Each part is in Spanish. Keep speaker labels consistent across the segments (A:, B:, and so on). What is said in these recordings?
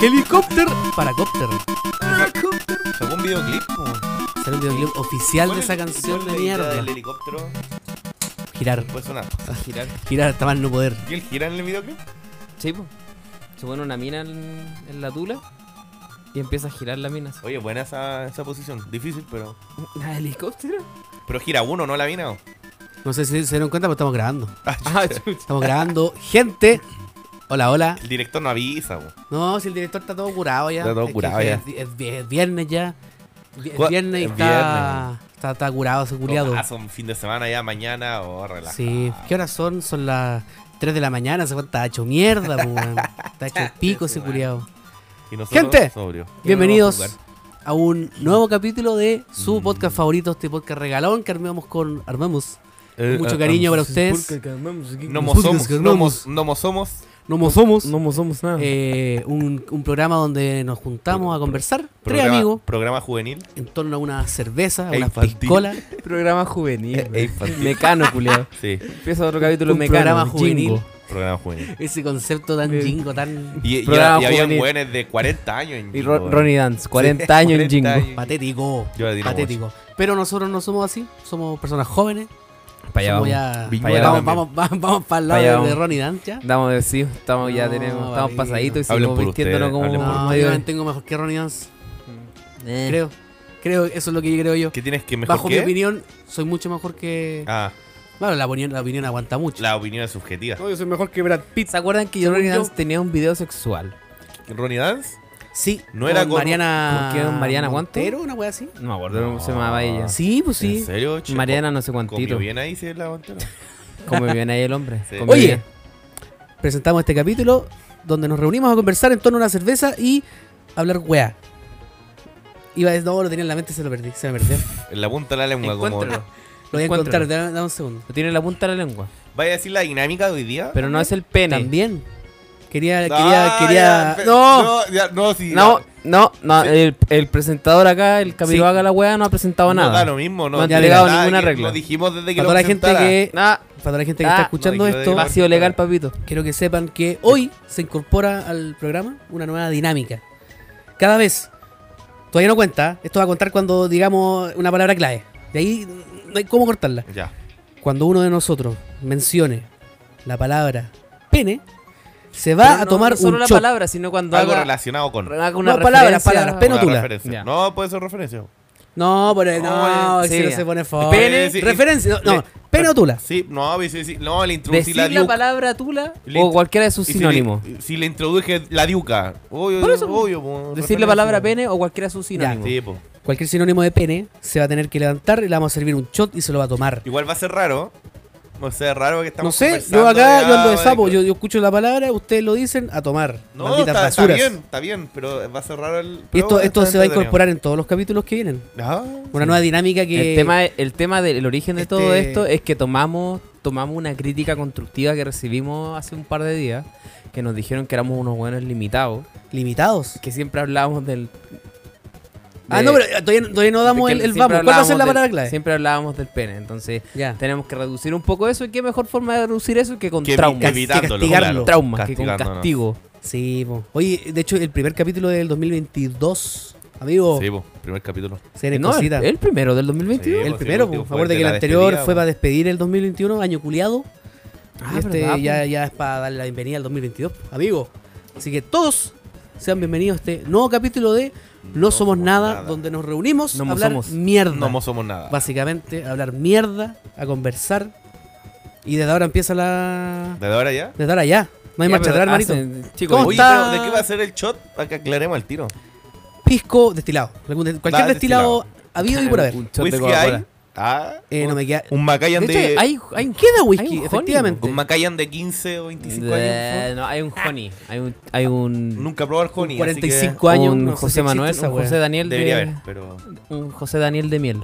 A: Helicóptero para cópter.
B: Sacó un videoclip, po.
A: Sale un videoclip oficial
B: ¿Cuál
A: de
B: es-
A: esa canción
B: cuál
A: de
B: es la idea
A: mierda.
B: del helicóptero
A: Girar,
B: puede sonar.
C: girar.
A: girar hasta más no poder.
B: ¿Y él gira en el videoclip?
C: Sí, po. Se pone una mina en, en la tula y empieza a girar la mina. así.
B: Oye, buena esa, esa posición. Difícil, pero.
C: ¿La helicóptero?
B: Pero gira uno, no la mina. ¿o?
A: No sé si se dieron cuenta, pero estamos grabando.
C: Ah, chucha.
A: Estamos grabando. Gente. Hola, hola.
B: El director no avisa, po.
A: No, si el director está todo curado ya.
B: Está todo
A: Es que
B: curado
A: es-
B: ya.
A: Es, vi- es viernes ya. Vi- Es
B: Cua-
A: viernes y
B: es
A: está, está, está curado, ese culiado.
B: Ah, son fin de semana ya, mañana o relajado.
A: Sí. ¿Qué horas son? Son las 3 de la mañana. Se está hecho mierda, po, weón. Está hecho pico ese culiado.
B: Y nosotros,
A: Gente.
B: sobrio.
A: Bienvenidos
B: No vamos a jugar. Mm.
A: a un nuevo capítulo de su podcast favorito, este podcast regalón que armamos con. Armamos.
B: Eh,
A: mucho
B: eh,
A: cariño para ustedes.
B: Nomo
A: Nosotros
B: somos,
A: que
B: nomo-
A: somos.
B: nomo somos,
A: Nomo somos.
C: No somos nada.
A: eh, un, un programa donde nos juntamos a conversar. Tres
B: programa-
A: amigos
B: Programa juvenil.
A: en torno a una cerveza, a
B: E
A: unas
B: infantil.
A: piscolas.
C: Programa juvenil.
B: Eh, infantil.
C: Mecano, culiao.
B: Sí,
C: Empieza otro capítulo
A: Un
C: de Mecano.
A: programa juvenil.
C: Jingo.
B: programa juvenil.
A: Ese concepto tan
C: Eh.
A: jingo, tan
B: Y, y,
C: Programa
B: y habían
C: juvenil.
B: jóvenes de 40 años en
C: Y
B: Jingo,
C: Ro-
B: weón.
C: Ronnie Dance, 40 años en
B: 40
C: Jingo.
B: años.
A: patético.
B: Yo la tiro
A: Patético. Pero nosotros no somos así, somos personas jóvenes.
C: Para allá
A: somos
C: vamos.
A: ya-
B: Viñuela
A: para allá vamos,
B: también.
A: vamos, vamos, vamos para el lado
C: Para allá
A: de, de
C: vamos.
A: Ronnie Dance ya.
C: Estamos de sí, estamos ya
A: No,
C: tenemos, estamos
A: Barbarito.
C: pasaditos y
B: Hablen
C: seguimos
B: por
C: vistiéndonos
B: ustedes,
C: como
B: hablen por
A: No, yo
C: mayores.
A: me tengo mejor que Ronnie Dance,
C: Eh.
A: creo. Creo, eso es lo que yo creo yo.
B: ¿Qué tienes que mejor
A: Bajo
B: que?
A: mi opinión, soy mucho mejor que.
B: Ah,
A: Bueno, la opinión, la opinión aguanta mucho.
B: la opinión es subjetiva.
A: yo soy mejor que Brad Pitt.
C: ¿Se acuerdan que Ronnie
A: yo-
C: Dance tenía un video sexual?
B: ¿Ronnie Dance?
A: Sí,
B: No era con-
A: Mariana.
C: ¿con quién? Mariana Guante?
A: Montero, una wea así.
C: No me acuerdo cómo se
B: No.
C: llamaba ella.
A: Sí, pues sí.
B: ¿En serio? che?
C: Mariana no sé
B: Com-
C: cuántito.
B: comió bien ahí, sí, la guantera.
C: Como bien ahí el hombre.
B: Sí.
C: comió
A: Oye.
C: bien.
A: presentamos este capítulo donde nos reunimos a conversar en torno a una cerveza y hablar weá. Iba a decir, no, lo tenía en la mente, se lo perdí, se me perdió.
B: En la punta de la lengua, como.
A: Lo
C: Encuéntralo.
A: voy a
C: Encuéntralo.
A: encontrar, dame, dame un segundo.
C: Lo tiene en la punta de la lengua.
B: ¿Vaya a decir la dinámica de hoy día?
C: Pero no es el pene.
A: También. Quería,
B: Ah,
A: quería, quería.
B: ya, pe-
A: ¡No!
B: No, ya, no, sí,
C: No,
B: ya.
C: no, no. El, el presentador acá, el Capiruaga, la wea, no ha presentado
B: No da
C: nada.
B: lo mismo, no.
C: No han
B: tiene
C: llegado
B: nada
C: ninguna
B: que-
C: regla.
B: Lo dijimos desde que
A: Para
B: lo
A: toda la gente
B: presentara.
A: que.
C: Nada.
A: Para la gente que
C: Ah,
A: está
C: no,
A: escuchando
B: digo,
A: esto,
B: digo.
C: Vacío legal, papito.
A: quiero que sepan que hoy se incorpora al programa una nueva dinámica. Cada vez, todavía no cuenta, esto va a contar cuando digamos una palabra clave. De ahí no hay cómo cortarla.
B: Ya.
A: cuando uno de nosotros mencione la palabra pene, se va
C: Pero
A: a
C: no-
A: tomar
C: no solo
A: un
C: la
A: shot.
C: palabra, sino cuando
B: Algo
C: haga,
B: relacionado con.
C: haga una
A: No, palabras,
C: referencia-
A: palabras,
B: con la
A: pene penotula.
B: referencia.
C: Ya.
B: No, puede ser referencia.
A: No, por el-
C: Oh,
A: no, si
C: sí.
A: no se pone foto.
C: Pene,
B: Eh, sí,
A: Referencia, no, no,
B: le-
A: pene o tula.
B: Sí, no, sí, sí, no, le introducí
C: Decir
B: la
C: la,
B: diuca.
C: palabra tula
B: Listo.
C: o cualquiera de sus
B: Y si le-
C: sinónimos.
B: Si le introduje la diuca. Obvio,
C: Por eso,
B: obvio, po,
C: Decir la
B: referencia.
C: palabra pene o cualquiera de sus sinónimos.
B: Sí, po.
A: Cualquier sinónimo de pene se va a tener que levantar y le vamos a servir un shot y se lo va a tomar.
B: Igual va a ser raro. No sé, raro que estamos
A: No sé,
B: conversando
A: yo acá yo ando de
B: ah,
A: sapo, yo, yo escucho la palabra, ustedes lo dicen, a tomar.
B: No,
A: Malditas
B: está, está
A: basuras.
B: bien, está bien, pero va a ser raro el...
A: Y esto, esto
B: pero está
A: se va a
B: entretenido.
A: incorporar en todos los capítulos que vienen.
B: Ah,
A: Una nueva dinámica que...
C: El tema, el tema del el origen de
A: este-
C: todo esto es que tomamos, tomamos una crítica constructiva que recibimos hace un par de días, que nos dijeron que éramos unos buenos limitados,
A: Limitados.
C: que siempre hablábamos del...
A: Ah,
C: de-
A: no, pero eh, todavía, todavía no
C: de
A: damos
C: que
A: el, el
C: siempre
A: vamos. ¿Cuál va a ser
C: hablábamos
A: la
C: del-
A: palabra clave?
C: Siempre hablábamos del pene, entonces
A: Ya.
C: tenemos que reducir un poco eso, y qué mejor forma de reducir eso que con
B: que
C: traumas.
B: que evitándolo,
A: castigarlo.
B: claro.
C: traumas, que con
B: Castigándonos.
C: castigo.
A: Sí, po. Oye, de hecho, el primer capítulo del 2022, amigo,
B: Sí, po, primer capítulo.
A: se viene
C: No, el,
A: cosita.
C: el primero del 2022.
B: Sí,
A: El
B: po,
A: primero,
B: sí,
A: por
B: po, fue
A: favor, de
B: el
A: que el
B: de la
A: anterior
B: despedida,
A: fue
B: po.
A: para despedir el 2021, año culiado.
C: Ah,
A: y este
C: ¿verdad, po?
A: ya, ya es para darle la bienvenida al 2022, amigo. Así que todos sean bienvenidos a este nuevo capítulo de No,
B: No
A: Somos
B: Somos
A: nada,
B: Nada.
A: donde nos reunimos
C: No
A: a hablar
C: somos.
A: mierda.
B: No mo- somos nada.
A: Básicamente, a hablar mierda, a conversar. Y desde ahora empieza la.
B: ¿Desde ahora ya?
A: Desde ahora ya. No hay
C: Ya,
A: marcha
C: pero
A: atrás, hermanito.
C: hacen- chicos,
A: ¿Cómo
B: Oye,
A: está?
B: pero ¿de qué va a ser el shot? Para que aclaremos el tiro.
A: Pisco destilado. Algún de- cualquier
B: Ah,
A: destilado, habido y por haber.
C: Un shot de
B: ¿Whisky
C: Coca-Cola.
B: hay? Ah,
A: Eh, no me queda.
B: un Macayan
C: De
B: de...
C: hecho, hay, hay un
A: Queda
C: Hay
A: whisky,
C: un
A: efectivamente.
B: Un Macayan de 15 o 25 años.
C: Eh, no, hay un honey. Hay un. Hay un,
B: Ah. Nunca probé el honey, así que
A: 45 años.
C: un
A: no sé si
C: José
A: existe
C: Manuel,
A: esa
C: un
A: wea.
C: José Daniel
B: debería
C: de.
B: haber, pero...
C: Un José Daniel de miel.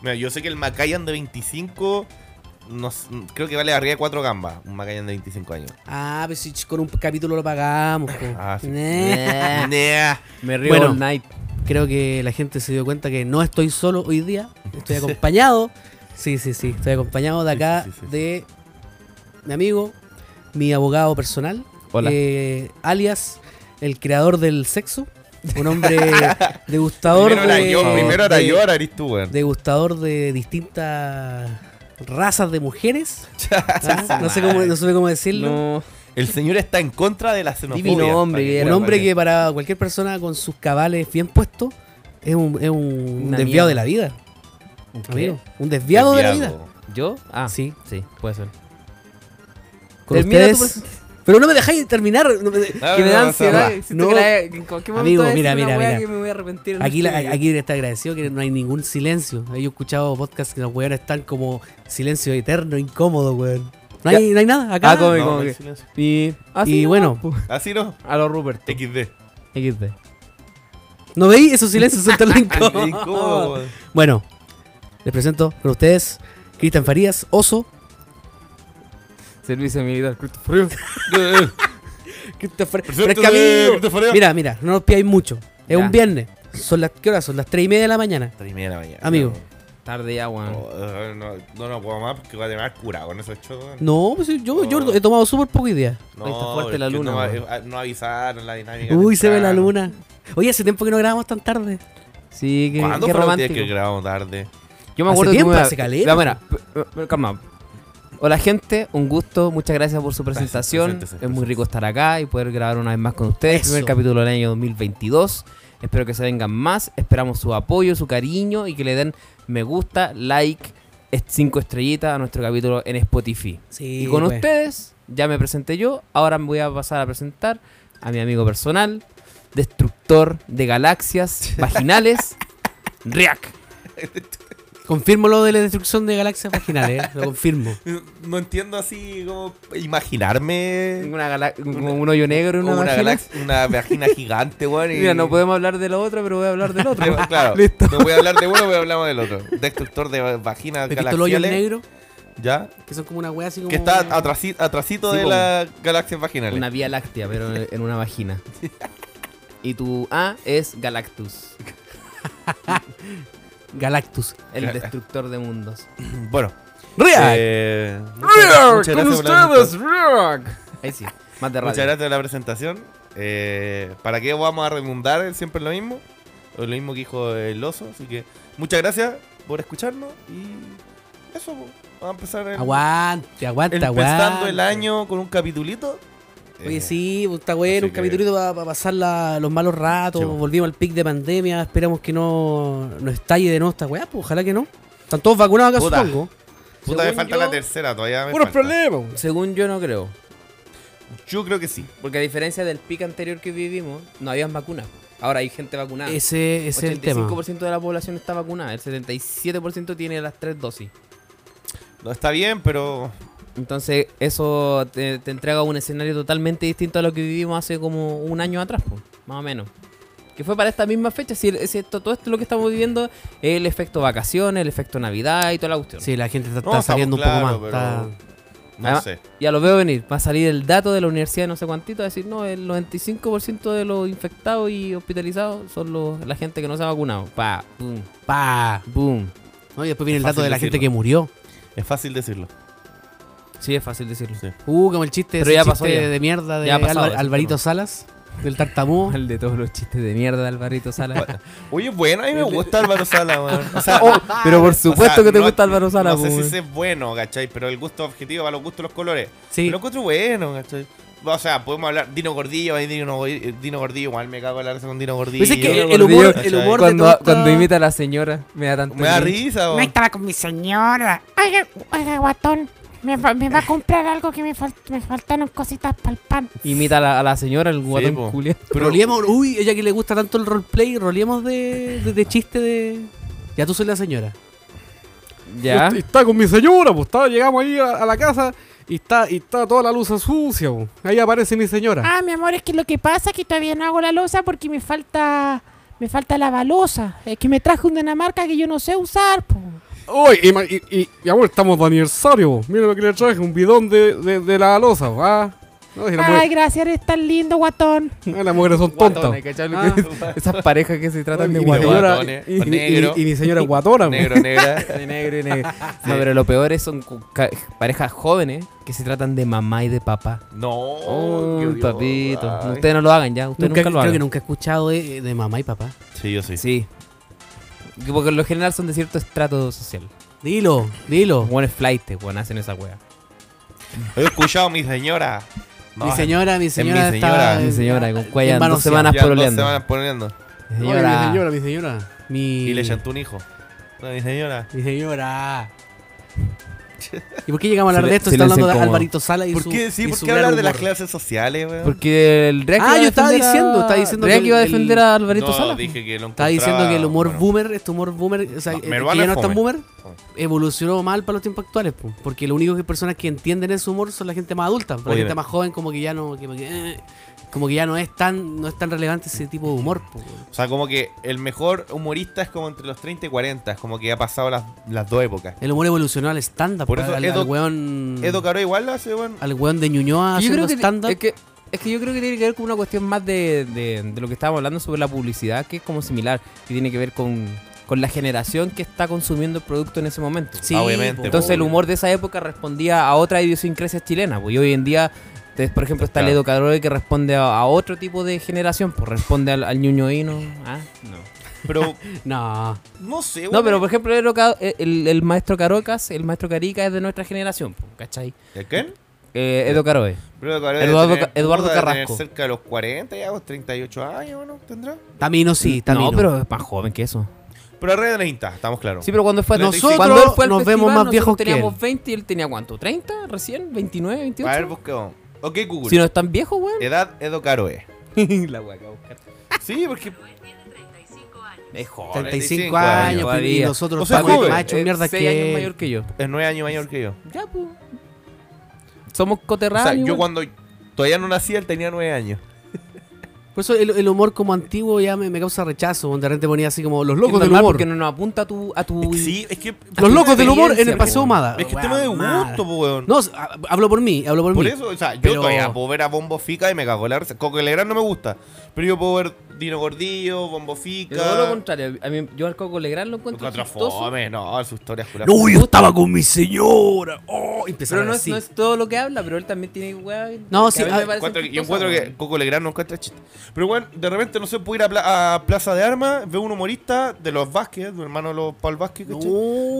B: Mira, yo sé que el Macayan de 25... no s- creo que vale arriba de 4 gambas. Un Macayan de 25 años.
A: Ah, pero si ch- con un capítulo lo pagamos. po. Eh,
B: Ah, sí.
A: Nah.
B: Nah.
C: Eh, Me río
A: Bueno.
C: all night.
A: Creo que la gente se dio cuenta que no estoy solo hoy día. Estoy acompañado. Sí, sí, sí. Estoy acompañado de
B: Sí,
A: acá
B: sí, sí, sí.
A: de mi amigo, mi abogado personal.
C: Hola.
A: eh, alias el creador del sexo, un hombre degustador
B: Primero era
A: de,
B: yo, primero era
A: Ah, de-
B: yo, ahora eres tú, weón.
A: degustador de distintas razas de mujeres. Ah, No sé cómo, no supe cómo decirlo.
C: No,
B: El señor está en contra de la xenofobia.
C: Divino hombre,
B: Para que-
A: un
C: era,
A: hombre
C: parece.
A: que para cualquier persona con sus cabales bien puestos es un, es un
C: Una
A: desviado
C: mierda.
A: de la vida,
C: ¿qué?
A: amigo. Un desviado, de la vida.
B: Desviado.
C: ¿Yo? Ah,
A: Sí.
C: Sí, puede ser.
A: Con
C: Termina tu
A: ustedes- Pero no me dejáis terminar. no me de-
B: No,
C: Que me
B: no,
C: da
B: no,
C: ansiedad.
B: no.
C: siento
A: No.
C: que la- en cualquier momento
A: Amigo,
C: voy a
A: mira,
C: decir una
A: mira,
C: weá
A: mira.
C: que me voy a arrepentir. en
A: Aquí,
C: el
A: la-
C: estudio.
A: aquí está agradecido que no hay ningún silencio. Yo he escuchado podcasts que los weones están como silencio eterno, incómodo, weón. No hay, no hay nada acá.
C: Ah, como-
B: No,
C: como
B: no,
C: que-
B: el silencio.
C: Y, ah,
A: Y
C: sí,
A: bueno.
C: pu-
B: Así no.
C: a los Rupert.
B: XD.
C: XD.
A: ¿No veis? Esos silencios son tan
B: Qué
A: incómodos.
B: incómodo, weón.
A: Bueno, les presento con ustedes Cristian Farías, Oso.
C: Servicio militar. Christopher.
A: Cristian Farías.
B: Presento
A: Pero es que,
B: de
A: amigo,
B: Christopher Leo.
A: Mira, mira, no nos pidáis mucho. Es
C: Ya.
A: un viernes. Son las, ¿Qué horas son? Las 3 y media de la mañana.
B: Tres y media de la mañana.
A: Amigo.
C: Tarde ya, weón.
B: No, no, no, no, no puedo más porque va a tener cura con esos shows, weón.
A: No, pues yo, yo
B: No.
A: he tomado súper poca idea.
B: No,
C: Ahí está fuerte
B: es
C: la
B: que
C: luna,
B: No,
C: weón.
B: eh, no avisaron la dinámica.
A: Uy, se ve la
B: temprano.
A: luna. Oye, hace tiempo que no grabamos tan tarde.
C: Sí, qué,
B: ¿Cuándo
C: qué
B: fue la última vez
C: romántico.
B: que grabamos tarde?
C: Yo me
A: Hace
C: acuerdo
A: tiempo,
C: que tú me-
A: hace caleta.
C: Ya, mira, p- p- eh, calma. Hola gente, un gusto, muchas gracias por su
B: Gracias,
C: presentación.
B: preséntese,
C: es muy
B: preséntese.
C: rico estar acá y poder grabar una vez más con ustedes.
A: Eso.
C: Primer capítulo del año 2022. Espero que se vengan más. Esperamos su apoyo, su cariño y que le den me gusta, like, est- cinco estrellitas a nuestro capítulo en Spotify.
A: Sí,
C: y con
A: pues.
C: ustedes, ya me presenté yo. Ahora me voy a pasar a presentar a mi amigo personal, destructor de galaxias vaginales, Riak.
A: Confirmo lo de la destrucción de galaxias vaginales, eh, lo confirmo.
B: No entiendo así como imaginarme
C: Una gala- como un hoyo negro en
B: una,
C: una,
B: una,
C: vagina.
B: galaxia, una vagina gigante, weón. y-
C: Mira, no podemos hablar de la otra, pero voy a hablar del otro.
B: de- Claro,
C: Listo.
B: no voy a hablar de uno, voy a hablar del otro. Destructor de vaginas
A: Te he visto los hoyos
B: galaxiales.
A: negros,
B: Ya,
A: que son como una wea así como.
B: que está atrasi- atrasito
C: Sí,
B: de
C: po.
B: las galaxias vaginales.
C: Una vía láctea, pero en una vagina. Y tu A es Galactus,
A: Galactus.
C: el destructor de mundos.
B: Bueno,
A: ¡Real!
B: eh, muchas, muchas gracias por la presentación.
C: Riak. Ahí sí, más de radio.
B: Muchas gracias por la presentación. Eh, ¿Para qué vamos a redundar siempre en lo mismo? O Lo mismo que dijo el oso. Así que muchas gracias por escucharnos y eso, po. vamos a empezar el,
A: Aguante, aguante,
B: el
A: aguante.
B: empezando el año con un capitulito.
A: Oye,
B: Eh,
A: sí, pues, está bueno,
B: así
A: un
B: que-
A: capitulito para pasar la- los malos ratos.
B: Sí, pues.
A: Volvimos al pic de pandemia, esperamos que no nos estalle de nuevo esta weá, pues ojalá que no. Están todos vacunados acá,
B: Puta.
A: supongo.
B: Puta, me
C: Según
B: falta
C: yo-
B: la tercera, todavía me
A: Puros
B: falta.
A: problemas.
C: Según yo no creo,
B: Yo creo que sí.
C: porque a diferencia del pico anterior que vivimos, no habían vacunas. Ahora hay gente vacunada.
A: Ese, ese es el tema.
C: 85% de la población está vacunada, el 77% tiene las tres dosis.
B: No está bien, pero
C: Entonces eso te, te entrega un escenario totalmente distinto a lo que vivimos hace como un año atrás, po, más o menos. Que fue para esta misma fecha, si, si esto- todo esto lo que estamos viviendo es el efecto vacaciones, el efecto Navidad y toda la cuestión.
A: Sí, la gente está,
B: No,
A: está
B: estamos
A: saliendo un poco
B: claro,
A: más.
B: pero-
A: está-
B: no
C: Ah.
B: sé.
C: Ya lo veo venir, va a salir el dato de la universidad de no sé cuántito, a decir, no, el 95% de los infectados y hospitalizados son los, la gente que no se ha vacunado. Pa, boom,
A: Pa.
C: boom.
A: No, y después viene
B: Es
A: el dato
B: fácil
A: de la gente
B: decirlo.
A: que murió.
B: Es fácil decirlo.
C: Sí, es fácil decirlo.
B: Sí.
A: Uh, como el chiste,
C: Pero
A: ese
C: ya pasó
A: chiste
C: ya.
A: de mierda de
C: Ya ha pasado
A: Alvar-
C: ese
A: Alvarito
C: tema.
A: Salas, del tartamudo.
C: Mal de todos los chistes de mierda de Alvarito Sala.
B: Oye, bueno, a mí me gusta Álvaro Sala, weón. O sea,
C: Oh, pero por supuesto
B: o sea,
C: que te
B: no-
C: gusta Álvaro Sala,
B: No sé
C: po,
B: si
C: weón.
B: ese es bueno, ¿cachai? Pero el gusto objetivo para los gustos los colores.
A: Sí.
B: Lo encuentro bueno, ¿cachai? O sea, podemos hablar Dino Gordillo, ahí Dino, Gor- Dino Gordillo, igual me cago en la risa con Dino Gordillo.
A: Pues es que
C: Dino
A: el humor,
C: Gordillo,
A: el
B: ¿cachai?
A: humor de
C: cuando,
A: todo esto-
C: cuando imita a la señora me da tanto
B: me da
C: cringe.
B: risa,
D: No
B: weón.
D: estaba con mi señora.
E: Oiga, oiga, guatón, me va, me va a comprar algo que me, fal- me faltaron cositas para el pan.
C: Imita a la, a la señora, el guatón
B: po.
C: culiao.
A: Pero roleemos, uy, ella que le gusta tanto el roleplay, roleemos de, de, de chiste de. Ya tú soy la señora.
C: Ya.
F: Y está con mi señora, pues está, llegamos ahí a, a la casa y está, y está toda la luz sucia, pues. Ahí aparece mi señora.
E: Ah, mi amor, es que lo que pasa es que todavía no hago la losa porque me falta me falta la balosa. Es que me trajo un Dinamarca que yo no sé usar, po.
F: Hoy, y, ma- y, pues. y- y, amor, estamos de aniversario, po. Mira lo que le traje, un bidón de, de, de la loza, po, ah. No, si las
E: Ay,
F: mujeres,
E: gracias, eres tan lindo, guatón.
F: no, las mujeres son tontas.
C: Guatones, ¿cachai?
F: Ah.
C: Esas parejas que se tratan
F: Y
C: de
F: mi
B: guatones,
C: guatones.
F: señora- y-
B: o
F: y-
B: negro.
F: y- y mi señora es guatona. pues. po.
B: Negro, negra.
C: De negro y negro. No, Ah, pero lo peor es son cu- ca- parejas jóvenes que se tratan de mamá y de papá.
B: No,
C: Oh,
B: qué odioso,
C: papito.
B: ay.
C: Ustedes no lo hagan ya. Ustedes nunca,
A: Nunca-
C: lo
A: creo que
C: hagan.
A: nunca he escuchado de, de mamá y papá.
B: Sí, yo sí.
C: Sí. Que Porque en lo general son de cierto estrato social.
A: Dilo, dilo.
C: Los buenos flightes, weón, hacen esa wea.
B: He escuchado a mi señora. No,
A: mi señora, mi señora,
B: mi
A: está.
B: señora.
C: Mi señora, con cuello,
A: en
C: dos
A: manoseado.
C: semanas.
B: ya dos
C: pololeando.
B: semanas pololeando.
A: Oye, mi señora, mi señora. Mi,
B: Y le llantó un hijo. No, mi señora.
A: Mi señora. ¿Y por qué llegamos a hablar
C: Silen-
A: de esto? Está
C: silencio
A: hablando de
C: incómodo.
A: Alvarito Sala y
B: ¿Por
A: su.
B: qué, sí,
A: y
B: ¿por
A: su
B: qué
A: gran
B: hablar de las
A: humor.
B: clases sociales, weón?
C: Porque el Reac
A: Ah,
C: iba a
A: yo estaba
C: defender a-
A: diciendo, estaba diciendo
C: Reac
A: que
C: iba a
A: el-
C: defender a Alvarito
B: no,
C: Sala.
B: dije que lo
A: Está diciendo
B: encontraba,
A: que el humor
B: bueno.
A: boomer, este humor boomer, o sea,
B: No,
A: eh,
B: mi
A: que
B: hermano
A: ya
B: es
A: no es tan
B: fome.
A: boomer,
B: Fome.
A: evolucionó mal para los tiempos actuales, po, porque lo único que personas que entienden ese humor son la gente más adulta, pero la
B: Oye,
A: gente
B: me-
A: más joven como que ya no, que- que, eh, como que ya no es tan, no es tan relevante ese tipo de humor. po.
B: O sea, como que el mejor humorista es como entre los 30 y 40. Es como que ha pasado las, las dos épocas.
A: El humor evolucionó al stand-up,
B: Por eso
A: al,
B: Edo-
A: al weón,
B: Edo Caro igual lo hace, weón.
A: al weón de Ñuñoa
C: Yo
A: haciendo
C: creo que
A: stand-up.
C: es que es que yo creo que tiene que ver con una cuestión más de, de- de lo que estábamos hablando sobre la publicidad, que es como similar, que tiene que ver con, con la generación que está consumiendo el producto en ese momento.
A: Sí,
B: Obviamente,
A: po.
C: Entonces el humor de esa época respondía a otra idiosincrasia chilena, pues, y hoy en día, te- por ejemplo, está el
B: Claro.
C: Edo Caroe que responde a, a otro tipo de generación, pues responde al, al ñuñoíno. ¿ah?
B: Pero
A: No,
B: no sé,
C: No,
B: weón.
C: pero por ejemplo, el, Edo Ca- el- el maestro Carocas, el maestro Carica es de nuestra generación, pues, ¿cachai?
B: ¿El quién?
C: Eh, Edo Caroe.
B: Pero Edo Caro debe
C: Eduardo
B: tener-
C: Ca- Eduardo
B: puta, debe tener
C: Carrasco.
B: cerca de los 40 ya, pues, o 38 años, ¿no? ¿Tendrá?
A: Tamino sí, Tamino.
C: no, pero es más joven que eso.
B: Pero alrededor de 30, estamos claros.
C: Sí, pero cuando fue
B: Nosotros
C: cuando él fue al
A: nos
C: festival,
A: vemos más
C: nosotros
A: viejos que
C: teníamos
A: él.
C: 20 y él tenía cuánto, 30 recién, 29,
B: A ver,
C: 28.
B: busquemos. Ok, Google.
C: Si no están viejos, weón.
B: Edad Edo Caroe.
C: La wea que va a buscar.
B: Sí, porque.
C: Es joven.
A: 35
B: 35
A: años,
B: años,
A: pues, y
C: todavía.
A: nosotros
B: O sea,
A: papito,
B: joven.
A: más hecho
C: Eh,
A: mierda
C: seis
A: que
C: años mayor que yo.
B: Es 9 años mayor que yo.
C: Ya, pues. Somos
B: O sea,
C: coterráneos.
B: yo
C: weón.
B: cuando todavía no nací, él tenía 9 años.
A: Por eso el, el humor como antiguo ya me, me causa rechazo. donde De repente ponía así como los locos
C: Es
A: del
C: normal
A: humor.
C: Porque no nos apunta a tu. A tu
B: Es que sí, es que.
A: Los locos del humor en
C: experiencia,
A: el Paseo
C: po.
A: Mada.
B: Es que
A: Weón,
B: tema de
A: mala.
B: gusto, po, weón.
A: No, s- ha- hablo por mí, hablo por,
B: Por
A: mí.
B: eso, o sea, yo
A: Pero-
B: todavía puedo ver a Bombo Fica y me cago en la risa. Coco Legrand no me gusta. Pero yo puedo ver Dino Gordillo, Bombo
C: Yo Todo lo
B: Fica.
C: contrario. A mí, yo al Coco Legrand lo encuentro.
B: Contra
C: chistoso,
B: fome, no, sus historias culas.
A: No, yo estaba con mi señora. Oh,
C: Pero
A: empezaron
C: no es,
A: así.
C: no es todo lo que habla, pero él también tiene weá.
A: No,
C: que
A: sí,
C: a mí
A: ah,
C: me parecen
B: Encuentro que- yo
C: chistosas,
B: encuentro que
C: weón.
B: Coco Legrand no encuentra chiste. Pero bueno, de repente, no sé, puedo ir a, pla- a Plaza de Armas, veo un humorista de los Vázquez, de hermano de los Paul Vázquez, ¿cachai?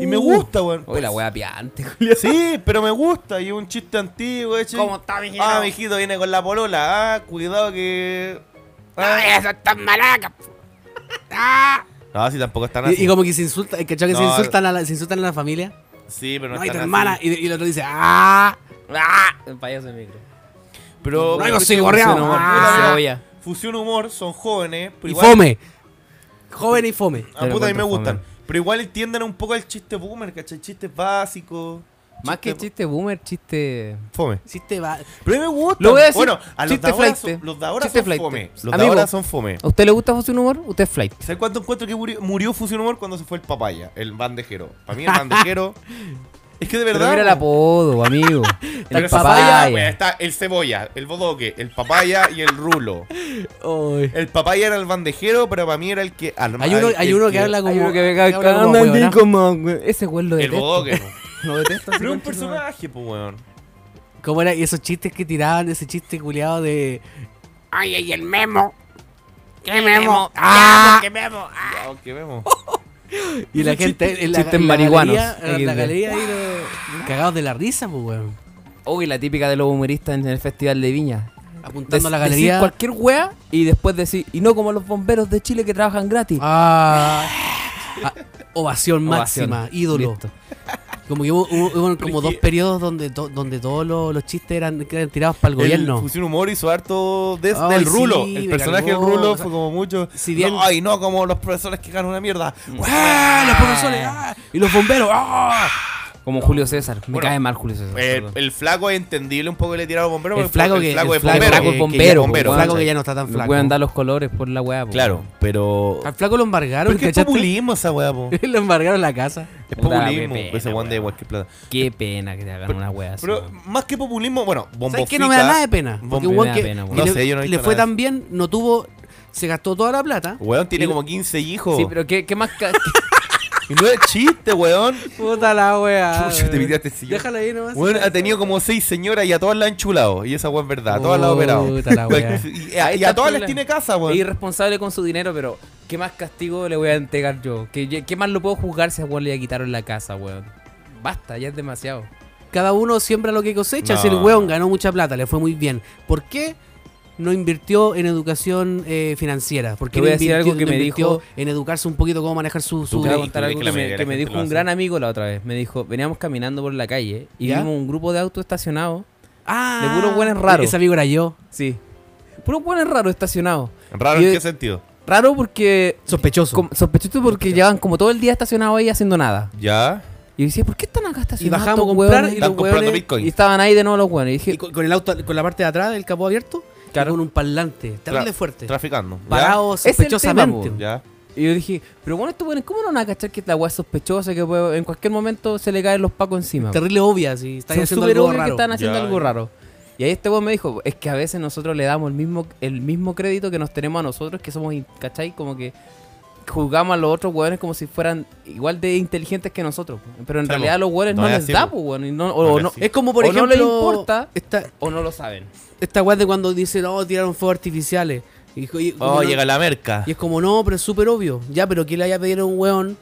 B: Y me gusta, weón.
C: Oye, la wea piante,
B: Sí, pero me gusta. Y es un chiste antiguo, ¿cachai?
C: ¿Cómo está, mijito?
B: Ah, mijito, viene con la polola. Ah, cuidado que. Ah,
E: Esas tan malacas.
B: no, sí, tampoco están
A: Y,
B: así.
A: y como que se insulta, ¿cachai? Que se,
B: No,
A: insultan a la, se insultan a la familia.
B: Sí, pero
A: No,
B: no,
A: hay tu
B: están así.
A: hermana. Y, y el otro dice, ¡ah!
C: ¡Ah! El payaso de micro.
B: Pero.
A: No, yo
B: pero-
A: soy gorreado.
C: Fusión humor,
A: Ah.
C: cebolla.
B: Fusión humor, son jóvenes. Pero
A: Y
B: igual,
A: fome. Joven y fome.
B: Ah,
C: Pero
B: puta, a mí
C: cuánto
B: me gustan.
C: fome.
B: Pero igual entiendan un poco el chiste boomer, ¿cachai? Chistes básicos.
C: Más que chiste boomer, chiste.
B: Fome.
A: Hiciste va-
B: Pero a mí me gusta.
C: Lo voy a decir,
B: bueno, a los
C: chiste
B: de ahora,
C: flaite.
B: son, los de ahora
C: Chiste
B: son
C: flaite.
B: fome. Los de
C: Amigo.
B: ahora son fome.
C: ¿A usted le gusta Fusión Humor? Usted es flight.
B: ¿Sabes cuánto encuentro que murió, murió Fusión Humor cuando se fue el papaya? El bandejero. Para mí el bandejero. es que de
C: Pero
B: verdad.
C: mira el
B: po.
C: apodo, amigo.
B: Pero
C: el
B: esa papaya,
C: papaya.
B: wea, está el cebolla, el bodoque, el papaya y el rulo.
A: Ay.
B: El papaya era el bandejero, pero para mí era el que arma-
A: Hay uno,
B: el-
A: hay
B: el
A: uno que habla
C: Hay
A: como.
C: uno que me
A: que habla
C: caga-
A: como
C: anda
A: huevona.
C: aquí como, güey. Ese güey lo
B: El
C: detesto.
B: bodoque. po.
C: Lo detesto.
B: Pero es un personaje, pues, weón.
A: ¿Cómo era? Y esos chistes que tiraban, ese chiste culiado de.
E: Ay, ay, el memo. ¿Qué memo?
D: memo?
E: ¡Ah!
B: Ya, ok, vemos.
A: Y la gente. En la,
C: chistes
A: en la
C: marihuanos,
A: galería- En la
C: XD.
A: galería ahí lo- cagados de la risa, pues, weón.
C: Uy, la típica de los humoristas en el Festival de Viña.
A: Apuntando a la
C: Dec- decir
A: galería.
C: cualquier wea y después decir. Y no como los bomberos de Chile que trabajan gratis.
A: Ah, Ah, ovación
C: Ovación.
A: máxima, ídolo.
C: Listo.
A: Como que hubo, hubo- hubo como
B: Porque-
A: dos periodos donde, to- donde todos los, los chistes eran, eran tirados para el gobierno.
B: Fusión Humor hizo harto de,
A: Ay,
B: del
A: sí,
B: rulo.
A: me
B: el personaje
A: cargó.
B: del
A: O
B: rulo
A: sea,
B: fue como mucho.
A: si bien- Mm.
B: no, ay, no, como los profesores que ganan una mierda.
A: ¡Ah, los profesores! ¡ah! Y los bomberos. ¡ah!
C: Eh. Como Julio César. Me
B: Bueno, eh,
C: cae mal Julio César.
B: El,
C: perdón.
B: el flaco es entendible un poco que le tiraron bombero.
C: El
B: porque
C: flaco que- el flaco- el flaco es
B: eh, que-
C: bombero,
B: que-
C: Pero,
A: Pero,
C: po,
A: flaco
C: bueno,
A: que ya no está tan
C: Me
A: flaco.
C: pueden dar los colores por la weá. po.
B: Claro, pero.
A: ah. Al flaco lo embargaron,
B: Pero es que es
A: ¿cachaste?
B: populismo esa weá, po.
A: Lo embargaron la casa.
B: Es
C: Puta,
B: populismo.
C: qué pena,
B: Ese weón de
C: weón.
B: cualquier plata.
C: Qué pena que te hagan una weá así.
B: Pero
C: weón.
B: más que populismo, bueno, bombo
A: ¿Sabes qué? No me da nada de pena. Porque un
C: Bombo-
A: weón
C: me da
A: que,
C: pena,
A: que
B: weón.
A: le,
B: No sé, yo no he
A: le
B: visto
A: fue
B: nada.
A: tan bien, no tuvo. Se gastó toda la plata.
B: Weón tiene
A: Y-
B: como 15 hijos.
C: Sí, pero ¿qué, qué más ca- qué-
B: Y no es chiste, weón.
F: Puta la
A: Ah,
F: wea.
B: Chucha, te
F: weón.
B: piteaste el sillón.
F: Déjala ahí nomás.
B: Weón ha tenido como seis señoras y a todas las han chulado. Y esa weón es verdad, a todas las ha operado.
A: Puta
C: Ah,
A: la wea.
B: Y a, y a todas les tiene casa,
C: es
B: weón.
C: irresponsable con su dinero, pero ¿qué más castigo le voy a entregar yo? ¿Qué, ye- qué más lo puedo juzgar si a weón le quitaron la casa, weón? Basta, ya es demasiado.
A: Cada uno siembra lo que cosecha. Si el
B: No.
A: weón ganó mucha plata, le fue muy bien. ¿Por qué no invirtió en educación eh, financiera? ¿Por
C: Te
A: qué
C: voy
A: no
C: a decir
A: invirtió-
C: algo que
A: no
C: me
A: invirtió
C: dijo-
A: En educarse un poquito cómo manejar su.
C: Te
A: su
C: voy a
B: crees-
C: contar
B: tú crees que
C: algo que,
B: la
C: me,
B: mayoría de
C: que
B: la
C: me
B: gente
C: dijo
B: lo
C: un
B: hace?
C: gran amigo la otra vez. Me dijo, veníamos caminando por la calle y
A: ¿Ya?
C: vimos un grupo de autos estacionados.
A: Ah,
C: De puros weones raros.
A: Ese amigo era yo.
C: Sí. Puro buenos raro estacionado.
B: Raro
C: Y-
B: en qué sentido.
C: Raro porque...
A: Sospechoso.
C: com- sospechoso porque llevan como todo el día estacionados ahí haciendo nada.
B: Ya.
C: Y decía, ¿por qué están acá estacionados?
A: bajamos
C: estos
A: a comprar
C: hueones?
A: y
B: Están
A: los
B: comprando
A: hueones-
B: Bitcoin.
C: Y estaban ahí de nuevo los buenos. Y dije,
A: Y con, con el auto, con la parte de atrás del capó abierto, y
C: claro.
A: con un parlante terrible
B: Tra-
A: fuerte,
B: Traficando. ¿Ya?
A: parado
C: Es el
A: sospechosamente.
C: tema,
B: Ya.
C: Y yo dije, pero bueno, estos buenos, ¿cómo no van a cachar que esta weá es sospechosa? Que puede- en cualquier momento se le caen los pacos encima.
A: terrible obvia, si están
C: Son
A: haciendo
C: súper
A: algo
C: obvio que
A: raro.
C: están haciendo
B: Ya,
C: algo
B: ya.
C: raro. Y ahí este weón me dijo, es que a veces nosotros le damos el mismo, el mismo crédito que nos tenemos a nosotros, que somos, in- ¿cachai? Como que juzgamos a los otros weones como si fueran igual de inteligentes que nosotros. Pero en
B: Sí,
C: realidad
B: po.
C: a los weones
B: No
C: no,
B: es
C: les
B: así,
C: da,
B: po.
C: pues, weón. y no-
B: No
C: o,
B: es
C: no,
B: así.
A: Es como por
C: o no
A: ejemplo
C: le importa.
A: esta
C: o no lo saben.
A: esta weá de cuando dicen, "Oh, tiraron fuegos artificiales." Y, dijo- y- como
B: Oh,
A: no-
B: llega la merca.
A: y es como, "No, pero es súper obvio." Ya, pero que le haya pedido a un weón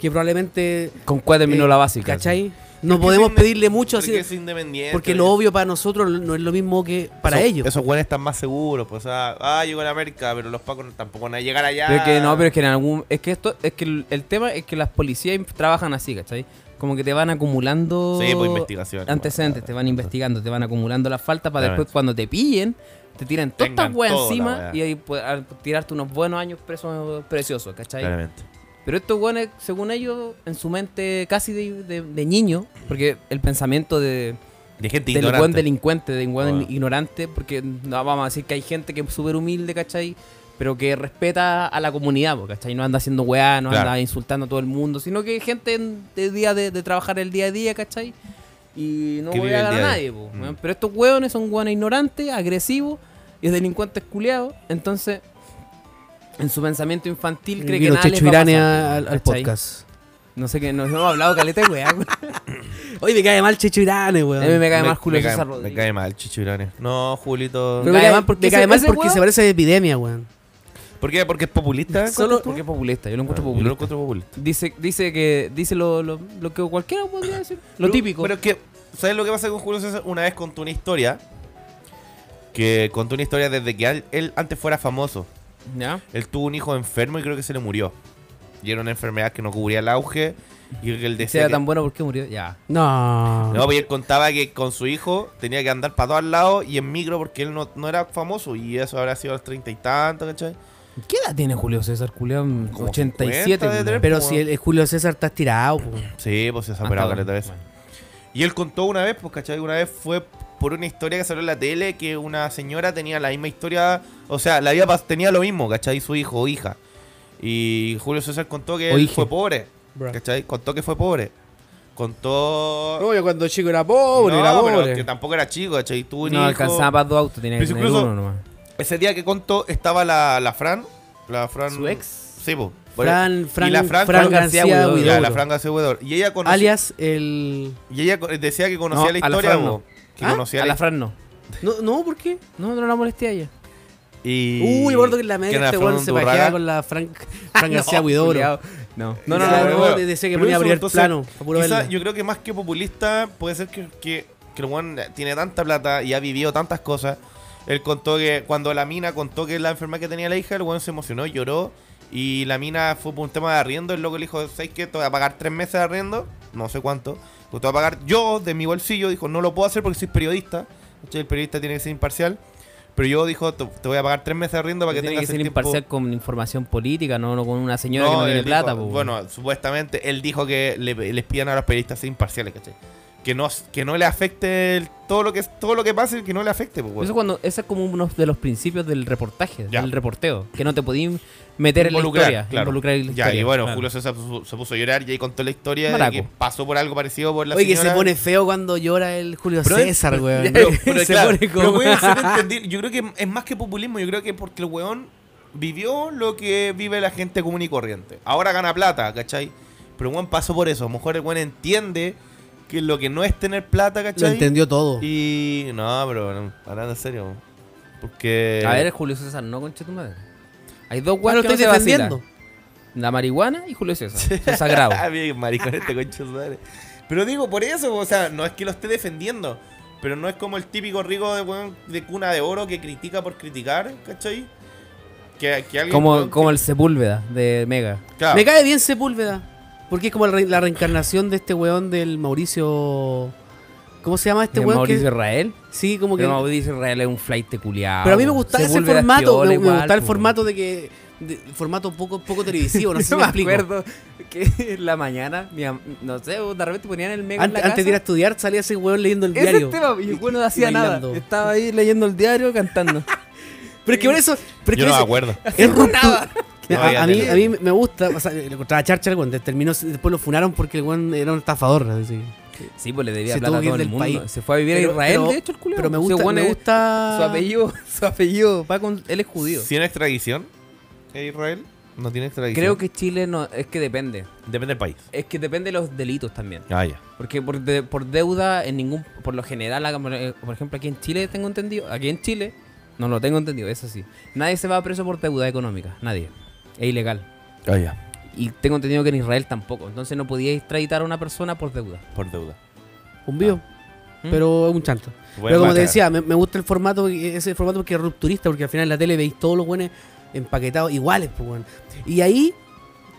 A: que probablemente
C: Con cuál terminó
A: eh,
C: la básica.
A: ¿Cachai? No
B: Porque
A: podemos
B: es inde-
A: pedirle mucho
B: porque
A: así
B: es independiente.
A: porque lo obvio para nosotros no es lo mismo que para
B: Eso-
A: ellos.
B: Esos güeyes están más seguros. Pues, o sea, ah, llegó la merca, pero los pacos no- tampoco van a llegar allá.
C: Pero es que no, pero es que en algún. Es que esto. Es que el, el tema es que las policías inf- trabajan así, ¿cachai? Como que te van acumulando.
B: Sí, pues, por investigación.
C: Antecedentes, te van investigando, te van acumulando las faltas para
B: Claramente.
C: después cuando te pillen, te tiran todas
B: Tengan
C: estas weas
B: toda la
C: encima
B: wea.
C: y ahí pu- al tirarte unos buenos años presos preciosos, ¿cachai?
B: Claramente.
C: Pero estos weones, según ellos, en su mente casi de, de- de niño, porque el pensamiento de,
B: De gente
C: del buen
B: ignorante.
C: delincuente, del buen
B: Bueno.
C: ignorante, porque no vamos a decir que hay gente que es súper humilde, ¿cachai? Pero que respeta a la comunidad, po, ¿cachai? No anda haciendo weá, no
B: Claro.
C: anda insultando a todo el mundo, sino que hay gente en- de día de, de trabajar el día a día, ¿cachai? Y no
B: Que
C: voy
B: vive
C: a
B: el
C: ganar a
B: día a
C: nadie,
B: día.
C: po,
B: Mm.
C: weón. Pero estos weones son weones ignorantes, agresivos y delincuentes culiados, entonces... En su pensamiento infantil cree que
A: Vino
C: nada les
A: Checho
C: va a
A: Irane
C: pasar,
A: al, al
C: ¿cachai?
A: podcast.
C: No sé qué, no, no hemos hablado caleta de weá, weón.
A: Hoy me cae mal Checho Irane,
C: A
A: weón.
C: mí me cae más Julio
B: me cae-
C: César
B: Me
C: Rodríguez.
B: cae mal, Chichurane. No, Julito.
A: Pero
C: Me
A: me cae
C: cae-
A: mal porque,
C: ese-
A: me cae mal
C: ese
A: porque
C: weón-
A: se parece a epidemia, weón.
B: ¿Por qué? Porque es populista.
C: Solo
B: ¿Encuentras
C: porque es populista, yo lo
B: tú?
C: encuentro
B: Ah,
C: populista.
B: Yo lo encuentro populista.
C: Dice, dice que dice lo, lo, lo que cualquiera podría decir. Lo
B: Pero-
C: típico.
B: Pero es que, ¿sabes lo que pasa con Julio César? Una vez contó una historia. Que contó una historia desde que al- él antes fuera famoso.
C: ¿Ya?
B: Él tuvo un hijo enfermo y creo que se le murió. Y era una enfermedad que no cubría el auge. Y que él
C: Si era
B: decía. que-
C: tan bueno, porque murió? Ya.
A: No.
B: No, pues él contaba que con su hijo tenía que andar para todos lados y en micro porque él no, no era famoso. Y eso habrá sido a los treinta y tantos, ¿cachai?
C: ¿Qué edad tiene Julio César Culeón?
B: Como
C: 87.
B: 50 de
C: culiao.
B: tres.
A: Pero si el, el Julio César está estirado, weón.
B: Sí, pues se ha
C: Ah,
B: operado
C: está
B: caleta de veces.
C: bueno.
B: Y él contó una vez, pues, ¿cachai? Una vez fue por una historia que salió en la tele que una señora tenía la misma historia. O sea, la vida tenía lo mismo, ¿cachai? Su hijo o hija. Y Julio César contó que
C: O
B: él
C: hija.
B: fue pobre.
A: Bro.
B: ¿Cachai? Contó que fue pobre. Contó.
A: yo cuando chico era pobre,
B: No, pero que tampoco era chico, ¿cachai? Tuvo un
C: No
B: hijo.
C: alcanzaba para dos autos, tenía que
B: Pero
C: tener
B: incluso-
C: uno nomás.
B: Ese día que contó estaba la, la Fran. La Fran.
C: Su ex.
B: Sí, po.
A: Fran, Fran,
B: Y la Fran-
A: Fran,
B: Fran
A: García,
C: García
A: Huidobro.
C: Huidobro.
B: Ya, la Fran García Huidobro. Y ella conocía.
A: Alias el.
B: Y ella co- decía que conocía
C: No,
B: la
C: a la
B: historia,
C: Fran no.
B: po. Que
A: ¿Ah?
B: conocía
C: A
B: la
C: la Fran no.
A: No, no, ¿por qué?
C: No, no la molesté a ella.
B: Y...
A: Uy, gordo que en la media
B: era
A: este
B: Fran
A: weón se
B: Undurraga.
A: pajeaba con la Fran, Fran García Huidobro.
C: Oh, culiao. No.
A: No,
C: No, no,
A: no,
B: Ya,
C: no.
A: no,
B: pero
A: no,
B: bueno.
A: decía que
B: Pero
A: ponía a
B: eso,
A: abrir
B: entonces,
A: plano. pa' puro
B: Quizá,
A: verla.
B: yo creo que más que populista puede ser que, que, que el weón tiene tanta plata y ha vivido tantas cosas. Él contó que cuando la mina contó que la enfermedad que tenía la hija, el weón se emocionó, lloró. Y la mina fue por un tema de arriendo. El loco le dijo: ¿Sabes qué? Te voy a pagar tres meses de arriendo. No sé cuánto. Lo te voy a pagar yo de mi bolsillo. Dijo: No lo puedo hacer porque soy periodista. ¿Cachai? El periodista tiene que ser imparcial. Pero yo dijo, te, te voy a pagar tres meses de arriendo para que
C: tiene
B: tengas
C: que ser
B: el tiempo".
C: imparcial con información política, no, no con una señora que
B: él
C: no tiene
B: dijo-
C: plata. po, weón.
B: Bueno, supuestamente él dijo que le- les pidan a los periodistas ser imparciales, ¿cachai? Que no, que no le afecte el- todo lo que todo lo que pase, que no le afecte, pues, weón.
C: Eso cuando, ese es como uno de los principios del reportaje,
B: Ya.
C: del reporteo, que no te podías meter en la
B: Involucrar,
C: historia,
B: claro.
C: involucrar en la
B: Ya,
C: historia.
B: y bueno,
C: claro.
B: Julio César puso- se puso a llorar y ahí contó la historia
C: Maraco.
B: de que pasó por algo parecido por la
A: Oye, que se
B: señora.
A: pone feo cuando llora el Julio
B: Pero es-
A: César, weón.
B: Pero, pero
A: Se
B: claro,
A: pone como-
B: pero, weón, se puede entender. Yo creo que es más que populismo, yo creo que porque el weón vivió lo que vive la gente común y corriente. Ahora gana plata, ¿cachai? Pero el weón pasó por eso. A lo mejor el weón entiende que lo que no es tener plata,
A: Lo
B: ¿cachai?
A: entendió todo.
B: Y no, pero no, hablando en serio. Porque.
C: A ver, Julio César, no conche tu madre. Hay dos
A: Bueno,
C: weas
A: lo
C: que no
A: estoy
C: se vacilan.
A: defendiendo.
C: La marihuana y Julio César. Eso es sagrado.
B: Ah, bien, maricón este concho de su madre. Pero digo, por eso, o sea, no es que lo esté defendiendo. Pero no es como el típico rico de, weón de cuna de oro que critica por criticar, ¿cachai? Que, que alguien.
C: Como,
B: weón,
C: como el Sepúlveda de Mega.
B: claro,
A: Me cae bien Sepúlveda. Porque es como la, re- la reencarnación de este weón del Mauricio. ¿Cómo se llama este
C: De
A: weón?
C: Mauricio
A: que-
C: Israel.
A: Sí, como que.
C: Porque Mauricio Israel es un flight culiado.
A: Pero a mí me gustaba ese
C: Sepúlveda es
A: formato.
C: piola
A: Me, me
C: igual,
A: gustaba el
C: po.
A: formato de que. de- formato poco, poco televisivo, no sé si
C: Yo
A: me,
C: me
A: explico.
C: acuerdo que en la mañana, mi am- no sé, de repente ponían el mega
A: Ante-
C: en
A: Antes,
C: la
A: de ir a
C: casa.
A: estudiar, salía ese weón leyendo el
C: Ese
A: diario.
C: tema, y el güey no hacía nada.
A: bailando.
C: Estaba ahí leyendo el diario, cantando.
A: Pero es que por eso. Pero es que
B: yo no me
A: eso-
B: acuerdo.
A: Es ruptura.
B: No,
A: a, a mí,
B: ya,
A: a mí me gusta, o sea, lo encontraba Charcher cuando terminó, después lo funaron porque el weón era un estafador. así.
C: Sí, pues le debía
A: Se
C: plata
A: tuvo
C: a
A: que ir
C: todo el
A: del
C: mundo.
A: país.
C: Se fue a vivir
A: Pero-
C: a Israel,
A: pero-
C: de hecho, el culiao.
A: Pero me
C: Ese
A: gusta,
C: güey
A: me
C: es-
A: gusta
C: Su apellido, su apellido, va con, él es judío.
B: ¿Tiene extradición? ¿Eh, Israel? No tiene extradición.
C: Creo que Chile no, es que depende.
B: Depende del país.
C: Es que depende de los delitos también.
B: Ah, ya.
C: Porque por, de- por deuda, en ningún, por lo general, acá, por eh, por ejemplo, aquí en Chile tengo entendido, aquí en Chile, no lo tengo entendido, eso sí. Nadie se va preso por deuda económica, nadie. Es ilegal.
B: Ah, ya.
C: Y tengo entendido que en Israel tampoco. Entonces no podía extraditar a una persona por deuda.
B: Por deuda.
A: un vivo,
C: ¿Mm?
A: pero es un chanto.
B: Bueno,
A: pero como
B: va,
A: te
B: claro.
A: decía, me, me gusta el formato, ese formato porque es rupturista, porque al final en la tele veis todos los buenos empaquetados iguales, pues, weón. Y ahí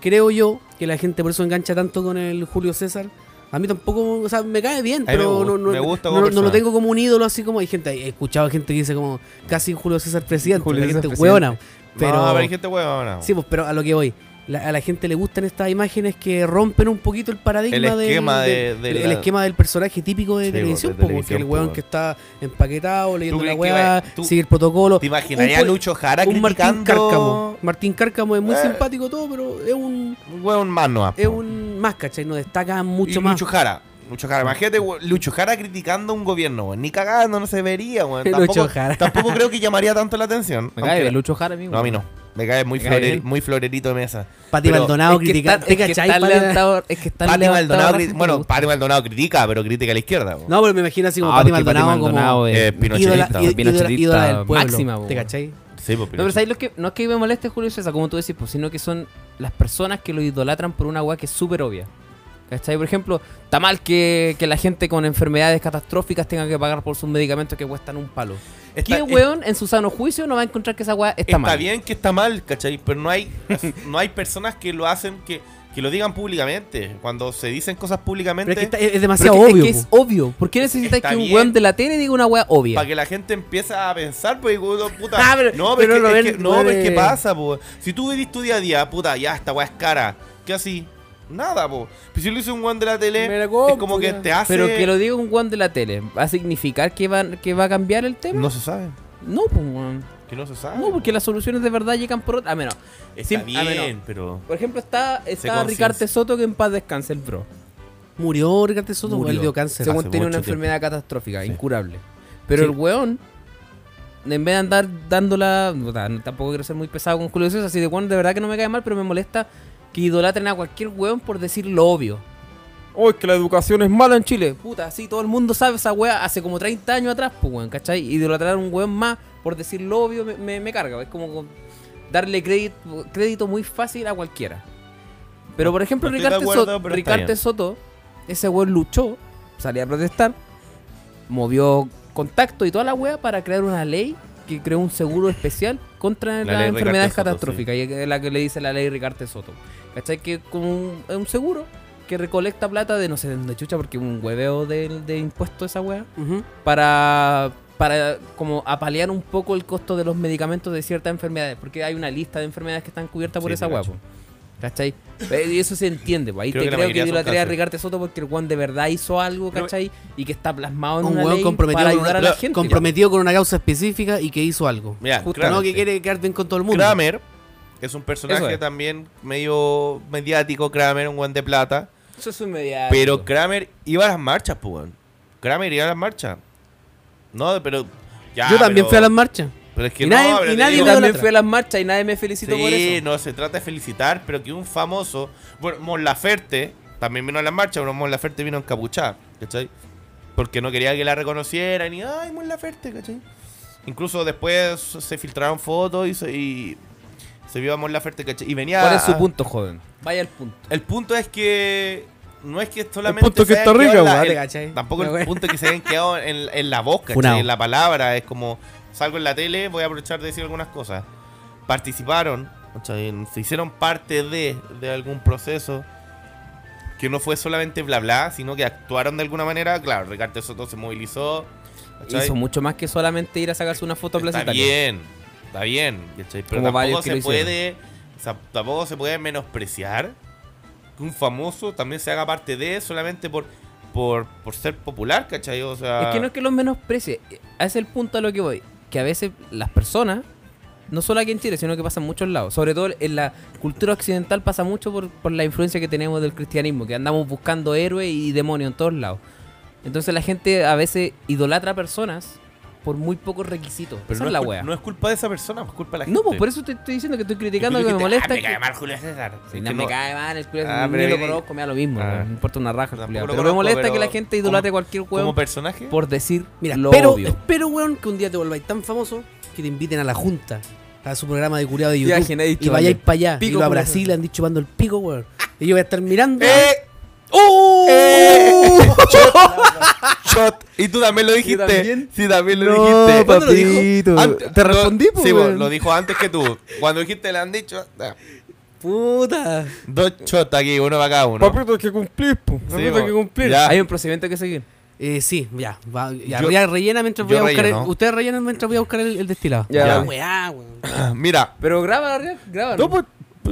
A: creo yo que la gente por eso engancha tanto con el Julio César. A mí tampoco, o sea, me cae bien,
B: A mí me
A: pero
B: gu-
A: no, no-
B: me gusta como
A: no- no
B: persona.
A: lo tengo como un ídolo, así como hay gente, he escuchado gente que dice como casi Julio César presidente,
C: Julio
A: la
C: César
A: gente
C: presidente.
A: hueona. Pero,
B: No, pero hay gente huevona.
A: Sí, pues, pero a lo que voy. la- a la gente le gustan estas imágenes que rompen un poquito el paradigma
B: El esquema
A: del,
B: de- de
A: del- el
B: la-
A: esquema del personaje típico de
B: Sí,
A: televisión,
B: pues, de
A: po, porque
B: televisión,
A: el
B: po,
A: weón
B: weón.
A: que está empaquetado, leyendo la
B: crees que
A: weá,
B: va- tú-
A: sigue el protocolo.
B: ¿Te imaginarías a
A: Un-
B: Lucho Jara
A: un Martín Cárcamo.
B: criticando?
A: Martín Cárcamo es muy
B: Eh.
A: simpático todo, pero es un
B: Un hueón más nomás,
A: es
B: po.
A: un más, ¿cachai? No destaca
B: Y
A: mucho más.
B: Lucho Jara. Lucho Jara, imagínate, we- Lucho Jara criticando a un gobierno, weón. Ni cagando, no se vería, weón.
A: Lucho
B: Tampoco,
A: Jara.
B: tampoco creo que llamaría tanto la atención.
C: Me cae
B: Aunque-
C: bien Lucho Jara, amigo.
B: No, a mí no. Me cae muy,
C: Me cae
B: flore-
C: bien.
B: muy florerito de mesa.
A: Pati
B: Pero
A: Maldonado
C: es que
A: critica.
C: está, es
A: ¿te
C: que
A: cachai,
C: está
A: Pati?
C: levantado, es que está
B: Pati
C: levantado
B: Maldonado,
C: la
B: cri-
C: gente,
B: bueno,
C: me gusta.
B: Pati Maldonado critica, pero critica a la izquierda, weón.
A: No, pero me imagino así como
C: Ah,
A: Pati
C: porque Pati
A: Maldonado,
C: Maldonado
A: como
C: es
B: Eh,
A: ídola,
B: pinochetista.
A: í- ídola,
C: pinochetista
A: ídola del pueblo.
C: máxima, po,
A: ¿Te
C: weón.
A: cachai?
B: Sí, pues,
C: No, pero ¿sabes lo que, no es que me moleste Julio César, como tú decís, pues, sino que son las personas que lo idolatran por una weá que es súper obvia. ¿Cachai? Por ejemplo, está mal que, que la gente con enfermedades catastróficas tenga que pagar por sus medicamentos que cuestan un palo.
B: Está-
C: ¿Qué weón en su sano juicio no va a encontrar que esa weá está,
B: está
C: mal?
B: bien que está mal, ¿cachai? Pero no hay, no hay personas que lo hacen, que, que lo digan públicamente. Cuando se dicen cosas
A: Pero
B: públicamente,
A: es que está- es es
C: Pero
A: demasiado
C: es que-
A: obvio.
C: es que
A: po.
C: es obvio. ¿Por qué necesitas
B: Está
C: que un
B: bien.
C: weón de la tele diga una weá obvia?
B: para que la gente empieza a pensar, pues, puta, puta.
A: Ah, pero-
B: no,
A: pero
B: pero, es que-
A: lo
B: es
A: ven-
B: que- no, pero es que
A: lo ven-
B: pasa, po. Si tú vivís tu día a día, puta, ya, esta weá es cara. ¿Qué así? Nada, po. Pero si lo hizo un weón de la tele,
A: Me la
B: es
A: compro,
B: como que
A: ya.
B: te hace.
C: Pero que lo diga un weón de la tele, ¿va a significar que va, que va a cambiar el tema?
B: No Ah. se sabe.
C: No, pues, weón.
B: Que no se sabe.
C: No, porque las soluciones de verdad llegan por otra. A menos.
B: Está
C: Sim-
A: ah,
B: bien,
C: a menos.
B: pero.
C: Por ejemplo, está, está
B: conciencia.
C: Ricardo Soto que en paz descanse el bro.
A: Murió Ricardo Soto,
C: Murió.
A: él dio cáncer.
C: Según
B: Hace
C: tiene una
B: mucho tiempo.
C: enfermedad catastrófica,
B: Sí.
C: incurable. Pero
A: Sí.
C: el weón, en vez de andar dándola. o sea, no- tampoco quiero ser muy pesado con Julio César, así de bueno, de verdad que no me cae mal, pero me molesta que idolatren a cualquier weón por decir lo obvio. Oh, es que la educación es mala en Chile. Puta, sí, todo el mundo sabe esa weá hace como 30 años atrás, pues weón, ¿cachai? Idolatrar a un weón más por decir lo obvio me, me- me carga. Es como con- darle crédito, crédito muy fácil a cualquiera. Pero por ejemplo,
B: No estoy de
C: Ricardo,
B: acuerdo,
C: Soto,
B: pero está
C: Ricardo
B: bien.
C: Soto, ese weón luchó, salía a protestar, movió contacto y toda la weá para crear una ley que creó un seguro especial contra
B: La
C: las
B: ley
C: enfermedades
B: Ricardo Soto,
C: catastróficas, y es la que le dice la ley Ricardo Soto. ¿Cachai? Que como un, es un seguro que recolecta plata de no sé de dónde chucha, porque un hueveo de, de impuesto esa weá,
A: Ujú.
C: para para como apalear un poco el costo de los medicamentos de ciertas enfermedades, porque hay una lista de enfermedades que están cubiertas por
B: Sí,
C: esa
B: te
C: hueá,
B: cacho.
C: po. ¿Cachai? Eh, Y eso se entiende, po. Ahí
B: Creo
C: te
B: que la
C: creo
B: mayoría
C: que
B: son
C: idolatría a
B: cáncer.
C: Rigarte Soto porque el Juan de verdad hizo algo,
B: Pero-
C: ¿cachai? Y que está plasmado en
A: un
C: una
A: weón
C: ley
A: comprometido,
C: para
A: con
C: ayudar
A: una,
C: a la gente.
A: comprometido con una causa específica y que hizo algo.
B: Mira,
C: Justo,
A: No que
B: claramente.
A: quiere quedar bien con todo el mundo.
B: Kramer es un personaje
C: Eso es.
B: también medio mediático, Kramer, un guante de plata.
C: Eso es un mediático.
B: Pero Kramer iba a las marchas, pues, weón. Kramer iba a las marchas. No, pero. Ya,
A: Yo también
B: pero-
A: fui a las marchas.
B: Pero es que
A: y
B: no,
A: nadie-
B: pero
A: y
B: te
A: nadie
C: Yo
B: digo-
A: me
C: también
A: idolatra.
C: fui a las marchas y nadie me felicitó por
B: Sí,
C: eso.
B: no se trata de felicitar, pero que un famoso. Bueno, Mon Laferte también vino a la marcha, pero Mon Laferte vino encapuchada, ¿cachai? Porque no quería que la reconocieran y. ¡Ay, Mon Laferte, ¿cachai? Incluso después se filtraron fotos y se, y se vio a Mon Laferte, ¿cachai? Y venía.
C: ¿Cuál es su
B: a-
C: punto, joven? Vaya el punto.
B: El punto es que. No es que solamente.
F: punto
B: se
F: que
B: hayan
F: está
B: quedado en
F: rica,
B: la-
F: weón.
B: en-
A: ¿Cachai?
B: Tampoco
A: La
B: el
A: wea.
B: punto es que se hayan quedado en, en la boca,
A: Funao.
B: en la palabra. Es como. Salgo en la tele, voy a aprovechar de decir algunas cosas. Participaron, ¿cachai? se hicieron parte de, de algún proceso. Que no fue solamente bla bla, sino que actuaron de alguna manera. Claro, Ricardo Soto se movilizó. ¿cachai?
C: Hizo mucho más que solamente ir a sacarse una foto a Plaza
B: Está
C: Italia.
B: bien, está bien. ¿cachai? Pero
C: Como
B: tampoco
C: varios que
B: se
C: lo hicieron.
B: puede. o sea, tampoco se puede menospreciar que un famoso también se haga parte de solamente por por, por ser popular, ¿cachai? O sea.
C: Es que no es que los menosprecie. eh, Es el punto a lo que voy. Que a veces las personas, no solo aquí en Chile, sino que pasa en muchos lados. Sobre todo en la cultura occidental pasa mucho por, por la influencia que tenemos del cristianismo, que andamos buscando héroes y demonios en todos lados. Entonces la gente a veces idolatra a personas por muy pocos requisitos.
B: pero
C: Esa
B: no,
C: es
B: es
C: la
B: cul-
C: wea.
B: no es culpa de esa persona, es este. culpa de la gente.
C: No, pues por eso te estoy diciendo que estoy
B: Y tú
C: criticando que me
B: dijiste,
C: molesta.
B: Ah, me
C: que-
B: cae mal Julio César.
C: Sí,
B: Es
C: no,
B: que
C: me
B: no-
C: cae mal, el culiao,
B: Ah,
C: ni
B: pero-
C: lo conozco, me da lo mismo,
B: Ah.
C: weón, me importa una raja, el
B: Tampoco
C: culiao.
B: lo
C: Pero
B: conozco,
C: me molesta que la
B: pero
C: gente idolatre
B: como-
C: cualquier huevo
B: Como personaje.
C: por decir
A: Mira,
C: lo
A: pero
C: obvio.
A: espero, weón, que un día te volváis tan famoso que te inviten a la junta, a su programa de curiado de
C: Ya,
A: YouTube.
C: Genadi,
A: y
C: que
A: vayáis
C: vale.
A: para allá.
C: Pico
A: y lo a
C: por la
A: Brasil
C: gente.
A: le han dicho chupando el pico, weón. Y yo voy a estar mirando.
B: ¡Eh!
A: ¡Oh!
B: Shot. Y tú también lo dijiste.
C: también?
B: Sí, también lo
F: No,
B: dijiste.
A: ¿Cuándo lo dijo?
F: papito.
B: Ante-
F: Te
B: lo-
F: respondí, pues,
B: Sí, vos,
F: weón.
B: lo dijo antes que tú. Cuando dijiste, le han dicho. ah,
A: ¡Puta!
B: Dos shots aquí, uno para cada uno.
F: Papito, hay que cumplir, po. Papito, hay
B: po.
F: que cumplir.
B: Ya.
C: Hay un procedimiento que seguir.
A: Eh, sí, ya. va- ya,
B: Yo-
A: ya rellena mientras voy
B: yo
A: a buscar. el-
B: relleno.
A: ustedes rellenan mientras voy a buscar el, el destilado.
C: Ya.
A: La weá, weón.
B: Ah, Mira.
C: Pero graba, graba.
B: No, pues,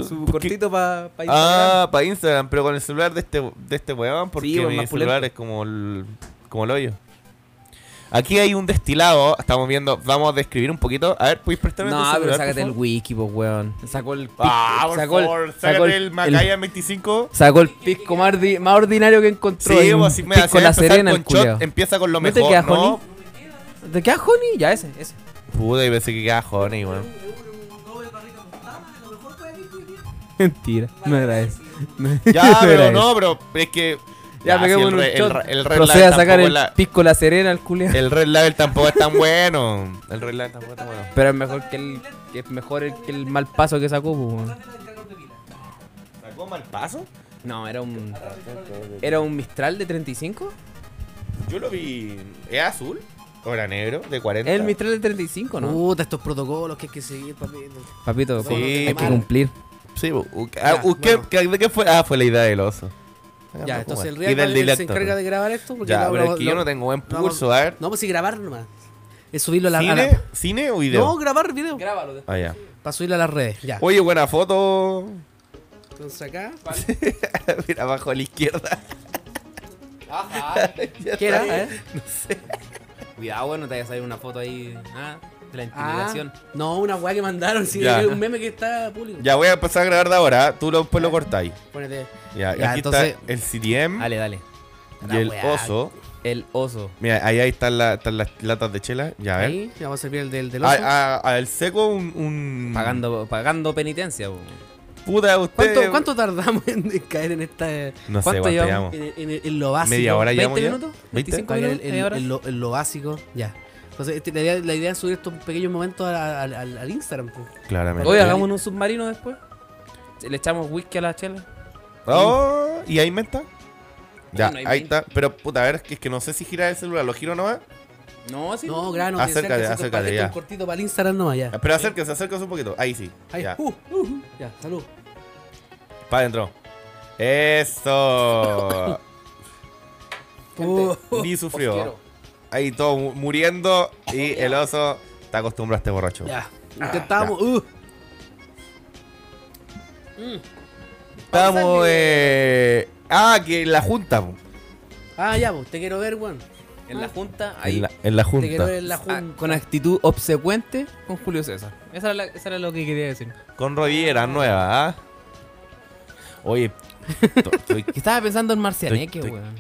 C: Su
B: porque-
C: cortito para pa
B: Ah, para Instagram, pero con el celular de este, de este weón, porque
C: Sí, weón,
B: mi
C: más
B: celular es como el, como el hoyo. Aquí hay un destilado, estamos viendo, vamos a describir un poquito. A ver, ¿puedes prestarme tu
C: No,
B: celular,
C: pero
B: por
C: sácate el
B: favor?
C: wiki, pues, weón. Sacó el pic.
B: Ah, por
C: sacó el-
B: favor,
C: sacó
B: sácate el,
C: el-
B: Macayan 25.
C: Sacó el pisco más, ordi- más ordinario que encontró.
B: Sí,
C: ahí, un
B: vos, si me
C: pisco
B: hacías
C: la
B: empezar
C: serena,
B: con
C: el
B: shot,
C: culiao.
B: Empieza con lo
C: ¿No te
B: mejor,
C: quedas,
B: ¿no?
C: ¿De qué Joni? Ya, ese, ese.
B: Puta, y pensé que quedaba Honey, weón.
C: Mentira, no era ese.
B: Ya, pero no, pero es que...
C: Ya,
B: si
C: peguemos
B: el,
C: un
B: re- el,
C: shot.
B: re- el Red
C: Procede a
B: Label
C: sacar
B: tampoco
C: el
B: es la-
C: pisco la serena, el culiao.
B: el Red Label tampoco es tan bueno. El Red Label tampoco es tan bueno.
C: Pero es mejor que el, que es mejor el, que el mal paso que sacó, pues, weón.
B: ¿Sacó mal paso?
C: No, era un. ¿Era un Mistral de 35?
B: Yo lo vi. ¿Es azul? ¿O era negro? ¿De 40?
C: ¿Es el Mistral de 35, no?
B: Uh,
A: Puta, estos protocolos que hay que seguir, papito.
C: Papito,
A: Sí,
C: como- hay que
B: mal.
C: cumplir.
B: Sí, bu- u-
A: Ya,
B: ah, u- ¿qué-
A: bueno.
B: qué- ¿de qué fue? Ah, fue la idea del oso.
A: Ya, entonces el
B: Real
A: Real Madrid se
B: director.
A: encarga de grabar esto. Porque
B: Ya,
A: lo-
B: pero
A: lo-
B: es que yo
A: lo-
B: no tengo buen
A: lo-
B: pulso, a ver.
A: No, pues sí, grabar nomás. Es subirlo a la, a la-
B: ¿Cine? ¿Cine o video?
A: No, grabar video.
C: Grábalo.
B: Ah, ya.
A: Para subirlo a las redes, ya.
B: Oye, buena foto.
A: Entonces acá.
B: Mira, abajo a la izquierda.
C: ¿Qué era?
A: ¿eh?
C: No sé. Cuidado, bueno, te vaya a salir una foto ahí ah, de la intimidación.
A: Ah, no, una weá que mandaron. Sí,
B: Ya.
A: es un meme que está público.
B: Ya voy a empezar a grabar de ahora. ¿eh? Tú lo, después lo cortáis.
A: Ponete.
B: Ya,
A: Ya,
B: aquí
A: entonces-
B: está el CDM
C: Dale, dale.
B: y
A: la
B: el
A: weá.
B: oso.
C: El oso.
B: Mira, ahí, ahí están, la- están las latas de chela. Ya, a ver.
A: Ahí, ya vamos a servir el del, del
B: A-
A: oso.
B: a- Al seco, un. un... Mm.
C: Pagando, pagando penitencia, po.
B: Puta, usted.
A: ¿Cuánto, cuánto tardamos en en caer en esta. en,
B: eh, No sé
C: ¿Cuánto
B: cuánto
C: llevamos?
B: llevamos.
A: en- en lo básico?
B: Media hora llevamos
C: ¿20
B: ya.
C: minutos?
B: ¿Veinte?
C: ¿25
A: Para que
C: minutos?
A: el-
C: ¿Media
A: el-
C: hora?
A: en lo, en lo básico, ya. Entonces, este, la, idea, la idea es subir estos pequeños momentos al, al- al- al Instagram. pues.
B: Claramente.
C: Oye, hagamos un submarino después. Le echamos whisky a la chela.
B: Oh, ¿Y ahí menta? Ya,
C: no hay
B: ahí
C: menta.
B: está. Pero puta, a ver, es que, es que no sé si girar el celular. ¿Lo giro nomás?
C: No, sí.
A: No, grano, que
B: Acércate,
A: cerca,
B: acércate,
A: para que
B: ya.
A: esté un cortito para el Instagram nomás, ya.
B: Pero acérquese, acérquese un poquito. Ahí sí.
A: Ahí,
B: Ya.
A: uh, uh, ya, salud.
B: Para adentro. Eso.
A: Uh,
C: Uh,
B: Ni sufrió. ahí todo mu- muriendo y el oso te acostumbraste borracho.
A: Ya. Intentábamos. uh,
B: Estamos, eh... Ah, que en la junta. po.
A: Ah, ya, pues, te quiero ver, weón.
C: Ah. En la junta, ahí.
B: En la, en la
A: Te quiero
B: junta.
A: ver en la
C: ah,
A: junta.
C: con actitud obsecuente con Julio César. Esa era, la- esa era lo que quería decir.
B: Con Roviera nueva, ¿ah? Oye, to- estoy-
C: Que estaba pensando en Marcianeque,
B: Estoy-
C: weón.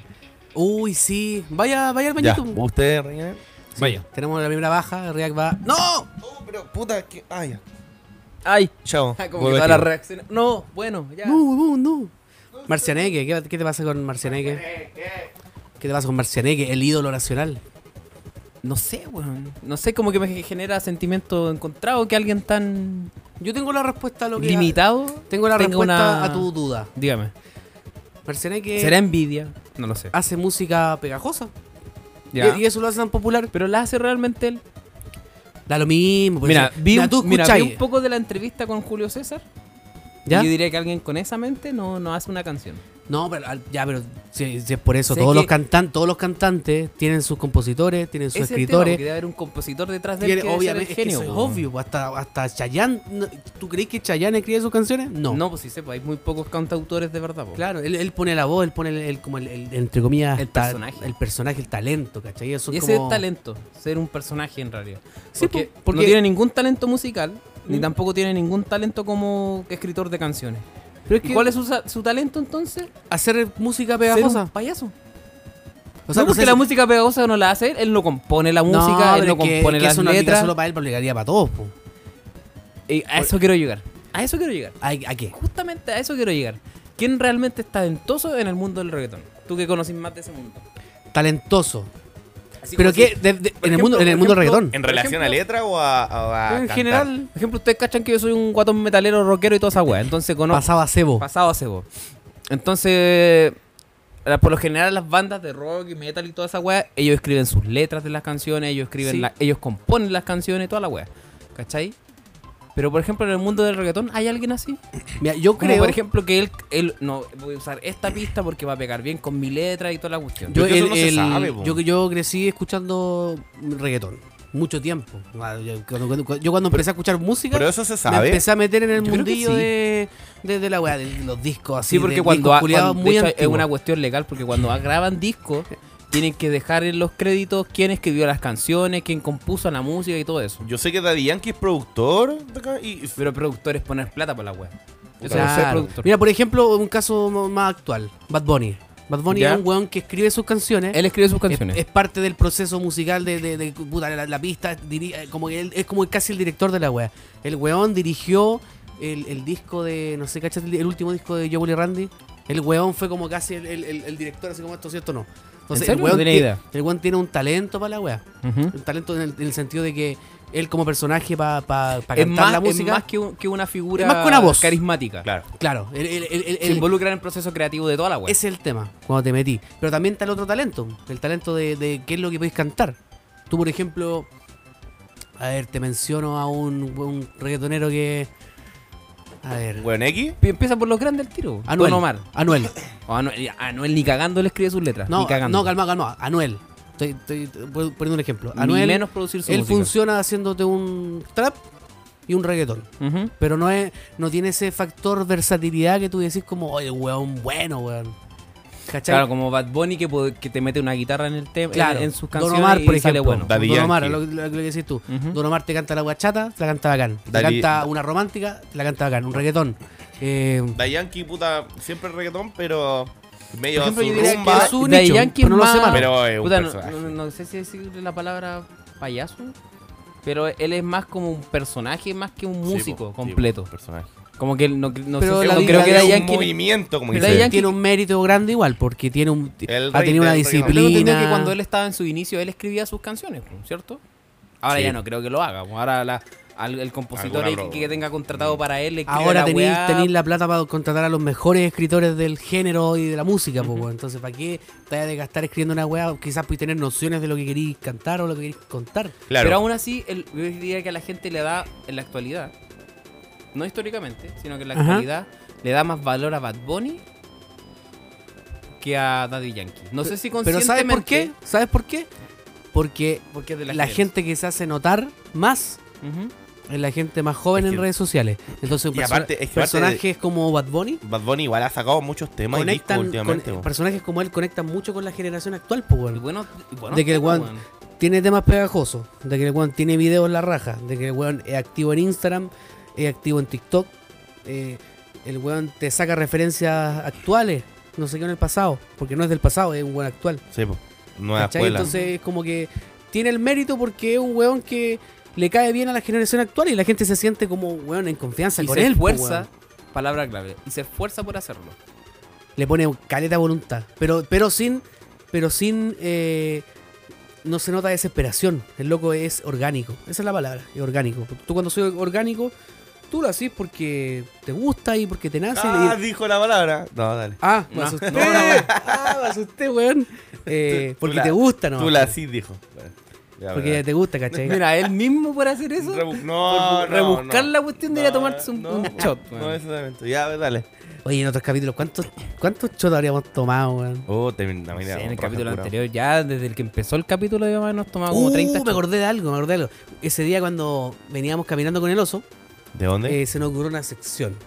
A: Uy, sí. Vaya, vaya al
B: ya,
A: bañito.
B: ¿usted, Reina?
C: Vaya.
A: Tenemos la primera baja, React va. ¡No!
B: Oh, pero puta, que... Ah, ya.
C: Ay.
B: Chao.
C: Ah, Como que
B: Vuelve
C: todas
B: a
C: las
B: ti.
C: reacciones. No, bueno, ya.
A: No, no, no. Marcianeque, ¿qué, qué te pasa con Marcianeque? ¿Qué te pasa con Marcianeque, el ídolo nacional?
C: No sé, weón. No sé, como que me genera sentimiento encontrado que alguien tan
A: Yo tengo la respuesta a lo que.
C: limitado.
A: Tengo la
C: tenga
A: respuesta
C: una-
A: a tu duda.
C: Dígame.
A: Marcianeque
C: ¿Será envidia? No lo sé.
A: hace música pegajosa.
C: Ya.
A: Y, y eso lo hace tan popular.
C: Pero la hace realmente él.
A: Da lo mismo. pues,
C: Mira,
A: sí.
C: vi,
A: Mira,
C: un-
A: tú
C: mira, vi
A: escucháis,
C: un poco de la entrevista con Julio César.
A: ¿ya?
C: Y yo diría que alguien con esa mente no, no hace una canción.
A: No, pero al- ya, pero si, si es por eso.
C: Sé
A: Todos
C: que-
A: los cantantes, todos los cantantes tienen sus compositores, tienen sus
C: Ese es el tema,
A: escritores.
C: porque debe haber un compositor detrás de él
A: tiene-
C: que
A: obviamente,
C: es
A: es que
C: genio.
A: eso es
C: po.
A: obvio. pues, Hasta, hasta Chayanne. no- ¿Tú crees que Chayanne escribe sus canciones?
C: No. pues sí sepa, hay muy pocos cantautores de verdad. po.
A: Claro, él, él pone la voz, él pone el, el- como el, el- entre comillas,
C: El
A: ta-
C: personaje.
A: el personaje, el talento, ¿cachai? Ellos son
C: Y ese es
A: como-
C: talento, ser un personaje en realidad.
A: Sí,
C: porque,
A: po, porque-
C: no tiene ningún talento musical, ni
A: Mm.
C: tampoco tiene ningún talento como escritor de canciones.
A: Pero es
C: ¿Y
A: que
C: cuál es su, sa- su talento entonces?
A: hacer música
C: Ser un
A: pegajosa.
C: payaso.
A: O sea,
C: no, porque
A: sé
C: la
A: si-
C: música pegajosa no la hace él, él no compone la
A: No,
C: música, él
A: pero
C: no
A: es que-
C: compone
A: es que
C: las
A: eso no aplica
C: letras.
A: solo para él, pero aplicaría para todos. po.
C: Eh, a eso quiero llegar. A eso quiero llegar.
A: ¿A, a qué?
C: Justamente a eso quiero llegar. ¿Quién realmente es talentoso en el mundo del reggaetón? Tú que conoces más de ese mundo.
A: Talentoso.
C: Así
A: Pero
C: como si-
A: que de- de-
C: por
A: en el
C: ejemplo,
A: mundo, en el
C: por
A: mundo
C: ejemplo,
A: reggaetón.
B: ¿En
C: Por
B: relación
C: ejemplo-
B: a letra o a, o a
A: Pero en
B: cantar?
A: general,
C: Por ejemplo, ustedes cachan que yo soy un guatón metalero, rockero y toda esa weá. Entonces conozco.
A: pasaba cebo.
C: Pasado hace vos. Entonces, la- por lo general las bandas de rock y metal y toda esa weá, ellos escriben sus letras de las canciones, ellos escriben
A: Sí.
C: la- ellos componen las canciones, toda la weá. ¿Cachai? Pero por ejemplo en el mundo del reggaetón, ¿hay alguien así?
A: Mira, yo
C: Como,
A: creo.
C: por ejemplo que él, él- no voy a usar esta pista porque va a pegar bien con mi letra y toda la cuestión.
A: Yo,
B: Es que eso
A: el-
B: no se
A: el-
B: sabe, po.
A: yo, yo crecí escuchando reggaetón mucho tiempo. Ah, Yo cuando, cuando- yo cuando empecé a escuchar música,
B: Pero eso se
A: me
B: sabe.
A: empecé a meter en el
C: Yo creo que
A: mundillo
C: sí.
A: de, de- de la weá, de los discos así.
C: Sí, porque
A: de
C: cuando,
A: discos
C: a-
A: culiados
C: cuando- de
A: muy
C: hecho, es
A: antiguos.
C: una cuestión legal porque cuando graban discos tienen que dejar en los créditos quién escribió las canciones, quién compuso la música y todo eso.
B: Yo sé que Daddy Yankee es productor de acá y
C: Pero productores poner plata por la web. Yo soy
A: Claro.
C: productor.
A: Mira, por ejemplo, un caso m- más actual: Bad Bunny. Bad Bunny
C: Ya.
A: es un weón que escribe sus canciones.
C: él escribe sus
A: es,
C: canciones.
A: es parte del proceso musical de, de- de- puta, la, la pista. diri- eh, como que él, es como casi el director de la wea. El weón dirigió el, el disco de. No sé, ¿cachai? El, el último disco de Joe y Randy. El weón fue como casi el, el- el- el director, así como esto, ¿cierto? No. Entonces,
C: serio?
A: El,
C: No
A: weón
C: tenía
A: ti-
C: idea.
A: el weón tiene un talento para la wea. Un talento en el, en el sentido de que él, como personaje, para
C: Es
A: cantar
C: más,
A: la
C: es
A: música.
C: más que, un- que una figura
A: Es más que una voz.
C: carismática.
B: claro.
A: Claro, él- él- él- él-
C: Se involucra en el proceso creativo de toda la web.
A: Ese es el tema, cuando te metí. Pero también está el otro talento, el talento de, de qué es lo que podéis cantar. Tú, por ejemplo, a ver, te menciono a un, un reggaetonero que. A ver,
B: Weón X.
C: Empieza por los grandes el tiro.
A: Anuel.
C: Don Omar.
A: Anuel.
C: O Anuel, Anuel ni cagando le escribe sus letras.
A: No,
C: ni cagando.
A: no, calma, calma. Anuel. Estoy, estoy poniendo un ejemplo.
C: Ni
A: Anuel,
C: menos producir su
A: él
C: música.
A: funciona haciéndote un trap y un reggaetón.
C: Ujú.
A: Pero no es no tiene ese factor versatilidad que tú decís como, oye, weón, bueno, weón. ¿Cachai?
C: Claro, como Bad Bunny que, pod- que te mete una guitarra en el tema,
A: Claro.
C: en, en sus
A: Don
C: canciones
A: Omar, por
C: y sale
A: ejemplo.
C: bueno.
B: Daddy
A: Don Omar, lo,
B: Yankee.
A: lo- lo que decís tú.
C: Ujú.
A: Don Omar te canta la guachata, te la canta bacán. Te
B: Daddy-
A: canta una romántica, te la canta bacán. Un reggaetón. Eh,
B: Daddy Yankee, puta, siempre reggaetón, pero medio
A: Por ejemplo,
B: su
A: yo diría que
B: rumba.
A: es un
C: Daddy
A: nicho,
C: Yankee
A: pero no lo
C: más-
A: sé mal.
B: Pero es un
C: Puta, no-
B: personaje.
C: no, no sé si decirle la palabra payaso, pero él es más como un personaje más que un
B: Sí, po,
C: músico
B: sí, po,
C: completo.
B: personaje.
C: Como que él no, no
A: Pero
C: sé,
A: la
C: no
A: vida
C: creo que
A: de
C: Daddy
B: es un
C: Yankee.
B: movimiento, como
A: pero
B: dice.
A: Daddy
C: Daddy
B: él.
C: Yankee-
A: tiene un mérito grande igual, porque tiene un,
B: El
A: ha
B: rey
A: tenido una
B: del reggaetón.
C: Pero tengo entendido
A: disciplina.
C: que cuando él estaba en su inicio, él escribía sus canciones, po, ¿cierto? Ahora
B: Sí.
C: ya no creo que lo haga. po. Ahora la- al- el compositor
B: Alguna
C: ahí que,
B: broma.
C: que tenga contratado para él. le escribe
A: Ahora
C: la
A: tenéis
C: weá.
A: tenéis la plata para contratar a los mejores escritores del género y de la música, po, weón. entonces ¿para qué te vas a gastar escribiendo una weá? Quizás puedes tener nociones de lo que queréis cantar o lo que queréis contar.
B: Claro.
C: Pero aún así, el, yo diría que a la gente le da, en la actualidad, no históricamente, sino que en la
A: Ajá.
C: actualidad, le da más valor a Bad Bunny que a Daddy Yankee. No sé si
A: Pero ¿sabes por
C: conscientemente...
A: qué? ¿Sabes por qué? Porque
C: Porque es de
A: la,
C: la,
A: gente que se hace notar más
C: Ujú.
A: es eh, la gente más joven
B: Es
A: en
B: que-
A: redes sociales. Entonces, un
B: Y
A: perso-
B: aparte- es que aparte de-
A: personajes como Bad Bunny
B: Bad Bunny igual ha sacado muchos temas y discos
A: conectan,
B: últimamente.
A: con-
B: po.
A: personajes como él conectan mucho con la generación actual, pues,
C: Y
A: weón.
C: bueno, y bueno,
A: De que el
C: bueno,
A: guan- Tiene temas pegajosos, de que el weón tiene videos en la raja, de que el weón es activo en Instagram, es activo en TikTok, eh, el weón te saca referencias actuales, no sé qué en el pasado, porque no es del pasado, es un weón actual.
B: Sí, po. Nueva
A: ¿Cachai?
B: escuela.
A: Entonces, como que tiene el mérito porque es un weón que le cae bien a la generación actual y la gente se siente como weón en confianza
C: Y
A: con
C: se
A: él. po,
C: esfuerza,
A: weón.
C: palabra clave, y se esfuerza por hacerlo.
A: Le pone caleta voluntad, pero, pero sin. Pero sin eh, no se nota desesperación. El loco es orgánico. Esa es la palabra, es orgánico. Tú cuando soy orgánico, tú lo haces porque te gusta y porque te nace.
B: Ah,
A: y-
B: dijo la palabra. No, dale.
A: Ah, me
C: No.
A: asusté. ah, me asusté, weón. Eh,
B: Tú- tú
A: porque
B: la-
A: te gusta, ¿no?
B: Tú la sí dijo. Bueno, ya,
A: Porque
B: verdad.
A: te gusta, ¿cachai?
C: Mira, él mismo por hacer eso,
B: Rebu-
C: por
B: no, no,
C: rebuscar
B: no.
C: la cuestión, debería tomarse un,
B: no,
C: un
B: no,
C: shot.
B: No,
C: weón.
B: exactamente. Ya, dale.
A: Oye, en otros capítulos, ¿cuántos, cuántos chotos habríamos tomado, weón?
B: Oh, te, la
C: Sí,
B: mira,
C: en
B: un
C: el capítulo
B: raja curado.
C: anterior, ya desde el que empezó el capítulo, ya hemos tomado como
A: Uh,
C: 30
A: me
C: shots.
A: acordé de algo, me acordé de algo. Ese día cuando veníamos caminando con el oso,
B: ¿De dónde?
A: eh, se nos ocurrió una sección.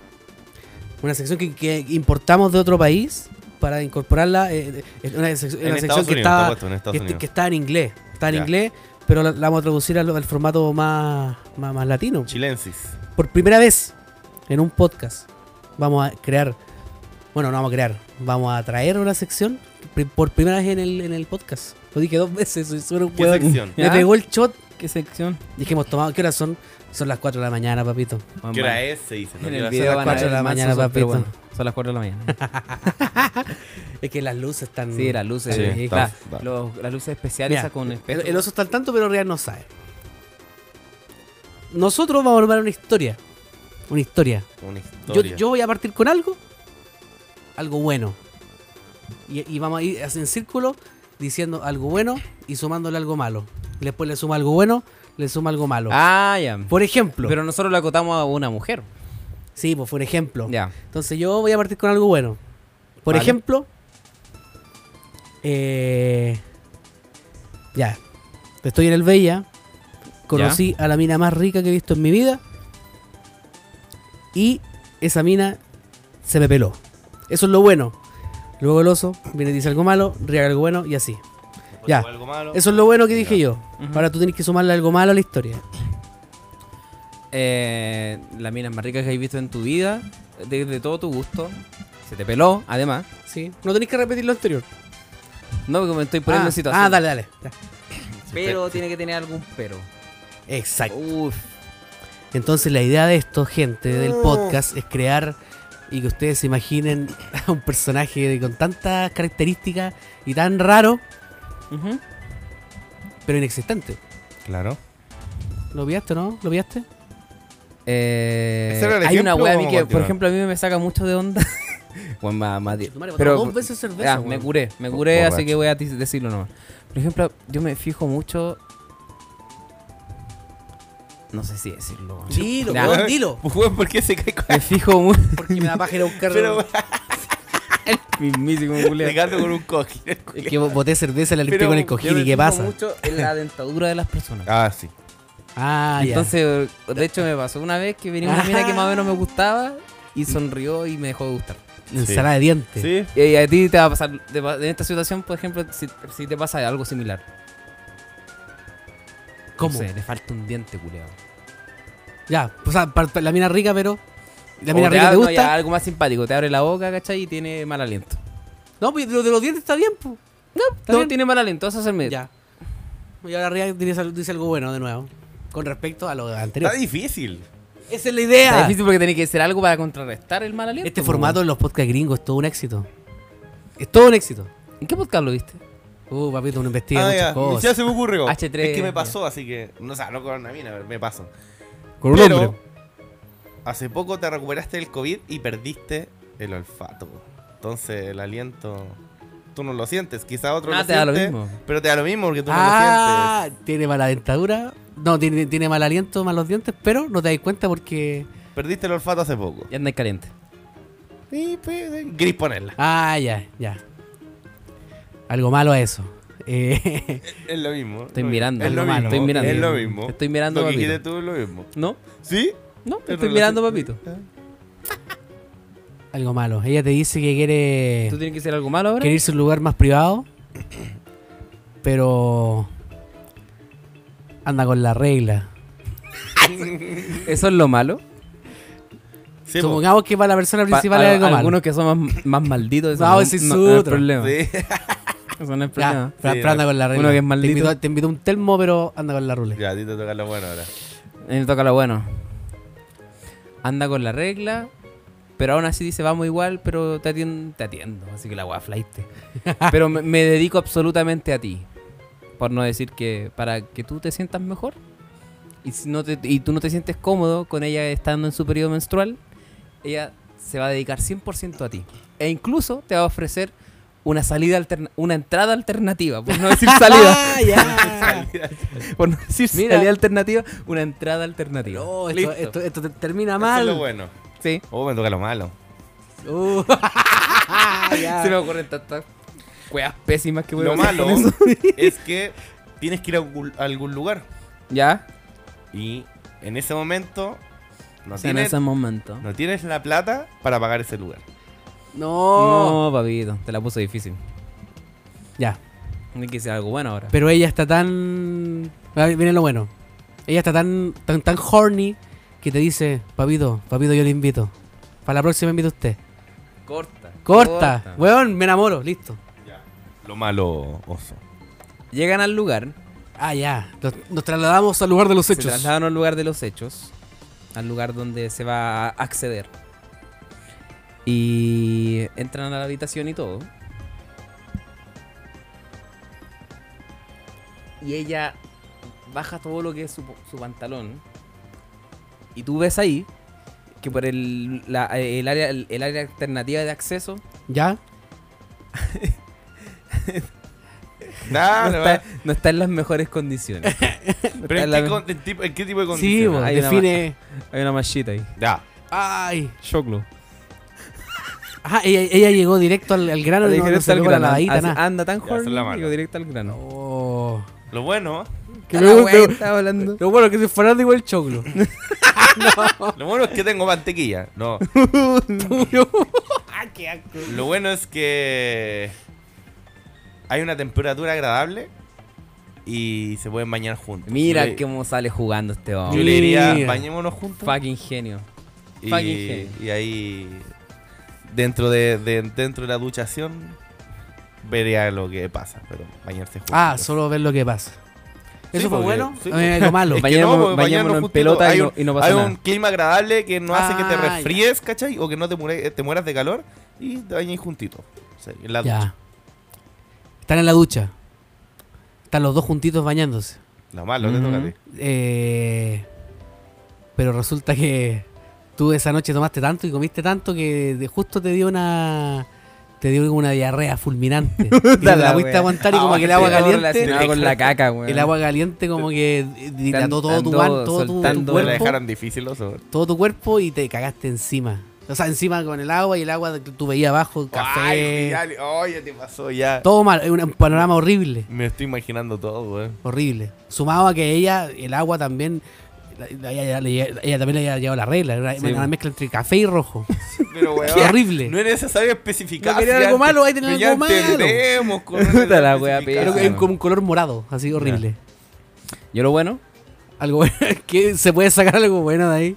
A: Una sección que, que importamos de otro país para incorporarla. eh, eh, una sec- una sección
B: en Estados
A: que
B: Unidos. está
A: estaba,
B: puesto en Estados
A: que,
B: Unidos.
A: que estaba en inglés. Estaba en
B: Ya.
A: inglés, pero la, la vamos a traducir al, al formato más, más, más latino.
B: Chilensis.
A: Por primera vez en un podcast vamos a crear, bueno, no vamos a crear, vamos a traer una sección pri- por primera vez en el, en el podcast. Lo dije dos veces, soy súper un
B: ¿Qué
A: hueón.
B: sección?
A: Me
C: ¿Ya?
A: pegó el shot.
C: ¿Qué sección?
A: Dijimos, tomado, ¿qué hora son? Son las 4 de la mañana, papito.
B: ¿Qué hora es? Se dice. ¿no?
C: Oh, En
B: ¿Qué
C: el
B: hora
C: video
B: son?
A: las
C: van a
A: cuatro de
C: ver
A: la
C: más
A: mañana,
C: susas, pero
A: papito.
C: bueno, son las 4 de la mañana.
A: Es que las luces están.
C: Sí, las luces.
B: Sí,
C: eh,
B: está-
C: la-
B: está.
C: los- las luces especiales
A: Mira,
C: esas con espejo.
A: el, el oso está al tanto, pero Real no sabe. Nosotros vamos a armar una historia. Una historia.
B: Una
A: Yo,
B: historia.
A: yo voy a partir con algo. Algo bueno. Y, y vamos a ir así en círculo diciendo algo bueno y sumándole algo malo. Después le suma algo bueno, le suma algo malo.
C: Ah, ya.
A: Por ejemplo.
C: Pero nosotros lo acotamos a una mujer.
A: sí, pues por ejemplo.
C: Ya.
A: Entonces yo voy a partir con algo bueno. Por
C: Vale.
A: ejemplo, eh, ya, estoy en el Bella, conocí a la mina más rica que he visto en mi vida y esa mina se me peló. Eso es lo bueno. Luego el oso viene y dice algo malo, riega algo bueno y así. ya.
B: Algo malo.
A: Eso es lo bueno que dije
B: Ya.
A: yo. Ahora tú tienes que sumarle algo malo a la historia.
C: Eh, la mina más rica que hayas visto en tu vida, de, de todo tu gusto. Se te peló, además.
A: Sí. No tenés que repetir lo anterior.
C: No, porque me estoy poniendo
A: ah,
C: en situación.
A: ah, dale, dale. Ya.
C: Pero tiene que tener algún pero.
A: Exacto.
C: Uf.
A: Entonces la idea de esto, gente, del
C: Mm.
A: podcast, es crear y que ustedes se imaginen a un personaje con tantas características y tan raro,
C: Ujú.
A: pero inexistente.
B: Claro.
A: ¿Lo pillaste, no? ¿Lo pillaste?
C: Eh,
B: ¿Ese era el
C: hay una
B: ejemplo
C: wea a
B: o
C: mí
B: vamos a
C: que, por
B: continuar?
C: ejemplo, a mí me saca mucho de onda. Juan, más- más di-
A: Conchetumare,
C: pero-
A: botamos dos veces cerveza,
C: Ah,
A: weón.
C: me curé, me curé,
B: Borracho.
C: así que voy a ti- decirlo nomás. Por ejemplo, yo me fijo mucho. No sé si decirlo. weón.
A: Dilo,
C: Ya.
A: weón, dilo.
B: Weón, ¿por qué se cae con
C: Me fijo mucho.
A: Porque me da paja ir a buscar.
B: Pero,
C: Mismísimo, Julián.
B: Pegando con un cojín.
A: es que boté cerveza en la limpié
C: Pero
A: con el
C: yo
A: cojín
C: me
A: y qué
C: fijo
A: pasa.
C: mucho en la dentadura de las personas.
B: Ah, sí.
A: Ah, ya.
C: Entonces, de hecho, me pasó una vez que venía una mina que más o menos me gustaba y sonrió y me dejó de gustar.
A: La ensalada de dientes.
B: Sí.
C: Y a ti te va a pasar, te va- en esta situación, por ejemplo, si, si te pasa algo similar.
A: ¿Cómo?
C: No sé, le falta un diente, culeado.
A: Ya, o sea, par- la mina rica, pero. ¿La
C: O
A: mina rica
C: ab-
A: te
C: no,
A: gusta?
C: Oh, ya, algo más simpático, te abre la boca, ¿cachai? Y tiene mal aliento.
A: No, pues lo de los dientes está bien, pues. Está
C: No,
A: bien.
C: tiene mal aliento, eso es el medio.
A: Ya. Y ahora Ria dice, dice algo bueno de nuevo. Con respecto a lo anterior.
B: Está difícil.
A: Esa es la
C: Está
A: idea.
C: difícil porque tiene que hacer algo para contrarrestar el mal aliento.
A: Este
C: po,
A: formato en los podcast gringos es todo un éxito. Es todo un éxito.
C: weón. ¿En qué podcast lo viste?
A: Uh, papito, uno investiga
B: Ah,
A: muchas
B: ya.
A: cosas.
B: Ya se me ocurrió.
C: H3,
B: es que me pasó, así que. No, o sea, no con una mina, me pasó.
A: Con un
B: Pero,
A: hombre.
B: Hace poco te recuperaste del COVID y perdiste el olfato. Entonces, el aliento. Tú no lo sientes. Quizá otro
C: Ah,
B: lo
C: te da lo
B: siente,
C: mismo.
B: Pero te da lo mismo porque tú no lo
A: Ah, tiene mala dentadura. No, tiene, tiene mal aliento, malos dientes, pero no te das cuenta porque.
B: sientes. Perdiste el olfato hace poco.
C: Ya andáis caliente.
B: Y pues, eh, gris ponerla.
A: Ah, ya, ya. Algo malo a eso. Eh,
B: Es lo mismo.
C: Estoy
B: lo mismo.
C: mirando,
B: Es lo
C: hermano,
B: mismo.
C: estoy mirando.
B: Es lo mismo.
C: Estoy mirando,
B: Lo que
C: papito.
B: quieres tú es lo mismo.
C: ¿No?
B: ¿Sí?
C: No,
B: Es
C: estoy
B: relación-
C: mirando, papito.
A: algo malo. Ella te dice que quiere,
C: ¿Tú tienes que hacer algo malo ahora?
A: quiere irse a un lugar más privado, pero anda con la regla.
C: ¿Eso es lo malo?
B: Sí, po.
A: Supongamos que para la persona
C: Pa-
A: principal
C: a-
A: es algo malo.
C: Algunos que son más, más malditos. Eso
A: No,
C: no,
A: ese es
C: no- no es
A: otro.
C: problema.
B: Sí.
C: Eso no es problema.
A: Ya, pero-
B: Sí,
A: pero anda con la regla.
C: uno que es
A: Te
C: maldito.
A: invitó- Te invitó un termo, pero anda con la rule.
B: Ya, a ti te toca la buena ahora.
C: A mí me toca lo bueno. Anda con la regla, pero aún así dice, vamos igual, pero te atiendo. Te atiendo así que la weá flaite. pero me, me dedico absolutamente a ti. Por no decir que para que tú te sientas mejor. Y, si no te- y tú no te sientes cómodo con ella estando en su periodo menstrual, ella se va a dedicar 100% a ti. E incluso te va a ofrecer una salida alterna- una entrada alternativa, por no decir salida.
A: Ah, ya.
C: por no decir
A: Mira.
C: salida alternativa, una entrada alternativa.
A: No,
C: Listo.
A: oh, esto, esto, esto te- termina
B: Eso es lo
A: mal.
B: bueno.
C: Sí.
B: Oh, me toca lo malo.
A: Uh, ya.
C: Se me ocurren tantas weas pésimas que voy a
B: Ah. Lo
C: hacer
B: malo
C: con eso.
B: es que tienes que ir a algún- a algún lugar.
C: Ya.
B: Y en ese momento no,
C: en
B: tienes,
C: ese momento.
B: no tienes la plata para pagar ese lugar.
A: No.
C: No, papito, te la puso difícil.
A: Ya.
C: Hay que hacer algo bueno ahora.
A: Pero ella está tan. Ah, Viene lo bueno. Ella está tan, tan, tan horny que te dice: Papito, papito, yo le invito. Para la próxima invito a usted.
C: corta.
A: Corta. Weón, me enamoro. Listo.
B: Lo malo, oso.
C: Llegan al lugar,
A: Ah, ya. Nos, nos trasladamos al lugar de los
C: se
A: hechos.
C: trasladan al lugar de los hechos, al lugar donde se va a acceder. Y entran a la habitación y todo. Y ella baja todo lo que es su, su pantalón. Y tú ves ahí que por el, la- el área, el, el área alternativa de acceso
A: ¿Ya? Ah,
B: Nah,
C: no,
B: no
C: está,
B: va.
C: no está en las mejores condiciones. No
B: Pero
C: está en
B: ¿en
C: la-
B: qué, con- en tipo- en qué tipo de
A: Sí,
B: condiciones?
A: bo,
C: Hay una
A: define.
C: Hay una machita ahí.
B: Ya.
A: Ay.
C: Choclo.
A: Ah, ella, ella llegó directo al, al grano y no, no
C: directo
A: se
C: al
A: pegó la
C: grano.
A: nadadita,
C: Así- ah.
A: nada.
C: Anda tan
B: Ya, esa es la
C: horny,
B: mano.
C: digo directo al grano.
A: Oh.
B: Lo bueno,
A: Que
C: La
A: me-
C: wea
A: me-
C: estaba hablando.
A: Lo bueno es que soy fanático del choclo.
B: lo bueno es que tengo mantequilla. No. Ah, Lo bueno es que hay una temperatura agradable y se pueden bañar juntos.
C: Mira
B: Yo le-
C: cómo sale jugando este
B: Yo
C: hombre.
B: le diría,
A: Mira.
B: bañémonos juntos.
C: Fucking genio.
B: Y,
C: Fucking genio.
B: y ahí, dentro de, de- dentro de la duchación, vería lo que pasa, pero bañarse juntos.
A: Ah, solo ver lo que pasa.
B: Sí,
A: ¿Eso fue
B: porque-
A: bueno?
B: sí,
A: A mí me algo malo.
B: Es que
C: Bañémonos-
B: porque
C: bañémonos en
B: juntitos
C: pelota y
B: hay
C: no-
B: un-
C: y no pasa
B: Hay
C: nada.
B: un clima agradable que no hace que te
A: Ah, ya.
B: resfríes, ¿cachai? O que no te, mure- eh, te mueras de calor y te bañáis juntitos. O sea, en la ducha.
A: Ya. Están en la ducha. Están los dos juntitos bañándose.
B: Lo malo, te
C: Mm.
B: toca a ti.
A: Eh, pero resulta que tú esa noche tomaste tanto y comiste tanto que de- justo te dio una te dio una diarrea fulminante. y no la
C: Puta la
A: pudiste
C: wea.
A: aguantar y como
B: Ah,
A: que el agua
B: pero
A: caliente
B: relacionado
C: Relacionado con la caca, weón.
A: el agua caliente como que dilató todo tu,
C: andó
A: van- todo tu- tu
C: soltando
B: Te la
A: cuerpo.
B: dejaron difícil, oso.
A: todo tu cuerpo y te cagaste encima. O sea, encima con el agua y el agua que tú veías abajo,
B: Ay,
A: café.
B: Vidal, oh, ya te pasó ya.
A: todo mal, es un un panorama horrible,
B: Me estoy imaginando todo, weón.
A: horrible. Sumado a que ella, el agua también, la- la- ella, le- ella también le había llevado la regla, era
C: Sí,
A: una
C: po.
A: mezcla entre café y rojo.
B: Pero, weón.
A: horrible.
B: No es necesario especificar.
A: No quería
B: si
A: algo
B: antes-
A: malo, ahí tenés
B: pero ya
A: algo malo.
B: entendemos, con-
C: Puta la wea,
B: especificar.
A: Pero
C: pésima.
A: en como un color morado, así horrible.
C: Yo lo bueno,
A: Algo bueno, que se puede sacar algo bueno de ahí.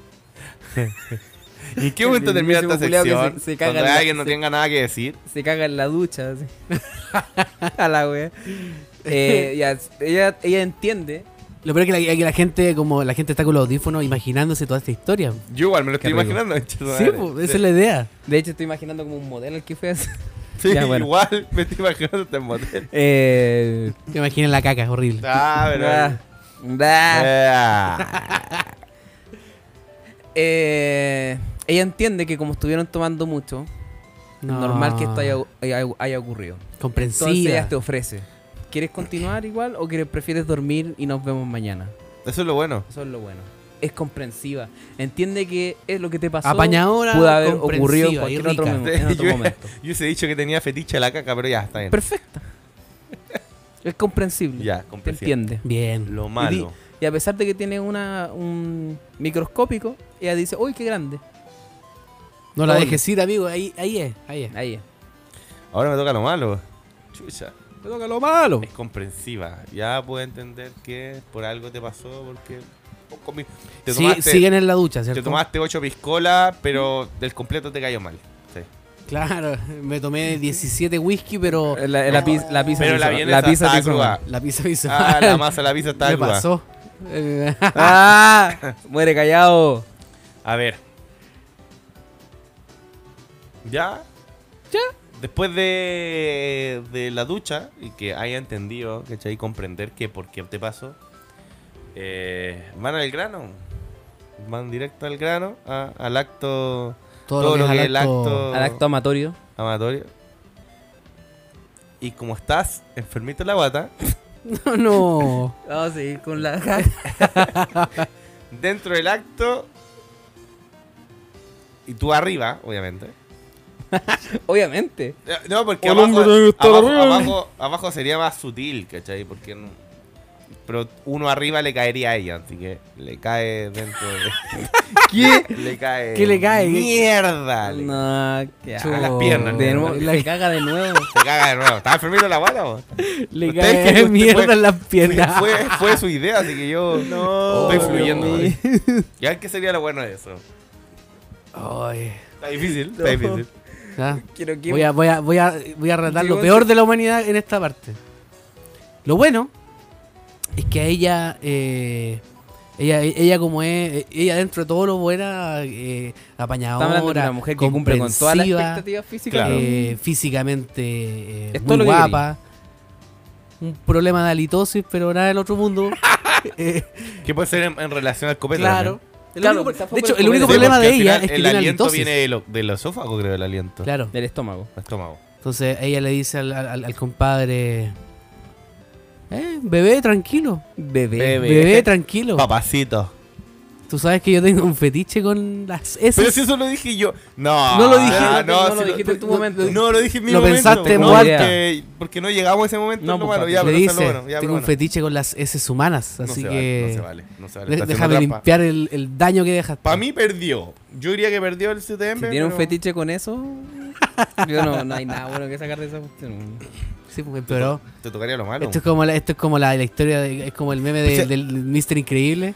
B: ¿Y en qué momento
C: El
B: termina esta
C: mismísimo culiao que
B: sección?
C: se- se caga
B: Cuando
C: en la-
B: alguien no
C: se-
B: tenga nada que decir.
C: se caga en la ducha. así. a la wea. Eh, ya, ella, ella entiende.
A: Lo peor es que la, que la gente, como la gente está con los audífonos imaginándose toda esta historia.
B: Yo igual me lo
A: Qué
B: estoy
A: rico.
B: imaginando.
A: Sí, po, esa es la idea.
C: De hecho, estoy imaginando como un modelo el que fue así.
B: Sí,
C: Ya, bueno.
B: igual me estoy imaginando este motel.
C: Eh,
A: Me imaginen la caca, es horrible.
B: Ah, pero.
C: ah, ah.
B: Ah.
C: Eh, ella entiende que como estuvieron tomando mucho,
A: No.
C: normal que esto haya, haya- haya ocurrido. Entonces este
A: Comprensiva.
C: ella te ofrece. ¿Quieres continuar igual o quieres, prefieres dormir y nos vemos mañana?
B: Eso es lo bueno.
C: Eso es lo bueno. Es comprensiva. Entiende que es lo que te pasó.
A: Apañadora,
C: Pudo haber
A: comprensiva
C: ocurrido en
A: y
C: cualquier otro,
A: rica.
C: mom- en otro
B: Yo-
C: momento.
B: Yo hubiese dicho que tenía fetiche a la caca, pero ya está bien.
C: Perfecta. Es comprensible.
B: Ya,
C: Te
B: comprensible.
C: entiende.
A: Bien.
B: Lo malo.
C: Y a pesar de que tiene una, un microscópico, ella dice, uy, qué grande.
A: No la
C: Oye.
A: dejes ir, amigo. Ahí, ahí es, ahí es.
C: Ahí es.
B: Ahora me toca lo malo. Chucha.
F: Te toca lo malo.
B: Es comprensiva. Ya puedo entender que por algo te pasó, porque vos comi- te
A: Sí,
B: tomaste,
A: siguen en la ducha, ¿cierto?
B: te tomaste ocho piscolas, pero del completo te cayó mal. Sí.
A: Claro, me tomé 17 whisky, pero
C: La, la pi- la pizza
B: Pero
C: se
B: la
C: hizo-
B: vienesa
C: pizza
B: está
C: se hizo
B: cruda.
C: mal.
A: la pizza me hizo
B: Ah, la masa, la pizza está
A: ¿Qué
B: cruda.
A: pasó? Eh,
C: ¡Ah! Muere callado.
B: A ver. ¿Ya?
C: Ya.
B: Después de, de la ducha y que haya entendido, ¿cachai? Comprender que por qué te pasó. eh, van al grano. Van directo al grano, a- al acto
A: todo, lo que es
B: el
A: lacto-
B: acto-
C: Al acto amatorio.
B: amatorio. Y como estás enfermito en la guata,
A: No, no.
C: Ah, sí, con la...
B: dentro del acto. Y tú arriba, obviamente.
C: Obviamente.
B: Eh, No, porque
F: O el
B: abajo,
F: hombre debe estar
B: abajo,
F: arriba.
B: abajo- abajo sería más sutil, ¿cachai? Porque no- pero uno arriba le caería a ella, así que le cae dentro de... ¿Qué? Le cae...
A: ¿Qué le cae?
B: ¡Mierda! Le-
C: No, qué
A: Chu-
B: Ah, las piernas,
C: De
B: ¿no?
C: nuevo, le caga de nuevo.
B: Se caga de nuevo. ¿Estaba enfermito la guata? po?
A: Le
B: Ustedes
A: cae
B: que- usted
A: mierda
B: fue-
A: en las
B: Fue,
A: piernas.
B: fue- fue su idea, así que yo no, estoy
A: Dios
B: fluyendo.
A: mío.
B: Ya qué sería lo bueno de eso.
A: Ay,
B: Está difícil, está difícil.
A: ya.
C: Quiero que...
A: Voy a, voy a, voy a, voy a relatar lo
C: Llegó-
A: peor de la humanidad en esta parte. Lo bueno es que a ella, eh, ella, ella como es, eh, ella dentro de todo lo buena, eh,
C: Estamos
A: apañadora,
C: hablando de una mujer que cumple con todas las
A: comprensiva,
C: expectativas físicas.
B: Claro.
A: eh, físicamente eh,
C: Es
A: muy
C: todo lo que
A: guapa, un problema de halitosis, pero nada del otro mundo. Eh,
B: ¿Qué puede ser en, en relación al copete?
A: claro.
B: también?
C: El
A: Claro,
C: único-
A: de hecho, el
B: Sí,
A: único
B: porque
A: problema de
B: al
A: ella
B: final
A: es que
B: El
A: tiene
B: aliento
A: halitosis.
B: viene de lo- del esófago, creo, el aliento.
A: Claro.
C: Del estómago.
B: El estómago.
A: Entonces ella le dice al, al- al compadre, eh, bebé, tranquilo.
C: Bebé.
B: Bebé.
A: Bebé, tranquilo.
B: Papacito.
A: Tú sabes que yo tengo un fetiche con las
B: Pero
A: S.
B: si eso lo dije yo. No.
A: No lo dije.
B: ah,
C: no,
B: si
C: lo dijiste en tu momento.
B: No lo dije en mi
A: Lo
B: momento.
A: pensaste en
B: no,
A: voz
B: porque, porque no llegamos a ese momento.
C: No,
B: No, lo
C: pues,
B: malo,
C: papi.
B: ya,
A: le
B: pero está
A: dice,
B: lo bueno, ya, pero
A: tengo un
B: bueno.
A: fetiche con las S humanas,
B: No
A: así
B: se vale,
A: que
B: no se vale. No se vale.
A: de- déjame limpiar el, el daño que dejaste.
B: Para mí perdió. Yo diría que perdió el CTM.
C: Si tiene un fetiche con eso, yo no, no hay nada bueno que sacar de esa cuestión.
A: Sí,
C: pues,
A: porque empeoró.
B: Te tocaría lo malo.
A: Esto es como la, esto es como la, la historia, de- es como el meme de-
B: O sea-
A: del Mister Increíble,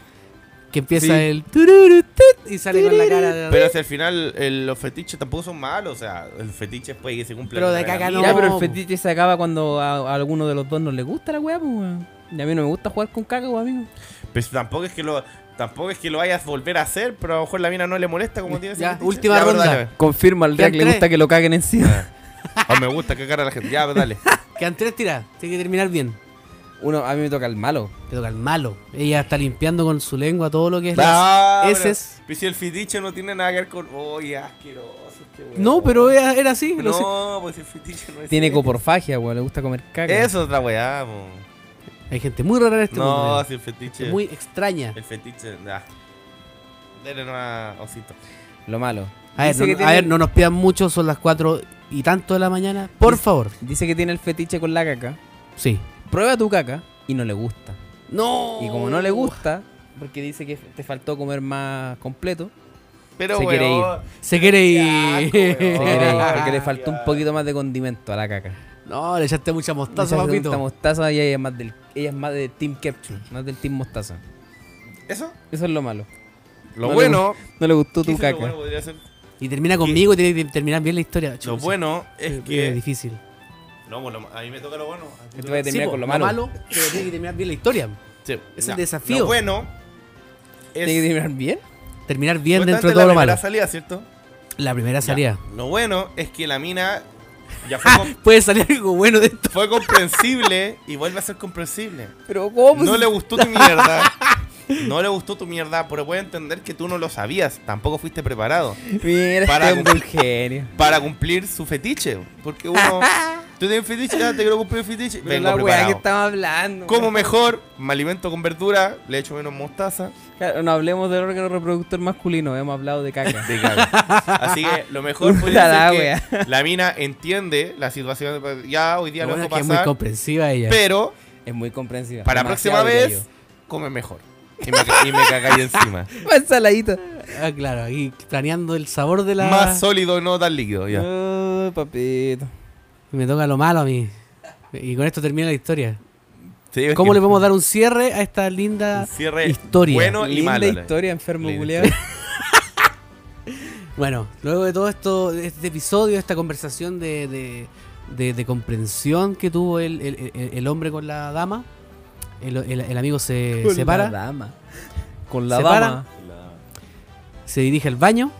A: que empieza
B: Pues, eh, Sí.
A: el tururu, tut, y sale con la cara de...
B: Pero hacia el final, el- los fetiches tampoco son malos. O sea, el fetiche puede que se cumpla.
A: Pero
B: con
A: de
B: la
A: caca
B: vida.
A: no.
C: Ya, pero el
A: po.
C: fetiche se acaba cuando a, a alguno de los dos no le gusta la weá, pues, weón. Y a mí no me gusta jugar con caca, weón, amigo.
B: Pues tampoco es que lo. Tampoco es que lo vayas a volver a hacer, pero a lo mejor la mina no le molesta como tiene ese
A: Ya,
B: fetiche.
A: última
B: pero
A: ronda.
B: dale.
C: Confirma, al
A: Quedan
C: Jack le
A: tres.
C: gusta que lo caguen encima.
B: Ah, me gusta cagar a la gente. Ya, pero dale.
A: Quedan tres tiradas, tiene que terminar bien.
C: Uno, a mí me toca el malo.
A: Te toca el malo. Ella está limpiando con su lengua todo lo que es
B: Ah,
A: las
B: pero-
A: heces.
B: Pero si el fetiche no tiene nada que ver con. ¡Oye, asqueroso! qué huevo".
A: No, pero era, era así. lo sé.
B: No, pues el fetiche no es.
C: Tiene
B: ese.
C: coporfagia, weón, le gusta comer caca.
B: Eso es otra weá, po.
A: Hay gente muy rara en este mundo.
B: No,
A: mira.
B: si el fetiche.
A: Muy extraña.
B: El fetiche. Nah. Dele nomás, osito.
C: Lo malo.
A: A ver,
C: Dice
A: no,
C: que
A: no- a
C: tiene-
A: ver, no nos pidan mucho, son las 4 y tanto de la mañana. Por
C: Dice-
A: favor.
C: Dice que tiene el fetiche con la caca.
A: Sí.
C: Prueba tu caca y no le gusta.
A: No.
C: Y como no
A: Oh.
C: le gusta, porque dice que te faltó comer más completo,
B: Pero
C: Se quiere
B: weón,
A: Se quiere
B: Ya,
A: ir.
B: coño.
C: se quiere ir,
B: Ah,
C: porque le faltó
B: ya.
C: un poquito más de condimento a la caca.
A: no, le echaste mucha mostaza,
C: Muchas gracias,
A: papito.
C: mostaza y ella es más del ella es más de Team Capture, más del Team Mostaza.
B: Eso.
C: Eso es lo malo.
B: Lo
C: No le
B: bueno.
C: No le gustó
B: ¿qué
C: tu
B: es lo
C: caca.
B: bueno? Podría ser-
A: Y termina conmigo y tiene que terminar bien la historia.
B: Lo
A: Chucha,
B: bueno es
A: Es
B: que.
A: difícil.
B: No, pues, lo- a mí me toca lo bueno. a ti te
C: Tú vas a
B: toca-
C: terminar
A: po,
C: con lo malo.
A: pero tiene que terminar bien la historia.
B: Sí,
A: es
B: nah.
A: el desafío.
B: Lo bueno. Es
C: Tiene que terminar bien.
A: Terminar bien
B: Fue
A: dentro de
B: tanto
A: todo lo
B: la
A: malo.
B: primera salida, ¿cierto?
A: La primera
B: Ya.
A: salida.
B: Lo bueno es que la mina ya fue, com-
A: Puede salir algo bueno de esto.
B: fue comprensible y vuelve a ser comprensible.
C: Pero
D: Oh, pues
C: ¿cómo?
B: No le gustó tu mierda. No le gustó tu mierda, pero puede entender que tú no lo sabías. Tampoco fuiste preparado
C: Mira,
B: Para
C: este hombre
B: con-
C: es un genio.
B: para cumplir su fetiche. Porque uno, ¿Tú tienes fetiche? Ah, te quiero comprar un fetiche.
D: Pero
B: Vengo
D: la weá que
B: preparado.
D: estamos hablando.
B: Como
D: weón.
B: mejor, me alimento con verdura, le echo menos mostaza.
D: Claro, no hablemos del órgano reproductor masculino, hemos hablado de caca.
B: de caca. Así que lo mejor
D: Puta
B: podría
D: la
B: ser que la mina entiende la situación. Ya hoy día
A: Lo
B: lo
A: bueno
B: dejo
A: es que es muy
B: pasar,
A: comprensiva ella.
B: pero
D: es muy comprensiva.
B: para la próxima
D: demasiado
B: vez come mejor. Y me, ca- y me cagáis encima.
D: bello. Más saladita.
A: Ah, claro, aquí planeando el sabor de la.
B: Más sólido, no tan líquido. Oh, Ya.
D: Ay, Oh, papito.
A: Me toca lo malo a mí. Y con esto termina la historia.
B: Sí, es
A: ¿Cómo
B: que-
A: le podemos dar un cierre a esta linda
B: Cierre
A: historia?
B: bueno y
D: Linda
B: malo. la-
D: historia, enfermo
B: Linda
D: culiado.
A: Bueno, luego de todo esto, de este episodio, esta conversación de, de- de- de comprensión que tuvo el, el- el- el hombre con la dama, el, el- el amigo se
D: Con
A: Eh, separa,
D: La dama. Con la
A: Se
D: dama.
A: para. se dirige al baño,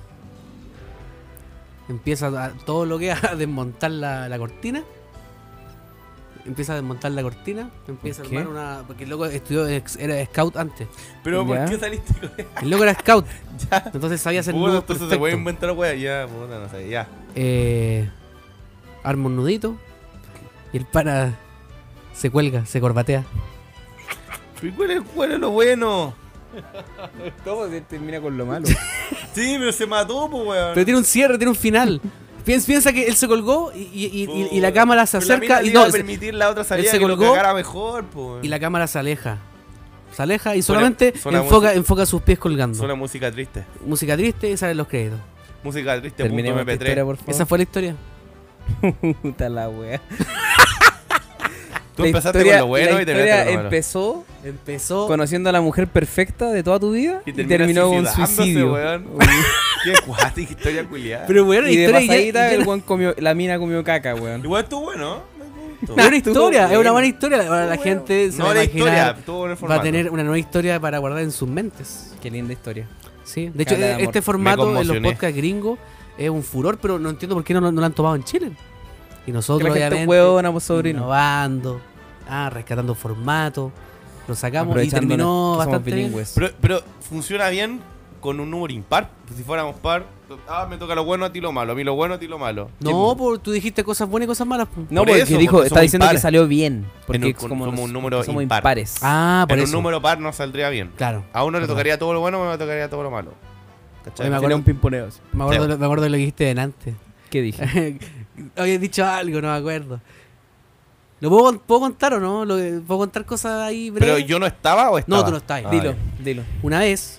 A: empieza a, todo lo que a desmontar la, la cortina. Empieza a desmontar la cortina, empieza a
D: ¿Por qué?
A: armar una. Porque el loco estudió, ex- era scout antes.
B: Pero ¿por
D: Ya.
B: qué saliste con
A: El loco era scout, entonces sabía hacer
B: Puta,
A: nudos
B: entonces se
A: perfectos.
B: puede inventar weá. Ya, puta, no sé. Ya.
A: Eh, arma un nudito. Y el pana se cuelga, se corbatea.
B: ¿Y cuál es, cuál es lo bueno?
D: Todo se termina con lo malo.
B: Sí, pero se mató, pues, weón.
A: Pero tiene un cierre, tiene un final. Piensa, piensa que él se colgó y, y- y- y- y la
B: Puta.
A: cámara se
B: Pero la mina
A: acerca
B: le
A: y,
B: iba
A: no,
B: a permitir la otra salida
A: se
B: que lo
A: colgó
B: cagara mejor, pues.
A: y la cámara se aleja. Se aleja y
B: Suena-
A: solamente
B: suena
A: enfoca,
B: música.
A: enfoca sus pies colgando.
B: Suena música triste.
A: Música triste y salen los créditos.
B: Música triste.
D: Terminemos esta historia,
B: .mp3.
D: por favor.
A: Esa fue la historia.
D: Puta la wea.
B: Tú
D: La
B: empezaste
D: historia-
B: con lo
D: la
B: bueno y
D: historia
B: terminaste con lo malo.
D: empezó
A: Empezó.
D: conociendo a la mujer perfecta de toda tu vida y,
B: termina
D: terminó con un
B: suicidándose,
D: suicidio.
B: weón. Qué cuática historia culiada.
A: Pero bueno,
D: y de
A: historia ya-
D: pasadita
A: ya-
D: el weón comió, la mina comió caca, weón.
B: Igual estuvo bueno. me gustó.
A: buena
D: estuvo
A: historia, es una
D: bueno.
A: buena historia. Ahora la gente se va
B: No
A: a
B: la
A: imaginar-
B: historia, estuvo en el
A: va
B: formato.
A: a tener una nueva historia para guardar en sus mentes.
D: Qué linda historia.
A: Sí, de hecho,
D: Cala de amor.
A: este formato
B: Me
A: de los
B: conmocioné.
A: podcasts gringos es un furor, pero no entiendo por qué no, no lo han tomado en Chile. Y nosotros,
D: Creo que este
A: obviamente,
D: huevón a vos sobrino.
A: innovando, ah, rescatando formato, lo sacamos y
D: Aprovechando que
A: terminó
D: somos
A: bastante bien.
D: bilingües.
B: Pero, pero funciona bien con un número impar. Si fuéramos par, ah, me toca lo bueno a ti lo malo, a mí lo bueno a ti lo malo.
A: No, por, tú dijiste cosas buenas y cosas malas. pues. po.
D: No,
B: por
D: porque
B: eso,
D: dijo,
B: porque
D: está
B: somos
D: diciendo que
B: impares.
D: salió bien. Porque
B: un-
D: es como,
B: somos un
D: nos-
B: número
D: somos
B: impar.
D: impares.
A: Ah, por
B: en un
A: eso.
B: número par no saldría bien.
A: Claro.
B: A uno le
A: Ajá.
B: tocaría todo lo bueno, a uno le tocaría todo lo malo.
A: Oye,
B: ¿Cachai?
A: me
D: Era
A: acuerdo,
D: un pimponeo. así.
A: me acuerdo lo- me acuerdo de lo que dijiste delante.
D: ¿Qué dije?
A: Habías dicho algo, no me acuerdo. ¿Lo puedo, puedo contar o no? ¿Lo, ¿Puedo contar cosas ahí breves?
B: Pero yo no estaba o estaba. Ah,
A: tú no estabas.
B: Dilo.
D: Dilo, dilo.
A: Una vez,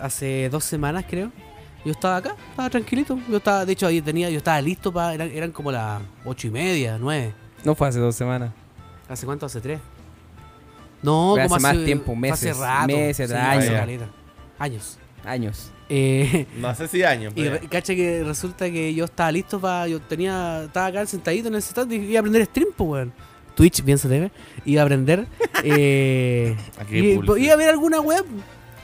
A: hace dos semanas creo, yo estaba acá, estaba tranquilito. Yo estaba, de hecho, ahí tenía, yo estaba listo para. Eran, eran como las ocho y media, nueve.
D: No fue hace dos semanas.
A: ¿Hace cuánto? ¿Hace tres? No,
D: Fue
A: como
D: hace
A: hace
D: más tiempo,
A: fue Hace
D: meses,
A: rato.
D: meses,
A: hace
B: años.
A: caleta. Años.
D: Años.
A: Eh,
B: No sé si años.
A: y
B: pero-
A: re- cacha que resulta que yo estaba listo para. Yo tenía. Estaba acá sentadito en el stand y iba a aprender stream, pues, weón. Twitch, bien se te ve. Iba a aprender. eh,
B: Aquí hay
A: y,
B: publicidad.
A: iba a ver alguna web.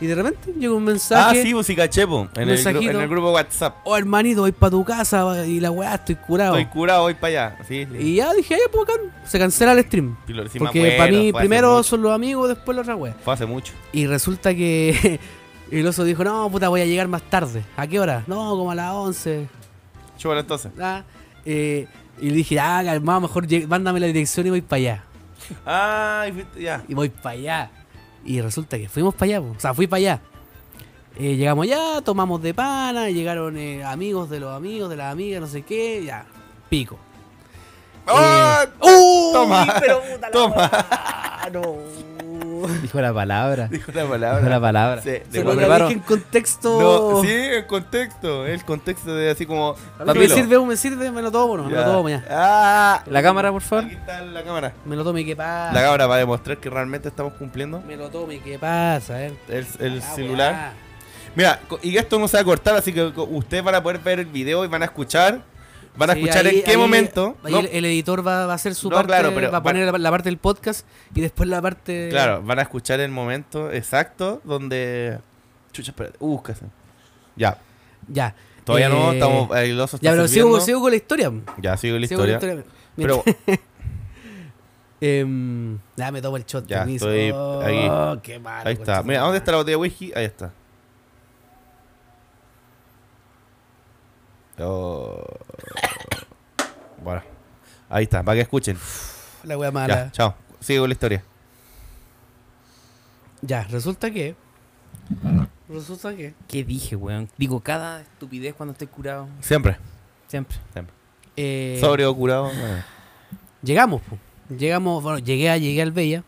A: Y de repente llegó un
B: Ah,
A: mensaje.
B: sí, pues sí, caché, po. En, el gru-
A: Mensajito.
B: en el grupo WhatsApp.
A: oh hermanito, voy para tu casa y la weá, estoy curado.
B: Estoy curado, voy para allá. Sí, sí.
A: Y ya dije, ay, pues acá se cancela el stream.
B: Y lo- sí me
A: Porque
B: acuerdo,
A: para mí
B: fue hace
A: primero
B: mucho,
A: son los amigos, después la otra weá.
B: Fue hace mucho.
A: Y resulta que el oso dijo, no, puta, voy a llegar más tarde. ¿A qué hora? No, como a las 11.
B: Chúbalo entonces.
A: ah. Eh, y le dije, ah, calmado, mejor lle- mándame la dirección y voy para allá.
B: Ah, y fuiste- ya.
A: Y voy para allá. Y resulta que fuimos para allá, po. o sea, fui para allá. Eh, llegamos allá, tomamos de pana, llegaron eh, amigos de los amigos, de las amigas, no sé qué, ya, pico.
B: ¡Ah!
A: ¡Uy!
B: Toma.
A: ¡Uh! Pero puta la
B: Toma.
A: weá, Ah, no.
C: Dijo la palabra.
B: Dijo la
C: Dijo
B: palabra.
C: la palabra.
B: Sí, de
A: Se lo
B: buena-
A: dije en contexto.
B: No, sí, el contexto. El contexto de así como.
A: me
B: papilo.
A: sirve, me sirve, me lo tomo, no, me lo
B: Ya.
A: tomo ya.
B: Ah,
C: La cámara, por favor.
B: Aquí está la cámara.
A: Me lo tomo y qué pasa.
B: La cámara para demostrar que realmente estamos cumpliendo
A: Me lo tomo y qué pasa, eh.
B: el, el
A: Ah,
B: celular. Mira, co- y esto no se va a cortar, así que co- ustedes van a poder ver el video y van a escuchar. Van a
A: weá. Sí,
B: escuchar
A: ahí-
B: en qué
A: ahí-
B: momento.
A: ahí
B: No,
A: el, el editor va, va a hacer su
B: No,
A: parte,
B: claro, pero
A: va a
B: va-
A: poner la, la parte del podcast y después la parte.
B: Claro, van a escuchar el momento exacto donde. Chucha, espérate. Uh, búscase. Ya.
A: Ya.
B: Todavía no,
A: Eh,
B: estamos. El oso está
A: Ya, pero sigo,
B: sirviendo.
A: sigo con la historia. Sigo
B: Ya, sigo la
A: con
B: historia.
A: Mira,
B: Pero
A: em, ya, me tomo el shot.
B: Ya,
A: permiso.
B: estoy ahí.
A: Oh, qué malo,
B: ahí está.
A: concha
B: Mira,
A: su
B: ¿dónde
A: madre.
B: está la botella de whisky? Ahí está. Oh. Bueno. Ahí está, para que escuchen.
A: La wea
B: Ya,
A: mala.
B: chao. Sigue con la historia.
A: Ya, resulta que. Resulta que.
C: ¿Qué dije, weón? Digo cada estupidez cuando estoy curado.
B: Siempre.
C: Siempre.
A: eh,
B: Sobrio, curado. eh.
A: Llegamos, po. llegamos, bueno, llegué, a- llegué al Bella,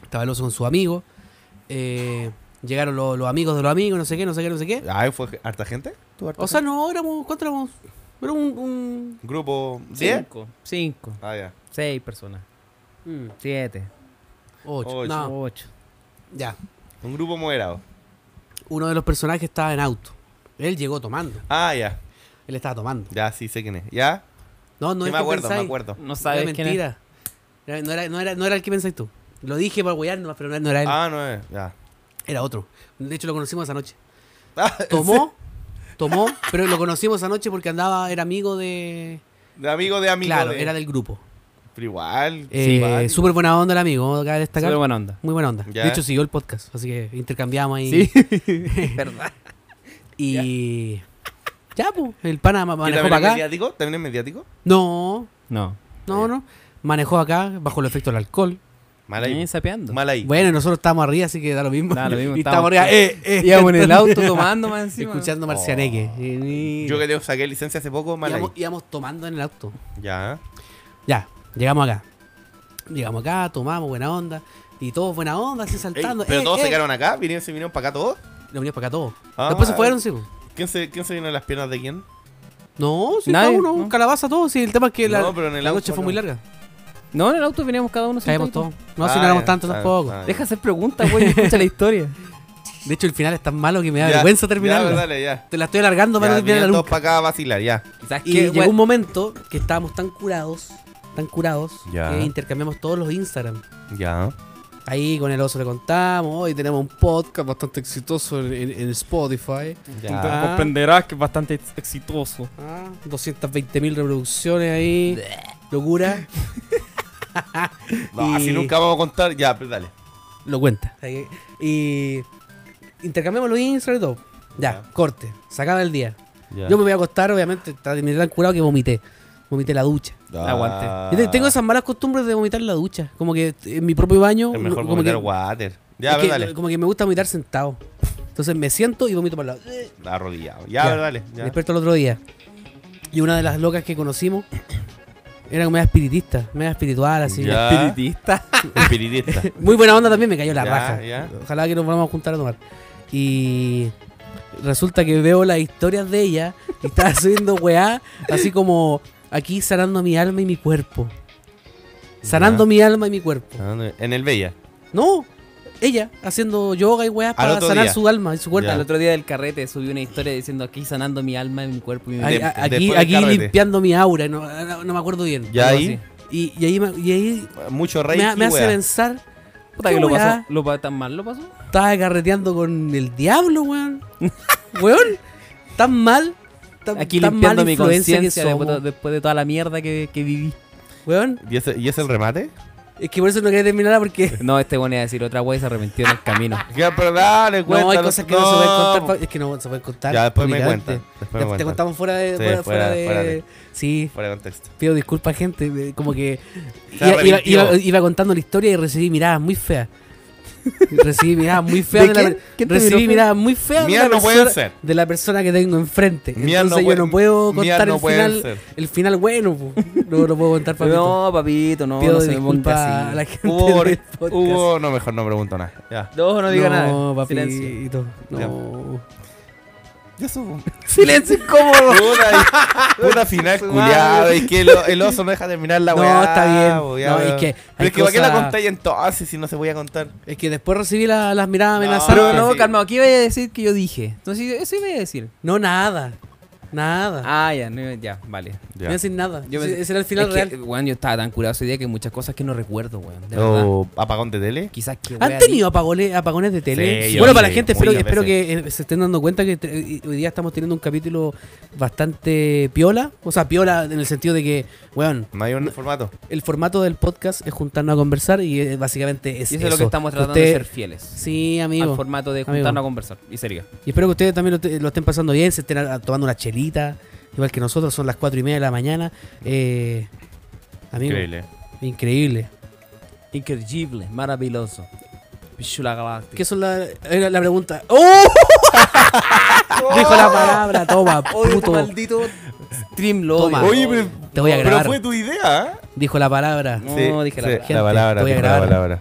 A: estaba el oso con su amigo, eh, llegaron los, los amigos de los amigos, no sé qué, no sé qué, no sé qué.
B: Ah, ¿fue harta gente? ¿Tú harta
A: O sea,
B: gente?
A: no, éramos, ¿cuánto éramos? Era un... un-
B: Grupo... ¿Diez?
C: Cinco. Cinco.
B: Ah, ya.
C: Seis personas.
A: mm,
C: Siete.
A: ocho.
B: Ocho.
D: Ah.
A: No,
C: Ocho.
A: ya.
B: Un grupo moderado.
A: Uno de los personajes estaba en auto. Él llegó tomando,
B: Ah, ya.
A: él estaba tomando.
B: Ya, sí sé quién es. ¿Ya?
A: No, no
B: Sí
A: es
B: me
A: que
B: acuerdo, me
A: pensáis,
B: acuerdo.
C: No
A: Era
C: sabes quién es.
A: mentira. Era- no, era, no, era, no era el que pensáis tú. Lo dije para guayarnos, pero no, no era él,
B: Ah, no es. Ya.
A: era otro. De hecho, lo conocimos esa noche.
B: Ah,
A: Tomó, tomó, pero lo conocimos esa noche porque andaba, era amigo de...
B: De amigo de amigo.
A: claro,
B: de-
A: era del grupo.
B: Pero igual.
A: Eh,
B: simpático.
A: Súper buena onda el amigo, acaba de destacar.
D: Súper buena onda.
A: Muy buena onda.
B: Ya.
A: De hecho, siguió el podcast, así que intercambiamos ahí.
C: ¿Verdad?
A: Y. Ya, pues, el pana ma-
B: ¿Que
A: manejó
B: ¿También
A: para
B: es
A: acá.
B: mediático? ¿También es mediático?
A: No,
D: No.
A: no, no. Manejó acá bajo el efecto del alcohol.
B: Mal ahí.
D: Ahí sapeando.
B: Mal ahí.
A: Bueno, nosotros estábamos arriba, así que da lo mismo.
D: Da lo mismo,
A: y estábamos
D: estábamos-
A: arriba, eh, eh,
D: Íbamos en el auto tomando Oh. más encima.
A: escuchando Marcianeque. Y-
B: Yo que te saqué licencia hace poco, mal ahí.
A: íbamos, íbamos tomando en el auto.
B: Ya.
A: Ya, llegamos acá. Llegamos acá, tomamos buena onda. Y todos buena onda, así
B: Ey,
A: saltando.
B: pero
A: eh,
B: todos
A: eh.
B: se quedaron acá, vinieron, se vinieron para acá todos.
A: Lo venimos para acá todos.
B: Ah.
A: Después se fueron, sí. po.
B: ¿Quién se, ¿Quién se vino en las piernas de quién?
A: No, sí,
D: Nadie,
A: cada uno,
D: ¿no?
A: calabaza todo. Sí, el tema es que la,
B: No, pero en el
A: la
B: auto
A: noche fue
B: no.
A: muy larga.
D: No, en el auto veníamos cada uno
A: Caemos
D: sentadito.
A: todos. No, si
B: Ah,
A: no éramos
B: ya,
A: tanto
B: ah,
A: tampoco.
B: ah, ya.
D: Deja hacer preguntas, güey. Escucha la historia.
A: De hecho, el final es tan malo que me da
B: Ya,
A: vergüenza
B: Ya, pues,
A: terminarlo.
B: dale, ya.
A: Te la estoy alargando para
B: Ya,
A: no terminar la
B: vinieron
A: luz.
B: todos para acá a vacilar, ya.
C: Quizás
A: Y
C: que,
A: llegó
C: weón,
A: un momento que estábamos tan curados, tan curados,
B: Ya.
A: que intercambiamos todos los Instagram.
B: Ya.
A: Ahí con el oso le contamos, hoy tenemos un podcast bastante exitoso en, en- en Spotify.
C: Ah.
B: Ya.
F: comprenderás que es bastante ex- exitoso.
A: Ah, 220 mil reproducciones ahí. Locura.
B: No, Así
A: Y-
B: nunca vamos a contar. Ya, pues dale.
A: lo cuenta. Ahí- Y intercambiamos los Instagram y todo. Ya,
B: Ya.
A: corte. Sacaba el día.
B: Ya.
A: Yo me voy a acostar, obviamente, estaba me tan curado que vomité. Vomité en la ducha.
C: Aguante.
B: Ah.
A: Yo te- tengo esas malas costumbres de vomitar en la ducha. Como que en mi propio baño.
B: Es mejor
A: como
B: vomitar
A: que,
B: water.
A: es
B: Ya,
A: que-
B: pues dale.
A: como que me gusta vomitar sentado. Entonces me siento y vomito para el lado.
B: Arrodillado. Ya,
A: Ya.
B: pues dale.
A: Me
B: ya.
A: Despierto el otro día. Y una de las locas que conocimos era media espiritista, media espiritual, así.
B: Ya.
D: Espiritista.
B: Espiritista.
A: Muy buena onda también, me cayó la
B: Ya,
A: raja.
B: ya.
A: Ojalá que nos volvamos a juntar a tomar. Y resulta que veo las historias de ella y estaba haciendo weá, así como aquí sanando mi alma y mi cuerpo. Sanando
B: Ya.
A: mi alma y mi cuerpo.
B: Ah, no, En el Bella.
A: No, ella haciendo yoga y weá para
B: otro
A: sanar
B: día.
A: su alma y su cuerpo.
B: Ya.
C: El otro día del carrete subí una historia diciendo aquí sanando mi alma, mi cuerpo y mi
A: Ahí-
B: De-
A: a- aquí
B: después del
A: aquí
B: carrete.
A: limpiando mi aura, no, no- no me acuerdo bien.
B: Ya
A: Algo
B: ahí,
A: así. Y, y ahí, me- y ahí
B: mucho rey.
A: me, me hace pensar,
C: Puta
A: ¿qué
C: que lo
A: weá?
C: pasó. ¿Lo pa- tan mal lo pasó?
A: estaba carreteando con el diablo, weón. weón, tan mal. Tan,
C: Aquí
A: tan
C: limpiando
A: mala
C: mi
A: influencia que
C: conciencia después,
A: somos,
C: de- después de toda la mierda que, que viví.
A: Weón,
B: ¿Y ese, ¿Y ese el remate?
A: es que por eso no quería terminarla porque.
C: No, este bueno iba a decir otra wey se arrepintió en el camino.
B: Ya, pero dale,
A: No,
B: cuéntalo.
A: hay cosas que no, se pueden contar. pa- Es que no se pueden contar.
B: Ya, después me
A: públicamente.
B: cuentan. Después me
A: Te, te
B: cuentan.
A: contamos fuera de.
B: Sí,
A: fuera,
B: fuera-
A: fuera de-
B: fuera de-
A: Sí,
B: Fuera de contexto.
A: pido disculpas, gente. eh, Como que
B: Se
A: iba, iba-
B: arrepintió.
A: iba- iba contando la historia y recibí miradas muy feas. Recibí miradas muy feas de,
C: ¿De
A: la
C: quién?
A: per-
C: ¿Quién te
A: Recibí
C: miró?
A: miradas muy feas de
B: Mías
A: la,
B: no pueden
A: persona,
B: ser.
A: de la persona que tengo enfrente.
B: Mías
A: Entonces yo
B: pueden-
A: no puedo
B: mías
A: contar
B: no
A: el
B: pueden
A: final.
B: ser.
A: El final bueno, po. no lo puedo contar para
C: No, papito, no,
A: Pido
C: no se me
A: disculpas
C: ponga
A: a
C: así.
A: la gente
B: Hubo,
A: del podcast.
B: hubo- no, mejor no pregunto nada. Ya.
C: No, no diga nada. Silencio.
A: papito, no.
B: Ya subo.
C: Silencio incómodo.
B: Puta, y- puta final culiado. Y que el, el oso no deja terminar la
A: No,
B: weá.
A: está bien.
B: bo,
A: No,
B: bo.
A: es que hay
B: Pero es que ¿para qué la
A: cosas-
B: contáis entonces si no se voy a contar?
A: Es que después recibí la- las miradas
B: No,
A: amenazantes.
C: Pero
A: No,
C: no,
B: sí.
C: calmado, ¿qué iba a decir que yo dije? Entonces, eso iba a decir.
A: nada. Nada.
C: Ah, ya, no, ya, vale.
A: No iba a decir nada.
C: Yo
A: ese,
C: pensé-
A: ese era el final
C: Es que,
A: real.
C: weón, yo estaba tan curado ese día que hay muchas cosas que no recuerdo, weón. De verdad.
B: ¿O Oh, apagón de tele?
C: Quizás que
A: ¿Han
C: wea
A: tenido apagones, apagones de tele?
B: Sí, yo
A: bueno,
B: sí,
A: para la gente, espero,
B: muchas
A: espero que eh, se estén dando cuenta que te- eh, hoy día estamos teniendo un capítulo bastante piola. O sea, piola en el sentido de que, weón,
B: No hay un formato.
A: el formato del podcast es juntarnos a conversar y eh, básicamente es
C: Y eso, es lo que estamos tratando de
A: Usted-
C: ser fieles.
A: Sí,
C: Al
A: amigo.
C: formato de juntarnos a conversar. Y sería.
A: Y espero que ustedes también lo, te- lo estén pasando bien, se estén a- tomando una chelita, igual que nosotros, son las cuatro y media de la mañana. Eh, Amigo, increíble.
B: Increíble.
G: Increíble, maravilloso. Pichula galáctica.
A: ¿Qué son la, era la pregunta? ¡Oh! Dijo la palabra, toma, puto.
G: maldito stream lo
A: Toma.
G: odio.
B: Oye, pero,
A: Te voy a
B: pero
A: grabar.
B: fue tu idea, ¿eh?
A: Dijo la palabra.
C: No, dije la
B: sí,
C: verdad.
A: gente, te voy a
B: dijo
A: grabar.
B: palabra.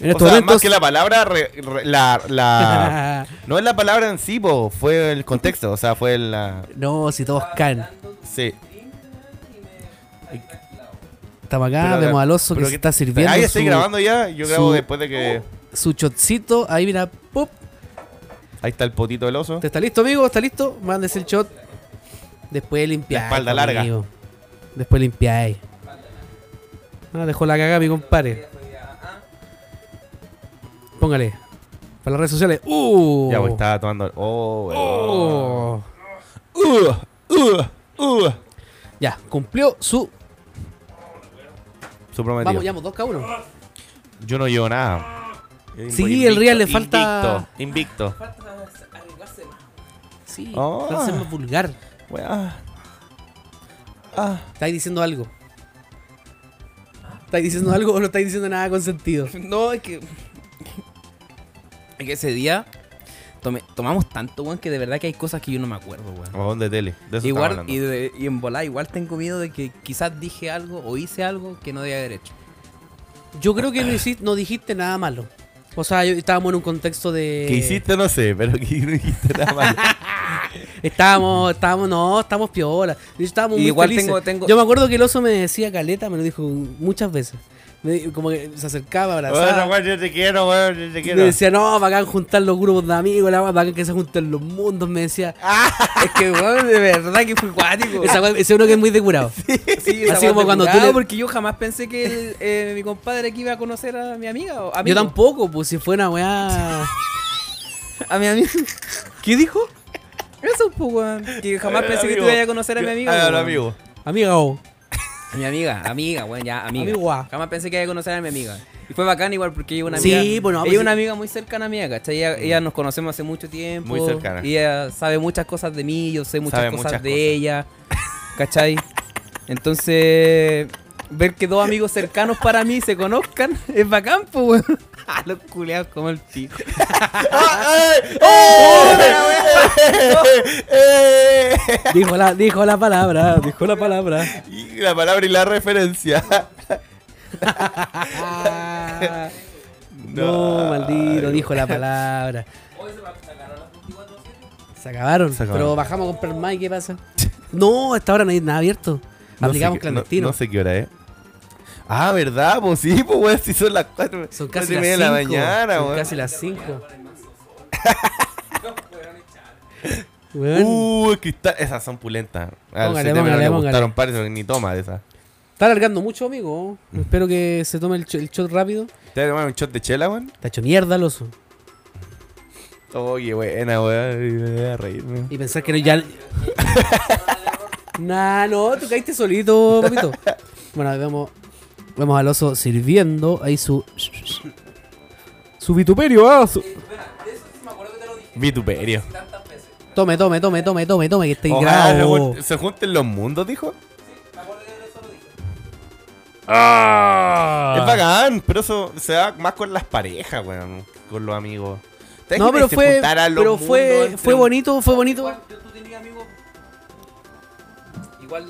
A: En este estos
B: o sea,
A: momentos.
B: más que la palabra, re- re- la, la- no es la palabra en sí, po, fue el contexto, o sea, fue la...
A: no, si todos caen.
B: Sí.
A: Estamos acá,
B: Pero-
A: vemos al oso Ah, que
B: pero
A: se
B: que-
A: está sirviendo
B: Ahí
A: su,
B: estoy grabando ya, yo grabo
A: su-
B: después de que...
A: su shotcito. Ahí mira, ¡pup!
B: Ahí está el potito del oso.
A: Oh. ¿Te está listo, amigo? ¿Está listo? Mándese el shot. Después limpiar.
B: La espalda larga.
A: amigo. Después limpiáis. Ah, dejó la cagada, mi compadre. Póngale. Para las redes sociales. ¡Uh!
B: Ya, pues estaba tomando... Oh, weón.
A: ¡Oh!
B: Uh, uh, uh.
A: Ya, cumplió su.
B: Su prometido.
A: Vamos, llevamos dos cada uno.
B: Yo no llevo nada.
A: Sí,
B: Voy
A: el Real le falta-
B: Invicto. invicto.
A: Sí,
B: Oh.
A: para ser más vulgar.
B: Weón. Ah.
A: Estáis diciendo algo. ¿Estáis diciendo algo o no estáis diciendo nada con sentido?
C: No, es que. Es que ese día tomé- tomamos tanto, weón, que de verdad que hay cosas que yo no me acuerdo, weón.
B: Vagón de tele. De eso
C: Igual,
B: estamos
C: y,
B: hablando.
C: de- y en volar, igual tengo miedo de que quizás dije algo o hice algo que no debía haber hecho.
A: Yo creo que no, hiciste, no dijiste nada malo. O sea, yo- estábamos en un contexto de.
B: ¿Qué hiciste? No sé, pero que no hiciste nada mal.
A: Estábamos, estábamos, no, estamos piola. De hecho, estábamos
C: Y
A: muy
C: igual
A: felices.
C: tengo- tengo-
A: Yo me acuerdo que el oso me decía caleta, me lo dijo muchas veces. Me di- como que se acercaba, abrazaba.
B: Bueno, weón, yo te quiero, weón, yo te
A: me
B: quiero.
A: decía, no, bacán juntar los grupos de amigos, la weá, bacán que se junten los mundos, me decía.
C: Ah, es que, weón, de verdad que fue cuático.
A: Esa weá- ese uno que es muy decorado.
C: Sí,
A: Así
C: esa
A: como
C: parte
A: cuando tú
C: curada,
A: le-
C: porque yo jamás pensé que el, eh, mi compadre aquí iba a conocer a mi amiga o
A: Yo
C: amigo.
A: tampoco, pues si fue una weá.
C: A mi amigo. ¿Qué dijo? Eso, pues, weón. Que jamás pensé que tú ibas a conocer a mi amiga.
B: Eh, Ah,
C: weón.
B: amigo.
A: Amiga, oh.
C: A mi amiga, amiga, weón, ya, amiga.
A: Amigua.
C: Jamás pensé que iba a conocer a mi amiga. Y fue bacán igual porque ella es una
A: Sí,
C: amiga.
A: bueno,
C: ella
A: pues
C: es una
A: sí.
C: amiga muy cercana mía, ¿cachai? Ella, ella nos conocemos hace mucho tiempo.
B: Muy cercana.
C: Y ella sabe muchas cosas de mí, yo sé muchas
B: Sabe
C: cosas
B: muchas
C: de
B: cosas.
C: ella. ¿Cachai? Entonces, ver que dos amigos cercanos para mí se conozcan es bacán, pues, weón. Ah, Los culeados como el pico.
A: Dijo la, dijo la palabra, dijo la palabra.
B: Y la palabra y la referencia.
C: Ah.
A: No, maldito, dijo la palabra. se acabaron
B: Se acabaron.
A: pero bajamos a comprar más y ¿qué pasa? No, hasta ahora no hay nada abierto.
B: No
A: Aplicamos
B: sé qué-
A: clandestino.
B: No, no sé qué hora es. Ah, ¿verdad? Pues sí, pues weón, si son las 4.
A: Son casi
B: y
A: las
B: media
A: 5.
B: de la mañana,
A: son
B: weón.
A: casi las 5.
B: Uh, es que está- esas son pulentas. Al
A: Póngale,
B: CTM no
A: póngale,
B: le
A: póngale.
B: gustaron parece ni toma de esas.
A: Está alargando mucho, amigo.
B: Mm.
A: Espero que se tome el, cho- el shot rápido.
B: ¿Te vas a tomar un shot de chela, weón?
A: Está hecho mierda el oso.
B: Oye, buena, weón. Me voy a reírme.
A: Y pensar que no- ya. nah, no, tú caíste solito, papito. Bueno, ahí vemos, vemos al oso sirviendo ahí su.
F: Su vituperio, ah. su-
B: Vituperio.
A: Tome, tome, tome, tome, tome, tome, que estáis
B: Ojalá se
A: grabado.
B: jun- se junten los mundos, dijo. Es bacán, pero eso se da más con las parejas, weón. Con los amigos. ¿Te
A: No,
B: imaginas
A: pero
B: que se
A: fue.
B: juntaran los
A: Pero
B: mundos
A: fue.
B: entre
A: Fue
B: un-
A: bonito, fue bonito.
C: Igual, yo tú tenías amigos. Igual.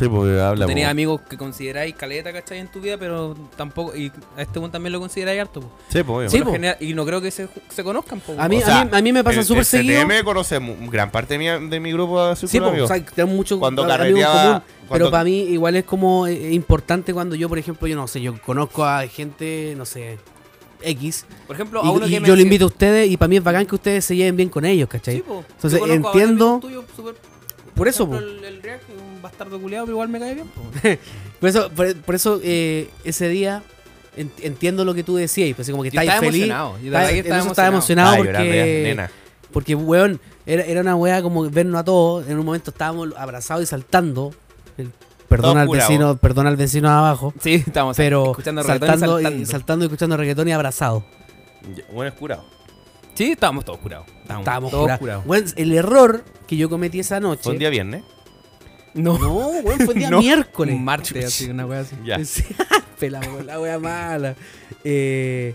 B: Sí, porque habla,
C: Tú tenías
B: po.
C: amigos que consideráis caleta, ¿cachai? En tu vida, pero tampoco. Y a este one también lo consideráis harto, po.
B: Sí, po, obvio.
A: Sí,
C: Por lo
A: po.
C: general- Y no creo que se, se conozcan, po.
A: A mí,
B: O sea,
A: a mí, a mí me pasa
B: El-
A: súper
B: el
A: seguido.
B: CTM conoce mu- gran parte de mi, de mi grupo de
A: Sí,
B: círculo de
A: po, o
B: amigos.
A: sea, tenemos mucho
B: Cuando
A: amigos en
B: carreteaba-
A: común, Pero
B: cuando-
A: para mí, igual es como eh, importante cuando yo, por ejemplo, yo no sé, yo conozco a gente, no sé, X.
C: Por ejemplo,
A: y
C: a uno
A: y
C: que
A: yo lo invito a ustedes y para mí es bacán que ustedes se lleven bien con ellos, ¿cachai?
C: pues,
A: Entonces, entiendo- por eso, po.
C: El, el React, un bastardo culiado, pero igual me cae bien, po.
A: por eso, por, por eso eh, ese día en- entiendo lo que tú decías, pues, como que
C: Yo
A: estáis
C: estaba
A: feliz.
C: emocionado, yo de verdad
A: en
C: que
A: eso
C: estaba
A: estaba
C: emocionado.
A: emocionado
B: Estaba Ah, llorando, ya,
A: porque,
B: nena.
A: porque weón, era, era una weá como vernos a todos. En un momento estábamos abrazados y saltando. El- perdón
B: Todos
A: al
B: curados.
A: vecino, perdón al vecino de abajo.
C: Sí, estamos
A: Pero
C: escuchando reggaetón y
A: saltando, y,
C: saltando.
A: saltando y escuchando reggaetón y abrazados.
B: Ya, Bueno, es curado.
C: Sí, estábamos todos curados. Estábamos,
A: Estábamos
C: todos
A: curados.
C: curados.
A: Weón, el error que yo cometí esa noche.
B: Fue un día viernes.
C: No.
A: No, weón, fue el día
C: No.
A: miércoles.
C: Un martes, así, una wea así.
B: Ya.
A: Sí, Pelado, weón, la wea mala. Eh,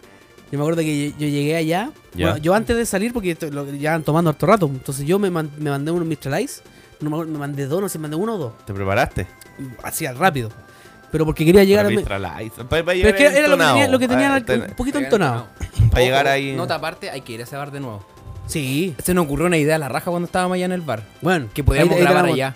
A: yo me acuerdo que yo, yo llegué allá.
B: Ya.
A: Bueno, yo antes de salir, porque esto- lo- ya han tomando harto rato. Entonces yo me, man- me mandé unos Mr. Ice. No me, acuerdo, me mandé dos, no sé, mandé uno o dos.
B: ¿Te preparaste?
A: Así al rápido. Pero porque quería llegar a.
B: Para
A: me-
B: Mistral Ice. Pa- pa
A: Pero es
B: llegar
A: que era lo que
B: entonado.
A: tenía, lo que tenía
B: Ah,
A: era
B: ten-
A: un poquito entonado.
B: Para llegar ahí.
H: Nota aparte, hay que ir a ese bar de nuevo.
A: Sí,
H: Se nos ocurrió una idea a la raja cuando estábamos allá en el bar.
A: bueno.
H: Que podíamos
A: ahí- ahí
H: grabar
A: grabamos-
H: allá.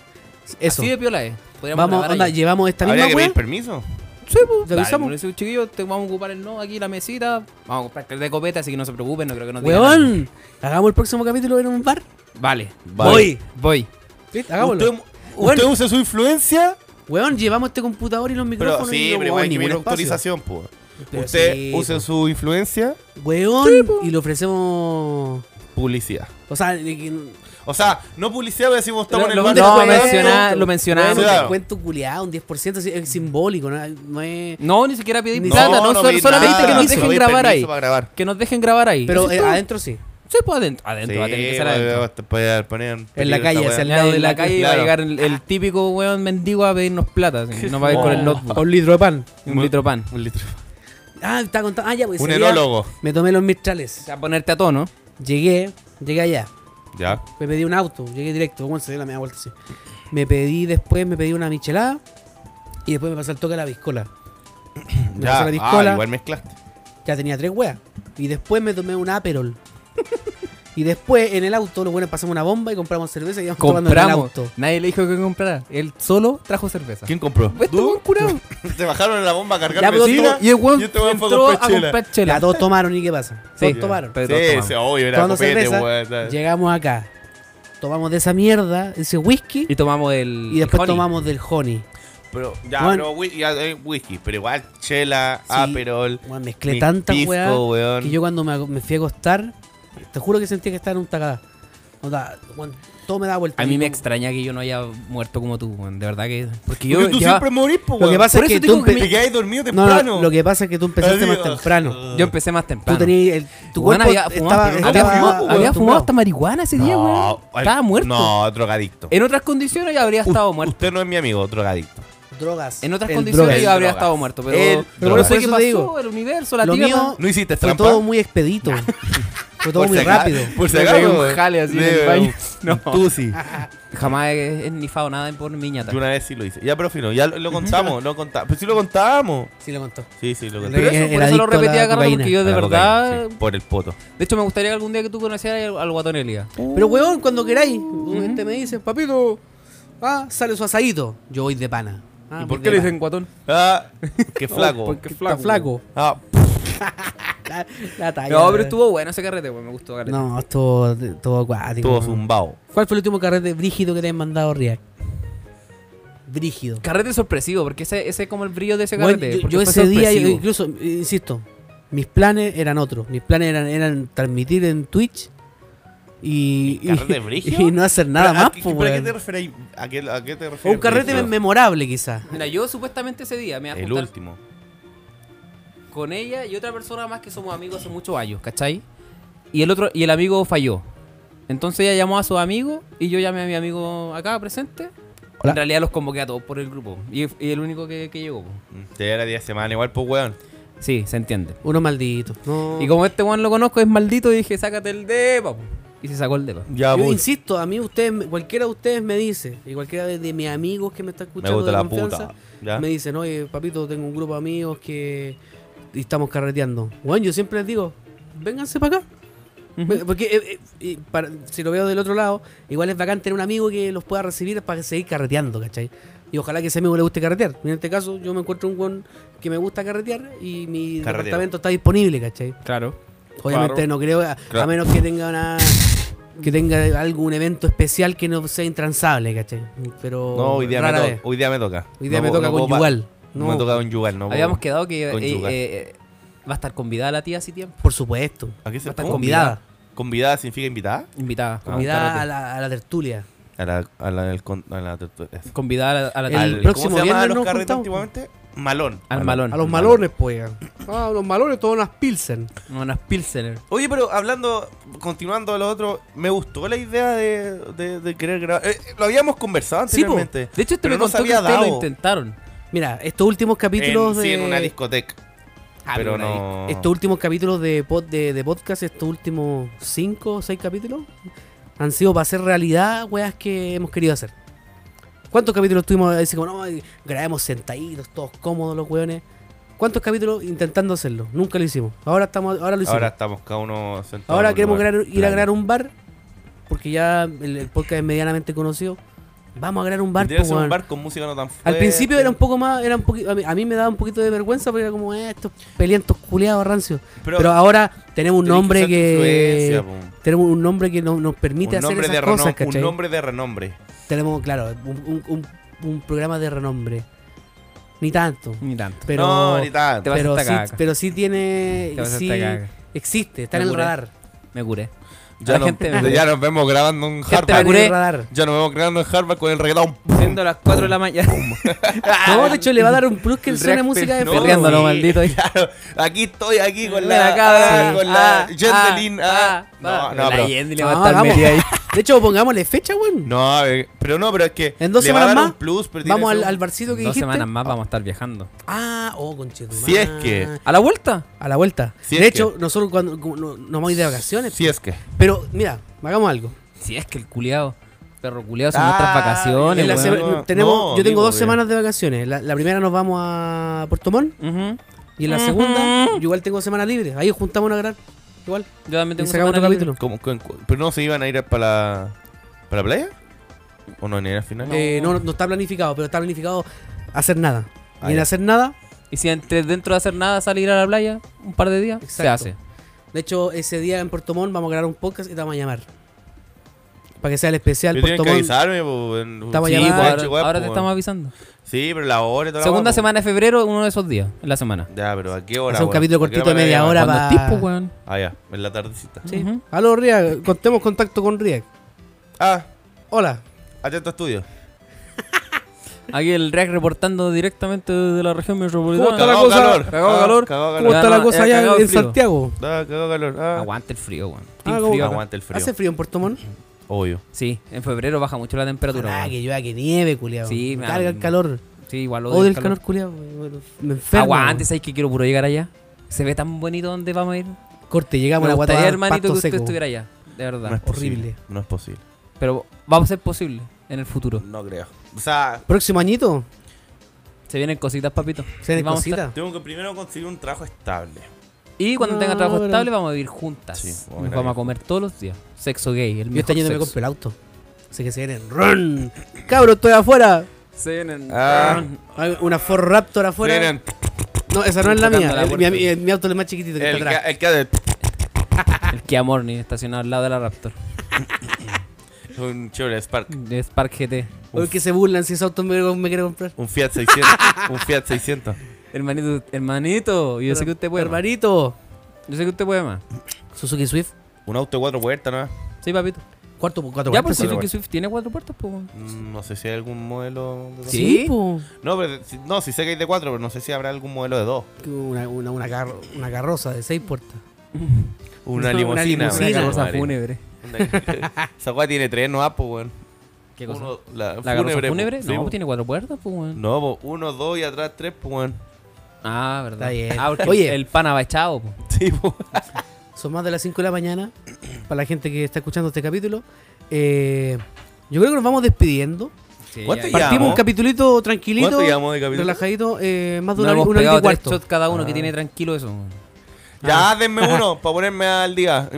A: Eso.
H: Así de piola es. Podríamos
A: Vamos,
H: grabar
A: onda,
H: allá.
A: llevamos esta
B: Habría
A: misma
B: que
A: wea.
B: pedir permiso.
H: Sí, pues.
A: ¿Te avisamos?
H: Dale, chiquillos, te vamos a ocupar el no aquí, la mesita. Vamos a comprar tres de copeta, así que no se preocupen, no creo que nos digan nada.
A: Weón, hagamos el próximo capítulo en un bar.
H: Vale.
B: Vale.
H: Voy. Voy.
A: ¿Viste? Hagámoslo.
B: Usted,
A: Bueno.
B: usted usa su influencia,
A: Weón, llevamos este computador y los
B: pero
A: micrófonos. y
B: sí,
A: no,
B: pero
A: weón,
B: igual hay que
A: ningún
B: pedir
A: espacio.
B: autorización, pues.
A: Pero
B: Usted
A: sí,
B: usa
A: pues.
B: su influencia,
A: Weón, y le ofrecemos.
B: publicidad.
A: O sea, de que-
B: O sea, no publicidad, pero decimos estamos
A: Lo-
B: en
A: lo
B: el bar.
A: vamos a
B: de
C: No,
A: descuento.
B: Juan
C: menciona,
B: Gabriel.
C: lo mencionamos.
A: weón, un
B: claro.
A: descuento culiado, un 10%, sí, es simbólico, no, no es.
C: No, ni siquiera pedí
A: Ni-
C: plata, no,
B: no
C: solo,
B: pedí
C: solo
B: nada,
C: pediste que nos
B: no
C: dejen
B: pedí
C: grabar
B: permiso
C: ahí.
B: para grabar.
C: Que nos dejen grabar ahí.
A: Pero
C: Eso es
A: eh,
C: todo.
A: adentro sí.
C: Sí, pues adentro. Adentro, va a tener que
B: Sí,
C: ser adentro.
B: pues, te puede poner en
A: En la
B: peligro
A: calle,
B: esta
A: hacia
B: weá.
A: el
C: Al lado de la calle va a
B: Claro.
C: llegar el, el típico weón mendigo a pedirnos plata. así, No va a ir con el
B: Oh.
C: notebook.
A: Un litro de pan.
C: y Un litro de pan.
B: Un litro.
A: Ah, está contando. Ah, ya, pues.
B: Un
A: ese día
B: enólogo.
A: Me tomé los mistrales.
C: O sea, ponerte a tono.
A: Llegué, llegué allá.
B: Ya.
A: Me pedí un auto, llegué directo, bueno, se dio la media vuelta sí. Me pedí después, me pedí una michelada y después me pasó el toque a la biscola. Me pasó
B: Ya.
A: la
B: Ah,
A: biscola,
B: igual mezclaste.
A: ya tenía tres weas. Y después me tomé un aperol. y después en el auto, los buenos pasamos una bomba y compramos cerveza y íbamos tomando en el
C: Compramos.
A: auto.
C: Nadie le dijo que comprara. Él solo trajo cerveza.
B: ¿Quién compró?
C: Pues, este weón curado.
B: Te bajaron en la bomba a cargar
A: Ya, pero sí,
B: benzina.
C: Y el weón
B: Y este weón fue a
C: entró a
B: comprar chela.
C: comprar
A: Ya
C: chela.
A: todos tomaron y qué pasa.
C: Sí.
A: Todos tomaron.
C: Pero todos
B: Sí,
C: tomamos.
B: sí, obvio, era
A: Tomando
B: copete,
A: cerveza,
B: weón.
A: Llegamos acá, tomamos de esa mierda, ese whisky
C: Y tomamos el.
A: y después
C: honey.
A: tomamos del honey.
B: Pero, ya,
A: Bueno.
B: pero whi- ya, eh, whisky, pero igual chela,
A: Sí.
B: aperol,
A: Weón, mezclé
B: mi
A: tantas
B: pisco,
A: weas.
B: weón.
A: que yo cuando me, me fui a acostar, te juro que sentía que estaba en un tacada. Onda, weón, todo me da vuelta.
C: A mí me
A: Como-
C: extraña que yo no haya muerto como tú, weón. De verdad que. Porque yo.
B: Porque tú
C: ya-
B: siempre morís, po,
A: Lo que
B: weón.
A: pasa
C: Por
A: es
C: eso
A: que
C: te
A: tú,
C: digo que
A: empe-
B: Te quedáis dormido
A: no, no,
B: temprano.
A: lo que pasa es que tú empezaste más
B: Adiós.
A: temprano.
C: Yo empecé más este temprano.
A: Tú tenías el, tu
C: Weón,
A: cuerpo
C: había fumado,
A: estaba,
C: pero
B: no
A: estaba
B: había fumado,
C: había
B: weón.
C: fumado
A: acostumbrado.
C: hasta marihuana ese día, weón.
B: al-
C: Estaba muerto.
B: No, drogadicto.
C: En otras condiciones yo habría estado muerto.
B: Usted no es mi amigo, drogadicto.
A: drogas.
C: En otras
A: el
C: condiciones
A: drogas.
C: yo habría
B: drogas.
C: estado muerto. Pero,
B: El
C: pero no
B: drogas.
C: sé
A: Por
C: qué
A: eso te
C: pasó,
A: digo,
C: el universo, la
A: lo
C: tierra.
A: mío-
B: ¿No hiciste
A: Fue
B: trampa?
A: todo muy expedito. Fue todo
B: Por
A: muy
B: si acaso-
A: rápido.
B: Por si
C: Me
B: acaso,
C: pegué un
B: weón.
C: jale así en
B: Sí,
C: el
B: weón.
C: baño. No.
B: Tú sí.
C: Jamás he, he nifado nada por mi ñata.
B: Yo una vez sí lo hice. Ya, pero fino, ya lo, lo contamos, lo contamos. Pero sí lo contamos.
A: Sí, lo contó.
B: Sí, sí, lo
A: Pero
B: contamos.
C: Pero eso,
A: Era
C: por eso
A: adicto
C: lo
A: a la
C: repetía, Carlos,
A: cocaína.
C: porque yo
B: A
C: de
B: la
C: verdad...
B: cocaína, sí, por el poto.
C: De hecho, me gustaría que algún día que tú conocieras al, al guatón Elia.
A: Pero weón, cuando queráis, gente me dice, papito, ah, sale su asadito. Yo voy de pana. Ah, voy de pana.
C: guatón?
B: Ah, qué flaco.
C: porque
A: Está flaco.
B: Ah,
A: La, la talla.
C: No, pero estuvo bueno ese carrete, weón, me gustó carrete.
A: No, estuvo, estuvo acuático.
B: estuvo
A: weón.
B: zumbao.
A: ¿Cuál fue el último carrete brígido que te han mandado React? Brígido.
C: Carrete sorpresivo, porque ese, ese es como el brillo de ese
A: Bueno, yo,
C: carrete. este porque
A: yo
C: fue
A: ese día, yo-
C: sorpresivo.
A: incluso, eh, insisto, mis planes eran otros. Mis planes eran, eran transmitir en Twitch y,
B: ¿Y carrete
A: y-
B: brígido?
A: y no hacer nada
B: Pero, ¿a
A: más.
B: qué-
A: po,
B: pero ¿A qué
A: weón.
B: te referís? ¿A qué, a qué te
A: O
B: refieres?
A: un carrete
B: brígido?
A: memorable, quizás.
C: Mira, yo supuestamente ese día me voy a
B: El
C: juntar
B: último.
C: con ella y otra persona más que somos amigos hace muchos años, ¿cachai? Y el otro, y el amigo falló. Entonces ella llamó a su amigo y yo llamé a mi amigo acá presente.
A: Hola.
C: En realidad los convoqué a todos por el grupo. Y, y el único que, que llegó. po.
B: Te era 10 semanas igual, pues, weón.
C: Sí, se entiende.
A: Uno maldito. No.
C: Y como este Juan lo conozco, es maldito, dije, sácate el depa. po". Y se sacó el depa.
B: Ya,
A: yo
B: pues.
A: insisto, a mí ustedes, me- cualquiera de ustedes me dice, y cualquiera de, de mis amigos que me está
B: Me
A: escuchando
B: gusta
A: de
B: la
A: confianza,
B: puta. ¿Ya?
A: me dicen, oye, papito, tengo un grupo de amigos que y estamos carreteando. Bueno, yo siempre les digo, vénganse para acá. Ve- Porque eh, eh, y para- si lo veo del otro lado, igual es bacán tener un amigo que los pueda recibir para seguir carreteando, ¿cachai? Y ojalá que ese amigo le guste carretear. En este caso, yo me encuentro un buen que me gusta carretear y mi
B: Carretero.
A: departamento está disponible, ¿cachai?
C: Claro.
A: Obviamente
C: Claro.
A: no creo, a,
B: Claro.
A: a menos que tenga una que tenga algún evento especial que no sea intransable, ¿cachai? Pero
B: No, hoy día, me
A: rara
B: to-
A: vez.
B: hoy día me toca.
A: Hoy día
B: No
A: me
B: puedo-
A: toca
B: no puedo pa-
A: conyugal.
B: No
A: No,
B: me toca conyugal, no.
C: Habíamos
B: puedo-
C: quedado que eh,
B: Conyugar.
C: eh, eh, va a estar convidada la tía así tiempo.
A: por supuesto.
B: ¿A qué se
C: va a estar
B: ¿cómo?
A: Convidada.
B: ¿Convidada significa invitada?
C: Invitada.
B: Ah.
A: Convidada
C: Convidada
A: a la, a la tertulia.
B: A la. A la. del con- A la tertulia.
C: Convidada a la, a la
A: El
B: Al-
A: próximo
B: ¿Cómo se llamaban
A: viernes
B: los
A: nos
B: carretes
A: juntamos.
B: antiguamente? Malón.
C: Al malón.
A: A los malones, pues. Ah, los malones, todos unas pilsen.
C: Unas Pilsener.
B: Oye, pero hablando, continuando a lo otro, me gustó la idea de, de- de querer grabar. Eh, eh, lo habíamos conversado
C: Sí, po.
B: anteriormente.
C: De hecho, este
B: Pero
C: me
B: no
C: contó que
B: sabía
C: ustedes lo
B: dado.
C: intentaron.
A: Mira, estos últimos capítulos
B: En-
A: de.
B: Sí, en una discoteca.
A: Ah,
B: pero
A: en una dis-
B: no-
A: Estos últimos capítulos de, pod- de, de podcast, estos últimos 5 o 6 capítulos, han sido para hacer realidad weas que hemos querido hacer. ¿Cuántos capítulos tuvimos así como, no, y grabemos sentaditos, todos cómodos los weones? ¿Cuántos capítulos intentando hacerlo? Nunca lo hicimos. Ahora estamos, ahora lo hicimos.
B: Ahora
A: Ahora,
B: estamos cada uno sentado. en un
A: queremos
B: lugar.
A: crear- ir a grabar un bar, porque ya el, el podcast es medianamente conocido. Vamos a grabar un bar,
B: Tendría que
A: po,
B: ser un
A: weón.
B: bar con música no tan fuerte.
A: Al principio era un poco más, era un poqui- a, mí, a mí me daba un poquito de vergüenza porque era como, eh, estos peleantos culiados rancios. Pero, ahora tenemos un
B: tenés
A: nombre
B: usar tu
A: que,
B: influencia, po.
A: tenemos un nombre que no- nos permite
B: un
A: hacer
B: nombre, de
A: esas cosas,
B: renom- un
A: ¿cachai?
B: nombre de renombre.
A: Tenemos, claro, un, un- un- un programa de renombre. Ni tanto,
C: Ni tanto.
A: pero
B: no, ni tanto.
C: te vas a
A: pero,
C: esta
A: sí,
C: caga.
A: pero sí tiene,
C: Te vas a
A: sí
C: esta caga.
A: existe, está en
C: Me
A: el
C: curé.
A: radar.
C: Me curé.
B: Ya,
C: la
B: no-
C: gente me-
B: ya nos vemos grabando un
C: Gente
A: Está en
B: hardback.
A: el
C: curé.
A: radar.
B: Ya nos vemos grabando un hardback con el reggaetón.
C: Siendo las 4 de la mañana.
A: No, de hecho le va a dar un plus que el suene
C: reactor-
A: música de
B: Ah, no,
A: fondo.
C: Perreando lo
B: sí.
C: maldito. ahí.
B: Claro, aquí estoy, aquí con
C: Mira
B: la,
C: acá,
B: ah,
C: sí.
B: con la
C: Ah,
B: Jendelin.
C: ah,
B: ah.
C: va.
B: no, no,
C: La
B: pero,
C: Yendi le va
A: No,
C: a estar
A: hagamos.
C: metida ahí.
A: Ah, De hecho, pongámosle fecha, weón.
B: no, eh, pero no, pero es que
A: En dos
B: le va a
A: semanas
B: dar
A: más,
B: un plus, pero tiene
A: Vamos
B: que
A: al,
B: ser un-
A: al barcito que
C: Dos
A: dijiste.
C: semanas más vamos a estar viajando.
A: Ah, oh, conchetumare.
B: Si es que-
C: ¿A la vuelta?
A: A la vuelta.
B: Si
A: de
B: es que-
A: hecho, nosotros cuando como no- nos vamos a ir de vacaciones.
B: Si es que.
A: Pero, mira, hagamos algo.
C: Si es que el culiado. Perro culiado son
B: Ah,
C: nuestras
B: Vale,
A: En la
B: bueno.
C: vacaciones, weón.
A: sema- tenemos,
B: No,
A: yo tengo
B: amigo,
A: dos
B: bien.
A: semanas de vacaciones. La, la primera nos vamos a Puerto Montt
C: Ujú.
A: y en la segunda yo igual tengo semana libre. Ahí juntamos una gran. Igual.
C: Yo
A: Y
C: también tengo
A: sacamos otro
C: semana libre.
A: capítulo.
B: ¿Cómo- con- cu- ¿Pero no se iban a ir para la, para la playa? ¿O no, ni al final?
A: Eh, no, no está planificado, pero está planificado hacer nada.
B: Ah,
A: y en
B: ya.
A: hacer nada,
C: Y si entre dentro de hacer nada salir a la playa un par de días, se
A: Exacto.
C: hace.
A: de hecho, ese día en Puerto Montt vamos a grabar un podcast y te vamos a llamar. Para que sea el especial
B: Yo
A: Puerto
B: tienen que
A: Montt.
B: avisarme, po, en-
A: Estamos
B: sí,
A: llamando-
B: po,
A: ahora-
B: hecho,
C: pues, ahora
B: weá,
C: ahora
B: po,
C: te
B: weón.
C: estamos avisando.
B: Sí, pero la hora y toda la
C: Segunda
B: weá, po.
C: semana de febrero, uno de esos días, en la semana.
B: Ya, pero ¿a qué hora?
A: Hacer un
B: weón?
A: capítulo
B: ¿A qué
A: cortito
B: hora
A: de
B: me
A: media
B: llaman?
A: hora
C: Cuando
A: va-
C: es tipo, pues, weón.
B: Ah, ya, en la tardecita.
A: Sí.
C: Ujú.
A: Aló, Ria, contemos contacto con Ria.
B: Ah,
A: Hola.
B: atento estudio.
C: Aquí el React reportando directamente de la región metropolitana.
F: está la
B: Cagado
F: cosa?
B: calor.
F: Cagado
B: Ah,
F: calor.
B: Cagado
A: ¿Cómo
B: calor.
C: Hola.
A: está la
C: no,
A: cosa
C: era
A: allá
C: cagado
A: en
C: frío.
A: Santiago?
B: Ah, cagado calor. Ah,
C: Aguanta el frío, weón.
A: Ah,
C: Team
A: ¿cómo?
C: frío acá.
B: aguanta el frío.
A: ¿Hace frío en Puerto Montt?
B: Obvio.
C: Sí, en febrero baja mucho la temperatura.
A: Ah,
C: weón.
A: que llueva, que nieve, culiado.
C: Sí,
A: me
C: me
A: carga
C: da-
A: el calor.
C: Sí, igual odio,
A: Odio
C: el
A: el calor, culiado. Me enfermo.
C: Aguante, ¿sabes que quiero puro llegar allá? Se ve tan bonito donde vamos a ir.
A: Corte, llegamos
C: Me
A: a la guata
C: gustaría,
A: de
C: hermanito,
A: pasto
C: que usted
A: seco.
C: estuviera allá. De
B: No es
C: verdad.
A: horrible.
B: posible. No es posible.
C: Pero vamos a ser posible en el futuro.
B: No creo. O sea,
A: Próximo añito,
C: Se vienen cositas, papito.
A: se den
C: Vamos a
A: cositas.
B: tengo que primero conseguir un trabajo estable.
C: estar- Y cuando
A: No,
C: tenga trabajo
A: pero-
C: estable, vamos a vivir juntas.
B: Sí, vamos a
C: Nos
B: vivir
C: vamos a
B: juntas.
C: comer todos los días. Sexo gay, el
A: Yo este
C: mejor
A: año no me
C: sexo.
A: compro el auto. Así que se vienen. ¡Run! ¡Cabro, estoy afuera!
C: Se vienen.
B: Ah.
A: Hay una Ford Raptor afuera.
B: Miren,
A: No, esa no es la
C: Tocando
A: mía.
C: la
A: El- mi,
C: puerta.
A: mi- mi auto es el más chiquitito que
B: el,
A: está
B: ca-
A: atrás.
B: el que hace
C: El Kia Morning estacionado al lado de la Raptor.
B: un Chevrolet Spark,
C: De Spark GT.
A: Oye, que se burlan si ese auto me, me quiere comprar.
B: un Fiat 600, un Fiat 600.
C: Hermanito, hermanito, yo sé que usted puede más.
A: Hermanito.
C: Yo sé que usted puede más.
A: Suzuki Swift.
B: Un auto de cuatro puertas, ¿no?
C: Sí, papito.
A: Cuarto, cuatro
C: Ya por
A: puertas,
B: cuatro
C: si Suzuki
B: puertas.
C: Swift tiene cuatro puertas, pues. weón.
B: Mm, No sé si hay algún modelo de dos.
C: Sí.
A: po.
B: No, pero si- no, si sé que hay de cuatro, pero no sé si habrá algún modelo de dos.
A: Una, una, una, carro- una carroza de seis puertas.
B: Una
A: Una
B: limusina.
A: limusina.
C: Una
A: Una
C: carroza
B: madre.
C: fúnebre.
B: Una- Esa weá tiene tres, no, ah, pues, weón.
C: ¿Qué cosa?
B: Uno, la,
C: ¿La carroza
B: po.
C: fúnebre?
B: Sí,
C: No,
B: po.
C: pues tiene cuatro puertas, pues. weón.
B: No, po, uno, dos y atrás tres, pues, weón.
C: Ah,
A: Está
C: verdad.
A: bien.
C: Ah, porque
A: Oye.
C: el pana va echado, pues.
B: Sí, po.
A: Son más de las 5 de la mañana. Para la gente que está escuchando este capítulo. Eh, yo creo que nos vamos despidiendo.
B: ¿Cuánto ya?
C: ya-
A: Partimos
B: Llevamos.
A: un capitulito tranquilito.
B: ¿Cuánto llevamos de capítulo?
A: Relajadito. eh, más de una, hora-
C: Nos hemos
A: una hora
C: pegado
A: y
C: tres
A: cuarto.
C: shots cada
B: Ah.
C: uno que tiene tranquilo eso. weón.
A: Ah.
B: Ya, denme uno para ponerme al día. Ya.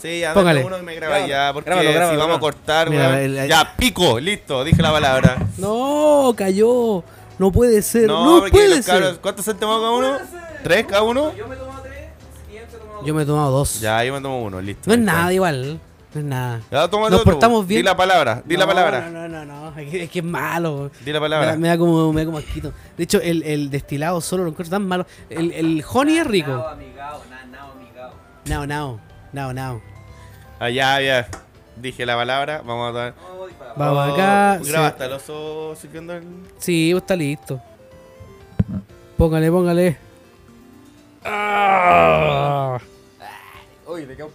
B: Sí, ya,
A: Póngale.
B: denme uno y me graba ya. Porque
C: Grábalo, grábalo,
B: si vamos
C: grábalo.
B: a cortar,
A: Mira,
B: weón,
A: el- el-
B: Ya, pico, listo, dije la palabra.
A: No, cayó. No puede ser.
B: No,
A: No,
B: porque
A: puede
B: los
A: ser.
B: cabros- ¿Cuántos se han tomado cada uno? ¿Tres cada uno?
A: Yo me he tomado dos.
B: Ya, yo me tomo uno, listo.
A: no es
B: ahí está.
A: nada igual. No es nada.
B: Ya, tómate
A: Nos
B: otro,
A: portamos
B: po.
A: bien.
B: Di la palabra, di la
A: No,
B: palabra.
A: No, no, no. no. Es, que, es que es malo.
B: Di la
A: Me da,
B: palabra.
A: me da como, me da como asquito. De hecho, el, el destilado solo lo encuentro tan malo. El, el honey es rico. No, no. No, no.
B: Ah, ya, ya. Dije la palabra, vamos a dar.
A: Vamos
B: Oh,
A: acá.
B: Graba
A: se-
B: hasta el oso sirviendo el.
A: Sí, está listo. Póngale, póngale.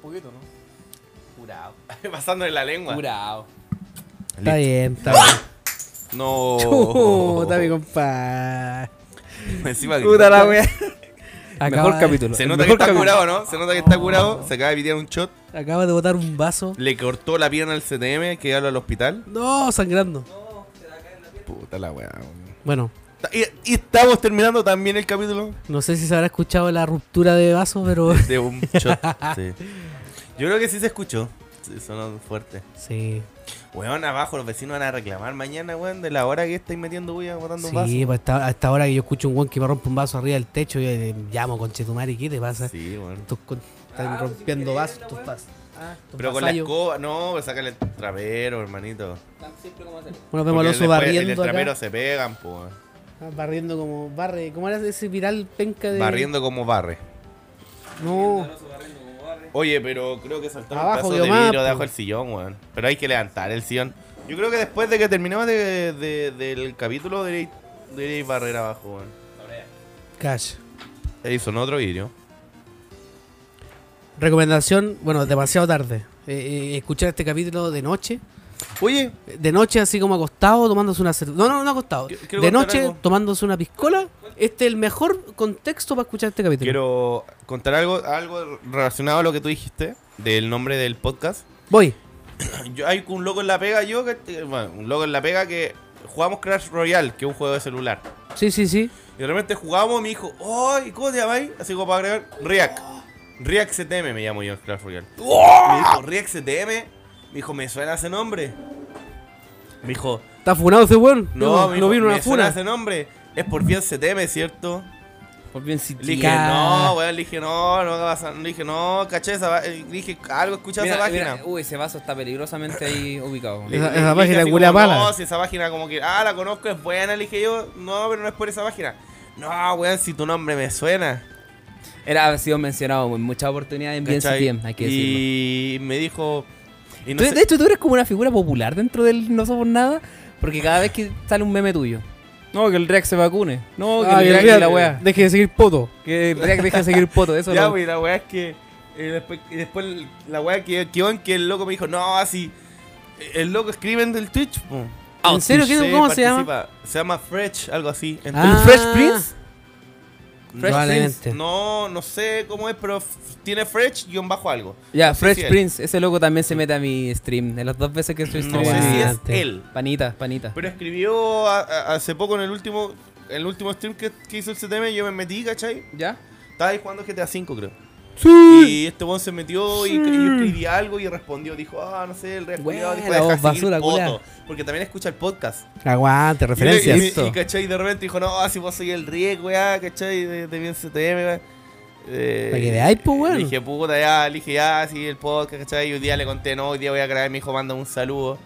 C: poquito, ¿no? Curado.
B: Pasándole la lengua.
C: Curado.
A: Está bien, está bien. Uh,
B: No.
A: Chuta, mi compadre.
B: Encima que-
I: Puta la wea.
A: Acaba
I: Mejor
A: de-
I: capítulo.
B: Se nota que está curado, ¿no? Se nota que está curado. Se acaba de pitear un shot.
A: Acaba de botar un vaso.
B: Le cortó la pierna al CTM, que al hospital.
A: No, sangrando.
B: Puta la weá. weón.
A: Bueno,
B: Y, y estamos terminando también el capítulo
A: no sé si se habrá escuchado la ruptura de vaso, pero.
B: de un shot. sí. Yo creo que sí se escuchó. Sí, sonó fuerte.
A: Sí.
B: Weón, abajo los vecinos van a reclamar mañana, weón, de la hora que estáis metiendo bulla, botando un
A: Sí, pues hasta, hasta ahora que yo escucho un guan que me rompe un vaso arriba del techo, yo eh, llamo con Chetumari, ¿qué te pasa?
B: vaso. Sí, weón.
A: Tus con- están rompiendo vasos, tus pas- Ah, tus
B: Pero con la
A: vasallos.
B: escoba, no, pues, sácale el trapero, hermanito.
A: Bueno, vemos al oso
B: Porque después En el
A: barriendo. acá.
B: trapero se pegan, po. weón.
A: Ah, barriendo como barre. ¿Cómo era ese viral penca de.?
B: Barriendo como barre.
A: No.
B: Oye, pero creo que saltó un
A: Abajo,
B: pedazo de
A: Guiomar,
B: vidrio
A: po.
B: debajo del sillón, weón. Pero hay que levantar el sillón. Yo creo que después de que terminemos de- de- del capítulo debería debería ir barrer abajo, weón.
A: Cash.
B: Ahí sonó otro vidrio.
A: Recomendación, bueno, demasiado tarde. Eh, eh, escuchar este capítulo de noche.
B: Oye,
A: De noche, así como acostado, tomándose una cerveza. No, no, no acostado.
B: Qu- quiero
A: de
B: contar
A: noche,
B: algo.
A: tomándose una piscola. Este es el mejor contexto para escuchar este capítulo.
B: quiero contar algo, algo relacionado a lo que tú dijiste del nombre del podcast.
A: Voy.
B: Yo, hay un loco en la pega, yo, que, bueno, un loco en la pega que jugamos Crash Royale, que es un juego de celular.
A: Sí, sí, sí.
B: Y de repente jugamos, me dijo, ¡ay! ¿Cómo te llamáis? Así como para agregar, React. React CTM me llamo yo en Clash Royale. Me dijo, React CTM. Me dijo, ¿me suena ese nombre? Me dijo,
A: Está funado ese weón.
B: no, me
A: lo
B: dijo,
A: vi en una
B: ¿me suena
A: funa.
B: ese nombre? Es por bien CTM, ¿cierto?
C: Por bien
B: Le
C: si
B: dije, no, weón, le dije, no, no va a pasar. Le dije, no, caché esa va- eh, Dije, algo escuchaba esa página.
C: uy, ese vaso está peligrosamente ahí ubicado.
B: Le-
A: Esa-
B: le-
A: esa
B: le dije
A: página
B: así
A: huele a
B: como,
A: pala.
B: No, si esa página como que, ah, la conozco, es buena, le dije yo, no, pero no es por esa página. No, weón, si tu nombre me suena.
C: Era ha sido mencionado en muchas oportunidades en bien
B: ¿Cachai?
C: CTM, hay que decirlo.
B: Y me dijo. Y no
C: Tú-
B: sé-
C: De hecho, tú eres como una figura popular dentro del No Somos Nada, porque cada vez que sale un meme tuyo. No, que el React se vacune. No, que
A: Ah,
C: el
A: que
C: React
A: olvídate,
C: y la wea.
A: Deje de seguir poto.
C: Que el React deja de seguir poto, eso
B: Ya,
C: lo-
B: güey, la weá es que. eh, después, y después la weá que, que, que el loco me dijo, no, así. El loco escribe en el Twitch. po".
C: Ah,
A: ¿En serio? ¿Qué-
B: Sí,
A: ¿Cómo se llama?
B: participa. Se llama Fresh, algo así. en
A: Ah,
B: Twitch.
A: Fresh Prince?
B: Fresh
A: Probablemente.
B: Prince. No, no sé cómo es, pero f- tiene Fresh guión bajo algo.
C: Ya,
B: No sé
C: Fresh
B: si es.
C: Prince, ese loco también se mete a mi stream. De las dos veces que estoy
B: No
C: streaming.
B: sé si es
A: Aguante.
B: él.
C: Panita, panita.
B: Pero escribió a- a- hace poco en el último en el último stream que, que hizo el CTM, yo me metí, ¿cachai?
C: ¿Ya?
B: Estaba ahí jugando GTA V, creo. Y este weón se metió y, y yo escribí algo y respondió. Dijo, ah, no sé, el react culiao", dijo,
A: la
B: "Deja
A: voz
B: seguir,
A: basura, culiao".
B: poto", Porque también escucha el podcast.
A: Aguante,
B: Y le-
A: referencias.
B: Y, y, y, ¿cachai? de repente dijo, no, si vos soy el riesgo, weá, ¿cachai? De, de bien CTM, weá. Eh,
A: Para que veáis, pues, weón.
B: Le dije, puta, ya, le dije, ya, sí, el podcast, ¿cachai? Y un día le conté, no, hoy día voy a grabar, mi hijo manda un saludo.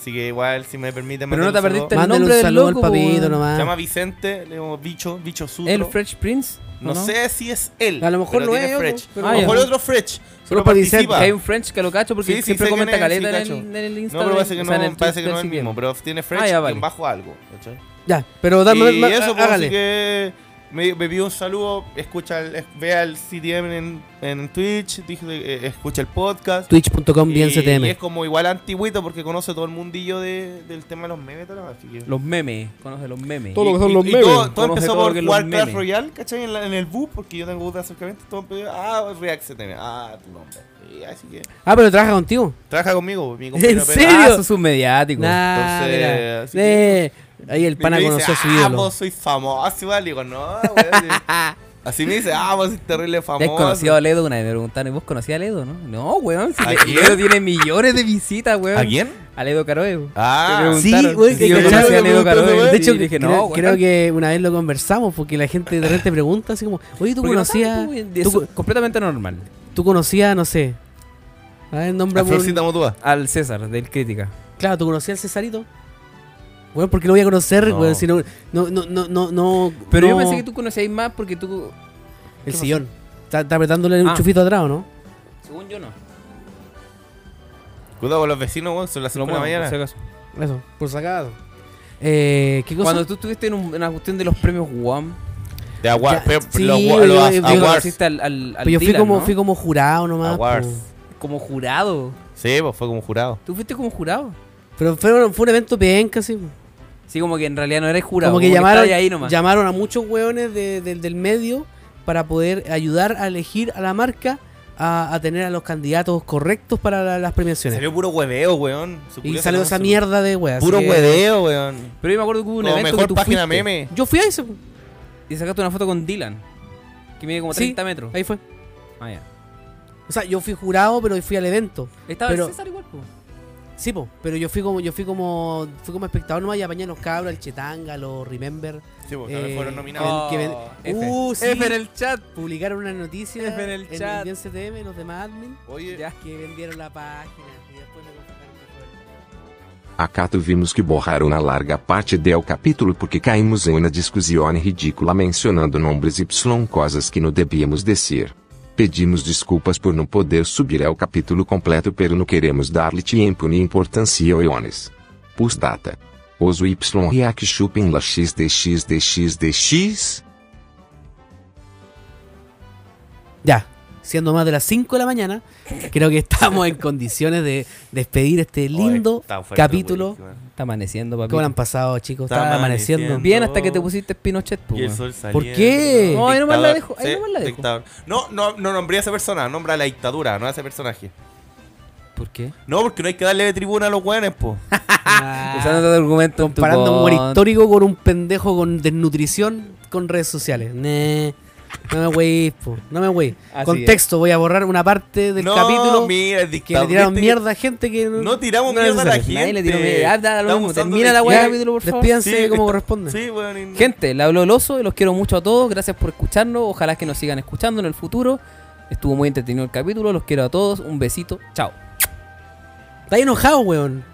B: Así que igual, si me permiten,
C: Pero no te
B: mandarle un saludo.
C: perdiste el
A: Mándale
C: nombre
A: un
C: del
A: saludo al
C: loco,
A: papito
C: weón.
B: Se
A: nomás.
B: llama Vicente, le digo bicho, bicho sutro.
C: ¿El Fresh Prince? ¿O
B: No, sé si es él.
A: A lo mejor
B: pero
A: lo
B: tiene
A: es, yo,
B: French.
A: pero-
B: a
C: Ah,
B: lo
C: ya.
B: mejor otro French. Solo
A: para Vicente,
B: participa.
C: Hay un French que lo cacho porque
B: Sí, sí,
C: siempre
B: sé
C: comenta
B: quién es, sí,
C: caleta en,
B: cacho.
C: el- en el
B: No,
C: Instagram.
B: pero parece que
C: o sea, en
B: no,
C: el
B: parece que
C: Twitter
B: no es el
C: sí que-
B: mismo, pero tiene French
C: Ah, ya,
B: y en
C: vale.
B: bajo algo. ¿cachai?
A: Ya, pero dame,
B: y
A: ma-
B: eso, pues, así
A: ah, hágale.
B: que me, me pidió un saludo, escucha el, es- vea el CTM en, en Twitch, dije, eh, escucha el podcast.
A: Twitch.com bien
B: y, y es
A: CTM.
B: como igual antiguito porque conoce todo el mundillo de- del tema de los memes. tal, así que-
C: Los memes, conoce los memes.
F: Todo lo que son
B: y-
F: los
B: y
F: memes.
B: Todo, todo
C: Conoce
B: empezó
C: todo lo
B: por
C: que es los
B: jugar Clash
C: memes.
B: Royale, ¿cachai? En, la- en el boot, porque yo tengo boot de acercamiento. Todo empezó, ah, React se tiene. Ah, tu nombre. Y así que.
A: Ah, pero trabaja contigo.
B: Trabaja conmigo, mi compañero. Pedro.
A: serio?
C: Ah, sos un mediático.
A: Nah,
B: Entonces,
A: mira.
B: así que-
A: Eh, ahí el
B: Y
A: pana
B: me dice,
A: conoció a su
B: ah,
A: ídolo.
B: vos soy famoso. Igual, digo, no, weón. Así me dice, ah, vos sois terrible
C: ¿Te has
B: famoso.
C: conocido a Ledo? Una vez me preguntaron, ¿vos conocías a Ledo, no? No, weón. si
B: ¿A
C: Le-
B: quién?
C: Ledo tiene millones de visitas, weón.
B: quién?
C: A Ledo Caroe. weón. Te
B: Ah,
A: Sí,
C: preguntaron
A: güey,
C: si
A: que
C: yo
A: cacharon
C: conocía a
A: que
C: Ledo
B: preguntó ese
C: Caroe.
B: weón.
C: Y
A: De hecho,
C: dije,
A: creo,
C: no, weón.
A: creo que una vez lo conversamos porque la gente de repente pregunta así como, oye, ¿tú
C: Porque no sabe,
A: conocías,
C: pues, weón,
A: tú,
C: eso es completamente normal.
A: tú conocías, no sé, a ver, nombra
B: la
A: un-
B: Florcita Motúa.
C: Al César, del Crítica.
A: Claro, ¿tú conocías al Cesarito? Bueno, porque lo voy a conocer,
B: No.
A: weón, si no, no, no, no, no, no-
C: Pero yo
A: no-
C: pensé que tú conocías más porque tú...
A: El
C: pasó?
A: sillón. Está, está apretándole un
C: Ah.
A: chufito atrás, ¿o ¿no?
C: Según yo, no.
B: Cuidado con los vecinos, weón. Son las 5 de la mañana.
A: Eso, por sacado. Eh, ¿Qué cosa?
C: Cuando tú estuviste en, un- en la cuestión de los premios WAM,
B: De Aguar.
A: Ya,
B: pe-
A: sí,
B: Los
A: yo- yo- yo-
B: los
C: tú
A: Awards.
B: Aguars.
C: conociste al, al,
A: Pero
C: al
A: Pues yo fui
C: Dylan,
A: como,
C: ¿no?
A: fui como jurado nomás.
B: Awards.
A: po.
C: como jurado.
B: Sí, pues fue como jurado.
C: Tú fuiste como jurado.
A: Pero fue, fue un evento penca, sí. po.
C: Sí, como que en realidad no eres jurado.
A: como que llamaron,
C: estabas ahí nomás.
A: llamaron a muchos hueones de- del- del medio para poder ayudar a elegir a la marca a, a tener a los candidatos correctos para la- las premiaciones.
B: Salió puro hueveo, weón. Su
A: y
B: curiosa,
A: salió
B: ¿no?
A: esa
B: Su-
A: mierda de weas.
B: Puro
A: así que-
B: hueveo, weón.
C: Pero yo me acuerdo que hubo un
B: Como
C: evento
B: mejor
C: que tú
B: página
C: fuiste
B: meme.
A: Yo fui a ese, po.
C: y sacaste una foto con Dylan, que mide como
A: Sí. Eh.
C: 30 metros.
A: ahí fue.
C: Ah, ya.
A: O sea, yo fui jurado, pero fui al evento.
C: Estaba
A: Pero-
C: el César igual, po.
A: Sí, po, pero yo fui como yo fui como fui como espectador nomás y apañé a los cabros, el Chetanga, los Remember.
B: Sí, pues
A: eh,
B: también fueron
C: Oh.
B: nominados.
A: que ven-
C: F.
A: Uh, sí,
C: F en el chat.
A: publicaron una noticia
C: F en el chat.
A: en CTM los demás admin
B: Oye,
C: eh, Ya.
A: que vendieron la página y después me contrataron que fue
J: Acato vimos que borraram na larga parte del capítulo porque caímos em uma discusione ridícula mencionando nombres y coisas que não debíamos descer. Pedimos desculpas por não poder subir ao capítulo completo pero não queremos dar-lhe tempo nem importância ao Iones. Postdata. Oso y react chupem la xdxdxdx.
A: Ya, siendo más de las 5 de la mañana, creo que estamos en condiciones de despedir este lindo
B: está fuerte,
A: capítulo.
B: weón.
C: Está amaneciendo, papi.
A: ¿Cómo lo han pasado, chicos?
B: Está
A: Está, amaneciendo.
B: amaneciendo.
C: Bien hasta que te pusiste Pinochet, po.
B: Y el
C: weón.
B: sol saliendo.
A: ¿Por qué?
C: No, ahí nomás la
B: Dictador.
C: dejo, ahí
B: Sí,
C: nomás la dejo.
B: dictador. No, no, no nombré a esa persona, nombra a la dictadura, no a ese personaje.
C: ¿Por qué?
B: No, porque no hay que darle tribuna a los weones, po.
C: Usando todo argumento en tu
A: Comparando un humor
C: con-
A: histórico con un pendejo con desnutrición con redes sociales. Nee, no me weís, po, no me weís.
C: Así
A: Contexto, voy a borrar una parte del
B: no,
A: capítulo
B: mira, el
A: que le
B: dictador.
A: tiraron
B: ¿viste?
A: mierda a gente que
B: No tiramos
A: no
B: mierda a la
A: necesariamente.
B: gente.
C: Nadie le tiró mierda. Ah, da lo
B: Estamos
C: mismo,
B: usando
C: termina
B: de
C: la weá del
B: que-
C: capítulo, por favor.
A: Despídanse
B: Sí,
A: como
B: está-
A: corresponde.
B: Sí, weón. y-
C: Gente, le habló el oso, los quiero mucho a todos, gracias por escucharnos, ojalá que nos sigan escuchando en el futuro. Estuvo muy entretenido el capítulo, los quiero a todos, un besito, chao.
A: Está enojado, weón.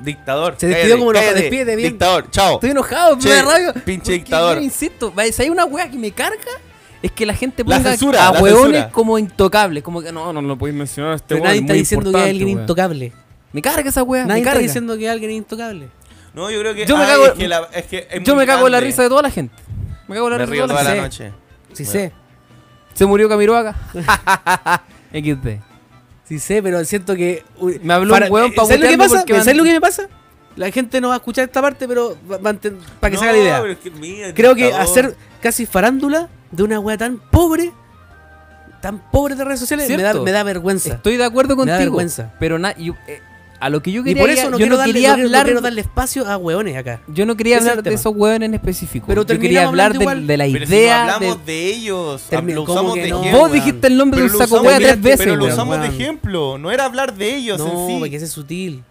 B: Dictador.
A: Se despidió
B: cállate,
A: como lo-
B: cállate.
A: despídete bien.
B: Dictador, chao.
C: Estoy enojado,
B: Che,
C: me da rabia.
B: pinche
C: porque
B: dictador.
C: yo insisto, va, si hay una wea que me carga, es que la gente
B: La
C: ponga
B: censura,
C: a
B: la
C: hueones
B: censura.
C: como intocables, como que no, no lo podéis mencionar a este
A: Pero
C: weón,
A: nadie
C: es
A: está
C: muy
A: diciendo que hay alguien
C: importante, weón.
A: intocable.
C: Me carga esa wea,
A: Nadie
C: me
A: está
C: carga.
A: diciendo que alguien es intocable.
B: No, yo creo que.
C: Yo me
B: ay,
C: cago-
B: es que la- es que es
C: Yo
B: muy
C: me cago en la
B: grande.
C: risa de toda la gente. Me cago en la
B: Me
C: risa de toda
B: río
C: la
B: toda
C: gente.
B: la
A: Sí. Sí
B: noche. Bueno.
A: sé,
C: Se murió Camiroaga. XD.
A: sí sé, pero siento que...
C: Me habló un hueón pa'
A: eh, ¿Sabes lo que
C: putearme
A: pasa?
C: porque van-
A: ¿Sabes lo que me pasa? La gente no va a escuchar esta parte, pero va- va a enten- para que se haga la
B: No,
A: idea.
B: pero es que, mira,
A: Creo que
B: dictador.
A: hacer casi farándula de una wea tan pobre, tan pobre de redes sociales, me da,
C: Cierto.
A: me da vergüenza.
C: Estoy de acuerdo
A: Me da
C: contigo.
A: vergüenza.
C: Pero na- yo, eh, a lo que yo
A: Y
C: quería
A: por eso no
C: yo
A: quiero,
C: no
A: darle,
C: quería
A: no quiero- no
C: hablar
A: quiero darle espacio a hueones acá.
C: yo no quería
A: Ese es
C: hablar
A: el
C: de
A: tema.
C: esos hueones en específico.
A: Pero
C: yo quería
A: terminamos
C: hablar
A: hablando
C: de, de la
B: Pero si no
C: idea
B: hablamos
C: de-
B: de ellos.
A: Termina-
B: lo
A: ¿cómo
B: usamos
A: que
B: de
A: no?
B: ejemplo.
C: Vos
A: weón.
C: dijiste el nombre de
B: Pero
C: un
B: lo
C: saco
B: usamos
C: hueá
B: de-
C: tres veces.
B: Pero lo
C: weón.
B: usamos de
A: weón.
B: ejemplo. No era hablar de ellos
A: No,
B: en sí.
A: porque ese es sutil.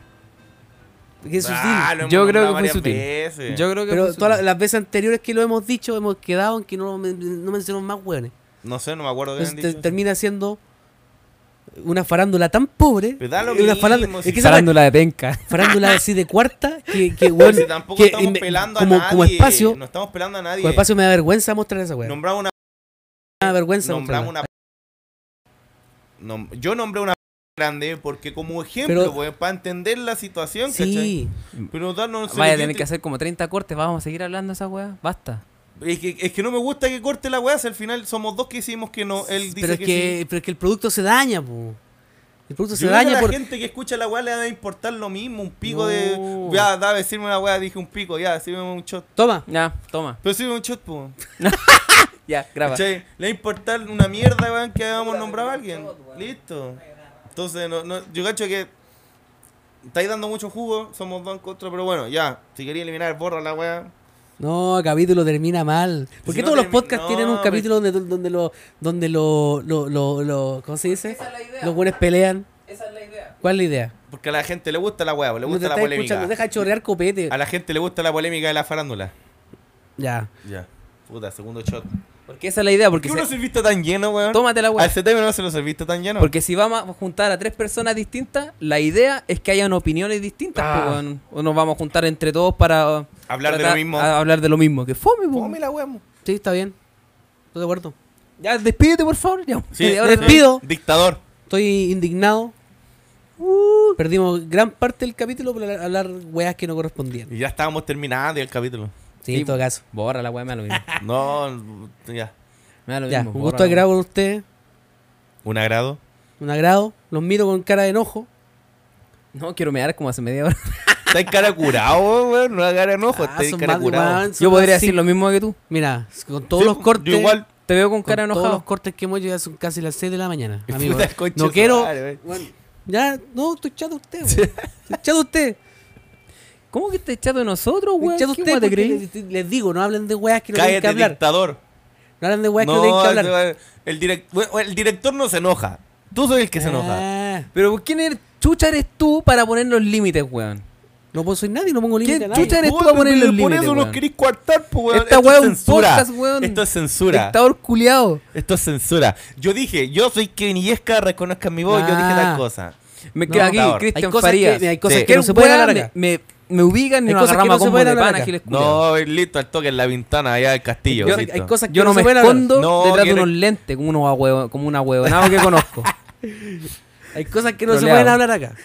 A: Porque es sutil.
B: Ah, lo hemos
C: Yo
B: nombrado
C: creo que fue
B: varias
C: sutil.
B: veces.
C: Yo creo que
A: Pero
C: fue su-
A: todas la- las veces anteriores que lo hemos dicho, hemos quedado en que no, men- no mencionamos más hueones.
B: No sé, no me acuerdo qué
A: Entonces
B: habían
A: te-
B: dicho.
A: termina siendo una farándula tan pobre.
B: Pero da lo
A: una
B: mismo,
A: farándula,
B: si
A: es que esa wea-
C: Farándula de penca.
A: farándula así de cuarta que, que weón,
B: Si tampoco
A: que
B: estamos
A: inme-
B: pelando
A: como,
B: a nadie.
A: como espacio
B: No estamos pelando a nadie.
A: como espacio me da vergüenza mostrar esa weá. Me
B: nombramos una.
A: da vergüenza
B: Nombramos
A: mostrarla.
B: una. Nom- yo nombré una grande porque, como ejemplo,
A: Pero-
B: weón, para entender la situación,
A: Sí,
B: ¿cachai? Pero da- no sé
C: Vaya a
B: qué
C: tener
B: te-
C: que hacer como 30 cortes, vamos a seguir hablando de esa hueá. Basta.
B: Es que, es que no me gusta que corte la weá. Si al final somos dos que hicimos que no. Él dice
A: pero es que,
B: sí.
A: pero es que el producto se daña, po. El producto
B: Yo
A: se
B: creo que
A: daña
B: a
A: por
B: la gente que escucha la weá le va a importar lo mismo. Un pico
A: No.
B: de. Ya, da, decirme una weá, dije un pico, ya, decirme un shot.
A: Toma,
C: Ya, toma.
B: Pero sí, un shot, po.
C: Ya, graba.
B: ¿Cachai? Le va a importar una mierda, weón, que habíamos nombrado a alguien. Listo. Entonces, no, no, yo cacho que estáis dando mucho jugo, somos dos en contra, pero bueno, ya. Si quería eliminar, borra la weá.
A: no, el capítulo termina mal. ¿Por
B: Si
A: qué
B: no
A: todos los
B: termi-
A: podcasts
B: no,
A: tienen un
B: pero-
A: capítulo donde donde lo donde lo, lo, lo, lo- ¿cómo se dice? Los buenos pelean.
C: Esa es la idea.
A: ¿Cuál es la idea?
B: Porque a la gente le gusta la weá,
A: No
B: le
A: te
B: gusta la
A: estás
B: polémica.
A: escuchando, deja de chorrear copete.
B: A la gente le gusta la polémica de la farándula.
A: Ya.
B: Ya. Puta, segundo shot.
C: Porque esa es la idea,
B: ¿Por
C: porque
B: qué uno
C: se-
B: serviste tan lleno, weón?
C: tómate la hueá.
B: Al CTM no se lo serviste tan lleno.
C: Porque si vamos a juntar a tres personas distintas, la idea es que hayan opiniones distintas.
K: Ah.
C: pues, weón. o nos vamos a juntar entre todos para
B: Hablar de
C: tratar-
B: lo mismo.
C: a hablar de lo mismo. Que fome, pues, po.
B: Come la weá, mo.
A: Sí, está bien. Estoy de acuerdo.
C: Ya, despídete, por favor. Ya.
B: Sí, eh,
C: Ahora-
A: despido.
B: Dictador.
A: Estoy indignado. Uh, Perdimos gran parte del capítulo por hablar- hablar weas que no correspondían.
B: Y ya estábamos terminando el capítulo.
A: Sí, en todo caso.
C: Borra la weá, me da lo mismo.
B: No, ya.
C: Me da lo
A: Ya,
C: mismo,
A: un
C: borra
A: gusto
C: la weá.
A: agrado con ustedes.
B: Un agrado.
A: un agrado. Los miro con cara de enojo.
D: No, quiero mear como hace media hora.
B: Estáis cara curado, weón. No hagas enojo,
D: Pues,
B: estáis
A: Ah, son
B: cara
A: más-
B: curado.
A: más- son
D: Yo podría
A: más
D: decir lo mismo que tú.
A: Mira, con todos
B: Sí,
A: los cortes.
B: Yo igual.
D: Te veo con cara
A: con todos los
D: enojada.
A: cortes que hemos hecho ya son casi las 6 de la mañana. Amigo,
B: Puta, concha
A: no
B: su
A: quiero.
B: madre, weón.
A: Ya, no, estoy chato de usted. weón. Estoy chato de usted.
D: ¿Cómo que está echado de nosotros,
A: Estoy
D: weón?
A: chato de
D: ¿Qué
A: usted.
D: weá te
A: porque
D: creí?
A: les, les digo, no hablen de weas que no tienen que
B: Cállate,
A: hablar.
B: dictador.
A: No hablen de weas que no
B: No,
A: tienen que hablar.
B: el, direct- bueno, el director no se enoja. Tú soy el que se enoja.
A: Ah,
D: Pero ¿quién eres? Chucha eres tú para poner los límites, weón.
A: no puedo soy nadie, no pongo límite a nadie.
D: chucha eres tú
B: Puta,
D: para poner
B: pero
D: los
B: Por
D: límites,
B: eso nos
D: weón?
B: querís coartar, pues, weón.
D: Esta
B: Esto
D: weá
B: es
D: es un
B: censura.
D: podcast, weón.
B: Esto es censura.
D: Dictador culiado.
B: Esto es censura. Yo dije, yo soy Kevin Yesca, reconozcan mi voz, yo dije
A: Ah.
B: tal cosa.
D: Me
B: No,
D: quedo aquí,
B: dictador.
A: Hay
D: Cristian
A: cosas
D: Farías.
A: que- mira, hay cosas
B: Sí.
A: que no se pueden hablar
D: me,
A: acá.
D: me, me ubican y
A: Hay
D: nos
A: cosas que
D: agarramos
A: no se
D: a combo
A: pueden
D: de
A: hablar
D: pana,
A: acá.
D: Giles culiao.
B: No, listo, al toque en la ventana allá del castillo.
A: Yo-
B: listo.
A: hay cosas que
D: Yo no
A: se
D: me
A: pueden hablar.
D: escondo
B: No,
D: detrás de
B: quiero-
D: unos lentes como, unos ahuevo- como una huevonada que conozco.
A: Hay cosas que no se
D: Troleado.
A: pueden hablar acá.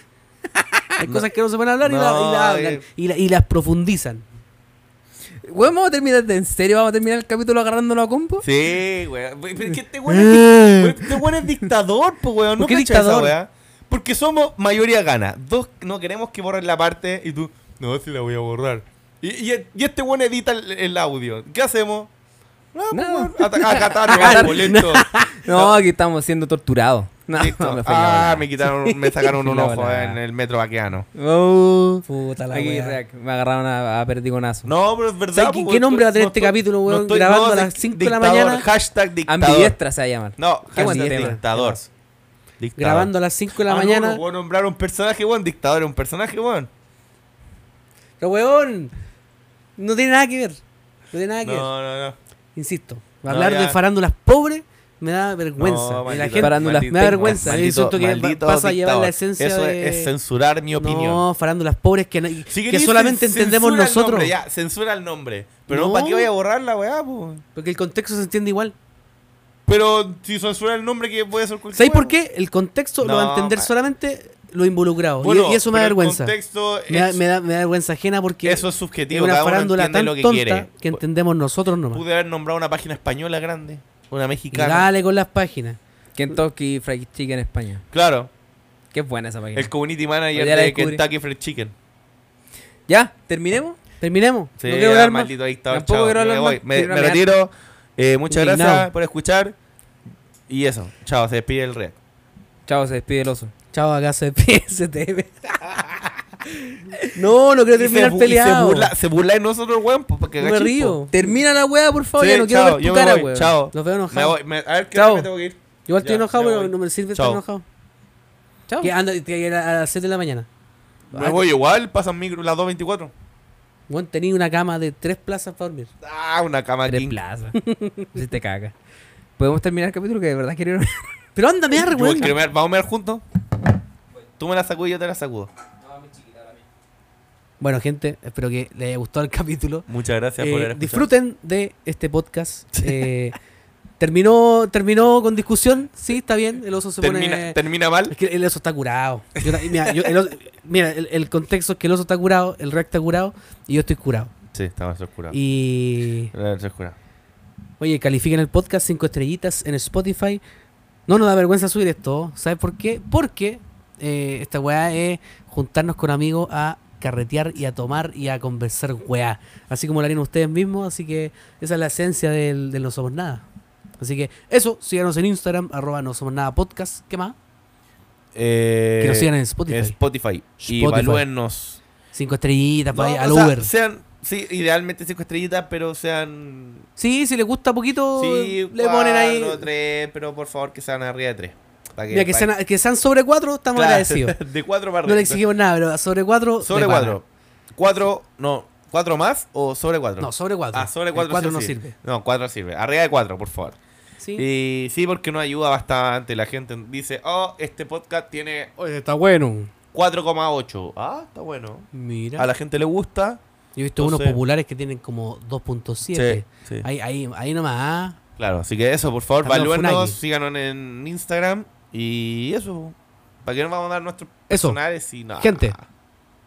A: Hay cosas que no se pueden hablar y, la- y
B: No,
A: la hablan,
B: eh.
A: y la- y las profundizan.
D: Weón, vamos a terminar de en serio, vamos a terminar el capítulo agarrándolo a combo.
B: Sí, weón. Pero es que este weón es, dic- weón, este weón es dictador, pues, weón. ¿No
A: Eh. ¿Por qué
B: cachai esa
A: dictador?
B: weá? Porque somos mayoría gana. Dos, no queremos que borren la parte y tú, no, si la voy a borrar. Y, y- y este weón edita el, el audio. ¿Qué hacemos? No,
D: Nada.
B: Acatar, boleto.
D: No, aquí estamos siendo torturados. No,
B: Listo.
D: me fallaba
B: ah,
D: nada.
B: me quitaron, me sacaron un
D: Fallaba
B: ojo
D: nada.
B: en el metro vaqueano.
D: Oh,
A: Puta la
D: aquí,
A: wea.
D: reac, me agarraron a, a perdigonazo.
B: No, pero es verdad.
A: ¿Sabes qué-
B: po,
A: qué nombre va a tener
B: no
A: este
B: estoy-
A: capítulo, weón?
B: estoy-
A: Grabando a
B: de-
A: las cinco de la
B: dictador,
A: mañana.
B: Hashtag dictador.
D: Ambidiestra se va a llamar.
B: No,
D: Qué buen
B: hashtag
D: tema.
B: dictador. Dictador.
A: Grabando a las 5 de la
B: Ah, no,
A: mañana.
B: No, puedo nombrar un personaje, weón. Dictador es un personaje, weón.
A: Pero weón, no tiene nada que ver. No tiene nada
B: No,
A: que ver.
B: no, no.
A: Insisto,
B: No,
A: hablar
B: ya.
A: de farándulas pobres me da vergüenza.
B: No,
A: Y la
B: maldito,
A: gente
D: Farándulas
A: me da
D: penca.
A: vergüenza. Yo siento que
B: maldito
A: va- pasa a llevar la
B: dictador.
A: esencia
B: Eso
A: de...
B: es, es censurar mi opinión.
A: No, farándulas pobres que, no-
B: Si
A: que
B: querés,
A: solamente
B: cen-
A: entendemos
B: censura el
A: nosotros.
B: nombre, ya, censura el nombre. Pero no,
A: No.
B: ¿para qué voy a borrar la weá, po?
A: Porque el contexto se entiende igual.
B: Pero si censura el nombre, que voy a hacer cualquier
A: ¿Sabéis
B: weá,
A: por qué? El contexto lo va a
B: No,
A: entender
B: ma-
A: solamente los involucrados. Y-
B: Bueno,
A: y, eso me da
B: pero el
A: vergüenza.
B: contexto
A: Me da,
B: es-
A: me da- me da vergüenza ajena porque
B: eso es
A: es
B: subjetivo.
A: una
B: cada uno
A: farándula
B: entiende
A: tan
B: lo que
A: tonta
B: quiere.
A: que entendemos nosotros nomás.
B: Pude haber nombrado una página española grande, una
A: Y
B: mexicana.
A: dale con las páginas.
D: Kentucky Fried Chicken España.
B: Claro,
D: Qué buena esa página.
B: el community manager
D: Ya la
B: de
D: descubrí.
B: Kentucky Fried Chicken.
D: Ya, terminemos.
A: Terminemos.
B: Sí,
A: no quiero
B: ah,
A: hablar más.
B: maldito dictador.
D: Tampoco
B: chao,
D: quiero hablar
B: me voy.
D: más,
B: Me,
D: quiero
B: me
D: mear.
B: retiro. Eh, muchas
A: Indignado.
B: gracias por escuchar. Y eso, chao, se despide el rey.
D: Chao, se despide el oso.
A: Chao, acá se PSTV. no, no quiero
B: Y se,
A: terminar
B: bu- y se,
A: peleado.
B: burla, se burla de nosotros, weón. pues, Porque
A: No me
B: cachis,
A: río.
D: Termina la weá, por
B: po.
D: favor.
B: Sí,
D: ya no quiero
B: chao,
D: ver
B: yo
D: tu
B: me
D: cara,
B: voy,
D: weón.
B: Chao.
A: Los veo
B: Me
A: enojados.
B: voy, me- a ver, ¿qué
A: Chao.
B: me tengo que ir?
A: Igual estoy
B: Ya,
A: enojado,
B: me
A: pero
B: voy.
A: no me sirve
B: Chao.
A: estar enojado.
D: Chao.
A: Que anda que a las 7 de la mañana.
B: Me voy igual, pasan micro las 2.24.
A: Bueno, tenía una cama de tres plazas para dormir.
B: Ah, una cama
D: Tres
B: king.
D: plazas. si te cagas. Podemos terminar el capítulo que de verdad quiero ir a-
A: Pero anda, me da
B: Yo quiero
A: vergüenza.
B: mear, Vamos a mear juntos. Tú me la sacudes y yo te la sacudo.
A: Bueno, gente, espero que les haya gustado el capítulo.
B: Muchas gracias por
A: Eh,
B: haber escuchado.
A: disfruten de este podcast. Eh, terminó, terminó con discusión. Sí, está bien. El oso se
B: Termina,
A: pone.
B: termina mal.
A: Es que el oso está curado. Yo ta- mira, yo- el, oso- mira, el- el contexto es que el oso está curado, el rey está curado y yo estoy curado.
B: Sí, estaba oscura.
A: Y.
B: Era oscura.
A: Oye, califiquen el podcast 5 estrellitas en Spotify. No nos da vergüenza subir esto. ¿Sabes por qué? Porque eh, esta weá es juntarnos con amigos a carretear y a tomar y a conversar weá. Así como lo harían ustedes mismos. Así que esa es la esencia del, del No Somos Nada. Así que eso, síganos en Instagram, arroba No Somos Nada Podcast. ¿Qué más?
B: Eh,
A: que nos sigan en Spotify.
B: en Spotify. Y
A: Spotify.
B: evalúennos.
A: Cinco estrellitas, para
B: No,
A: al
B: o sea,
A: Uber.
B: Sean, sí, idealmente cinco estrellitas, pero sean.
A: Sí, si les gusta poquito,
B: Sí,
A: Oh, le ponen ahí.
B: cuatro, tres, pero por favor que sean arriba de tres. Pa'
A: Mira, que
B: pa'
A: sean, que sean sobre cuatro, estamos
B: Claro,
A: agradecidos.
B: De cuatro para
A: No le
B: arriba.
A: exigimos nada, pero sobre cuatro.
B: Sobre
A: de pana.
B: cuatro. Cuatro, no. ¿Cuatro más o sobre cuatro?
A: No, sobre cuatro.
B: Ah, sobre
A: El
B: cuatro,
A: cuatro
B: sí,
A: no
B: sí.
A: sirve.
B: No, cuatro sirve. Arriba de cuatro, por favor.
A: Sí.
B: Y sí, porque nos ayuda bastante. La gente dice, oh, este podcast tiene
F: Oye, está bueno.
B: 4,8. Ah, está bueno.
A: Mira.
B: A la gente le gusta.
A: Yo he visto
B: no
A: unos
B: sé.
A: populares que tienen como 2.7.
B: Sí, sí.
A: Ahí, ahí, ahí nomás. ah.
B: Claro, así que eso, por favor,
A: Camilo
B: valúennos,
A: Funaki.
B: síganos en Instagram y eso. ¿Para qué nos vamos a dar nuestros
A: Eso.
B: personales y nada?
A: Gente.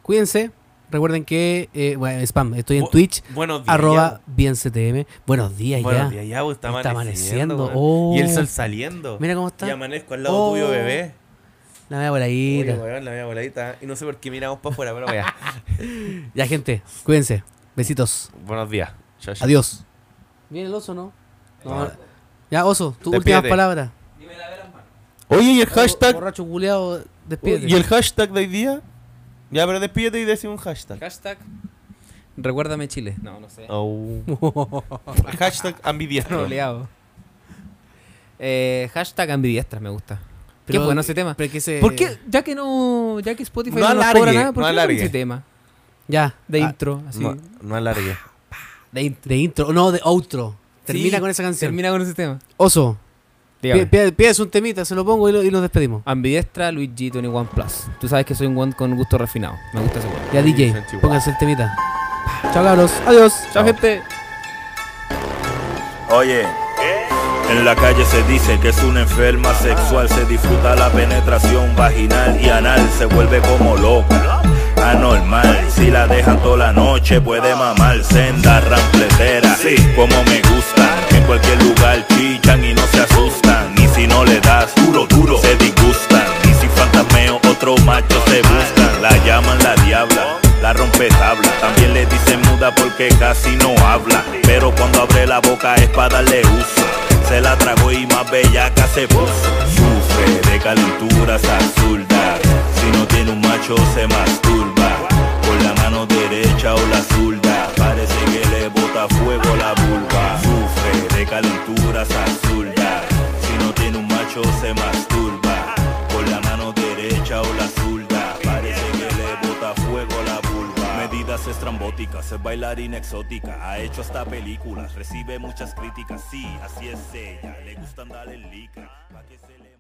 A: Cuídense. Recuerden que, eh, bueno, spam, estoy en
B: Bu-
A: Twitch,
B: Buenos días.
A: arroba bienctm. Buenos días
B: ya. Buenos
A: ya.
B: días, ya, pues, está,
A: Está
B: amaneciendo.
A: amaneciendo,
B: weón. Y el
A: oh.
B: sol saliendo.
A: Mira cómo está.
B: Y amanezco al lado
A: Oh.
B: tuyo, bebé.
A: La media
B: Uy,
A: voladita.
B: weón, la mía voladita. Y no sé por qué miramos para afuera, pero vaya.
A: Ya, gente, cuídense. Besitos.
B: Buenos días. Chao, chao.
A: Adiós. ¿Viene el oso, no? Ah.
B: No.
A: Ya, oso, tus últimas
B: Despídete.
A: palabras.
B: Oye, y el hashtag.
A: Borracho culiao, despídete.
B: Y el hashtag de hoy día. Ya, pero despídete y decimos un hashtag.
C: Hashtag. Recuérdame Chile. No, no sé.
B: Oh. hashtag ambidiestro.
C: Troleado. Eh, hashtag ambidiestras me gusta.
A: Pero-
C: qué bueno ese tema.
A: Pero eh, que se-
C: ¿Por qué? Ya que no. Ya que Spotify
B: No
C: no, nos
B: alargue,
C: cobra nada, ¿por
B: no
C: qué no
B: alargue.
C: ese tema?
A: Ya.
C: De
A: Ah,
C: intro, así.
B: No, no alargue.
A: de intro. De intro, no, de outro. Termina
C: Sí,
A: con esa canción.
C: Termina con ese tema.
A: Oso,
C: Dígame.
A: pi- pi- pides un temita, se lo pongo y, lo- y nos despedimos.
C: Ambidiestra Luigi 21 Plus. Tú sabes que soy un one con gusto refinado. Me gusta ese weón.
A: Ya, DJ,
B: Sanchihuahua.
A: pónganse el temita. Chao, cabros. Adiós.
C: Chao, gente.
L: Oye, en la calle se dice que es una enferma sexual, se disfruta la penetración vaginal y anal, se vuelve como loca, anormal, si la dejan toda la noche puede mamar, senda rampletera, sí, como me gusta, en cualquier lugar chillan y no se asustan, y si no le das duro, duro, se disgustan, y si fantasmeo otro macho se buscan, la llaman la diabla. La rompe tabla, también le dicen muda porque casi no habla. Pero cuando abre la boca es para darle uso. Se la tragó y más bellaca se puso. Sufre de calenturas absurdas. Si no tiene un macho se masturba. Con la mano derecha o la zurda. Parece que le bota fuego la vulva. Sufre de calenturas absurdas. Si no tiene un macho se masturba. Con la mano derecha o la zurda. Parece que le bota fuego la vulva. Medidas estrambóticas, es bailarina exótica. Ha hecho hasta películas, recibe muchas críticas. Sí, así es ella. Le gusta andar en licra. pa' que se le-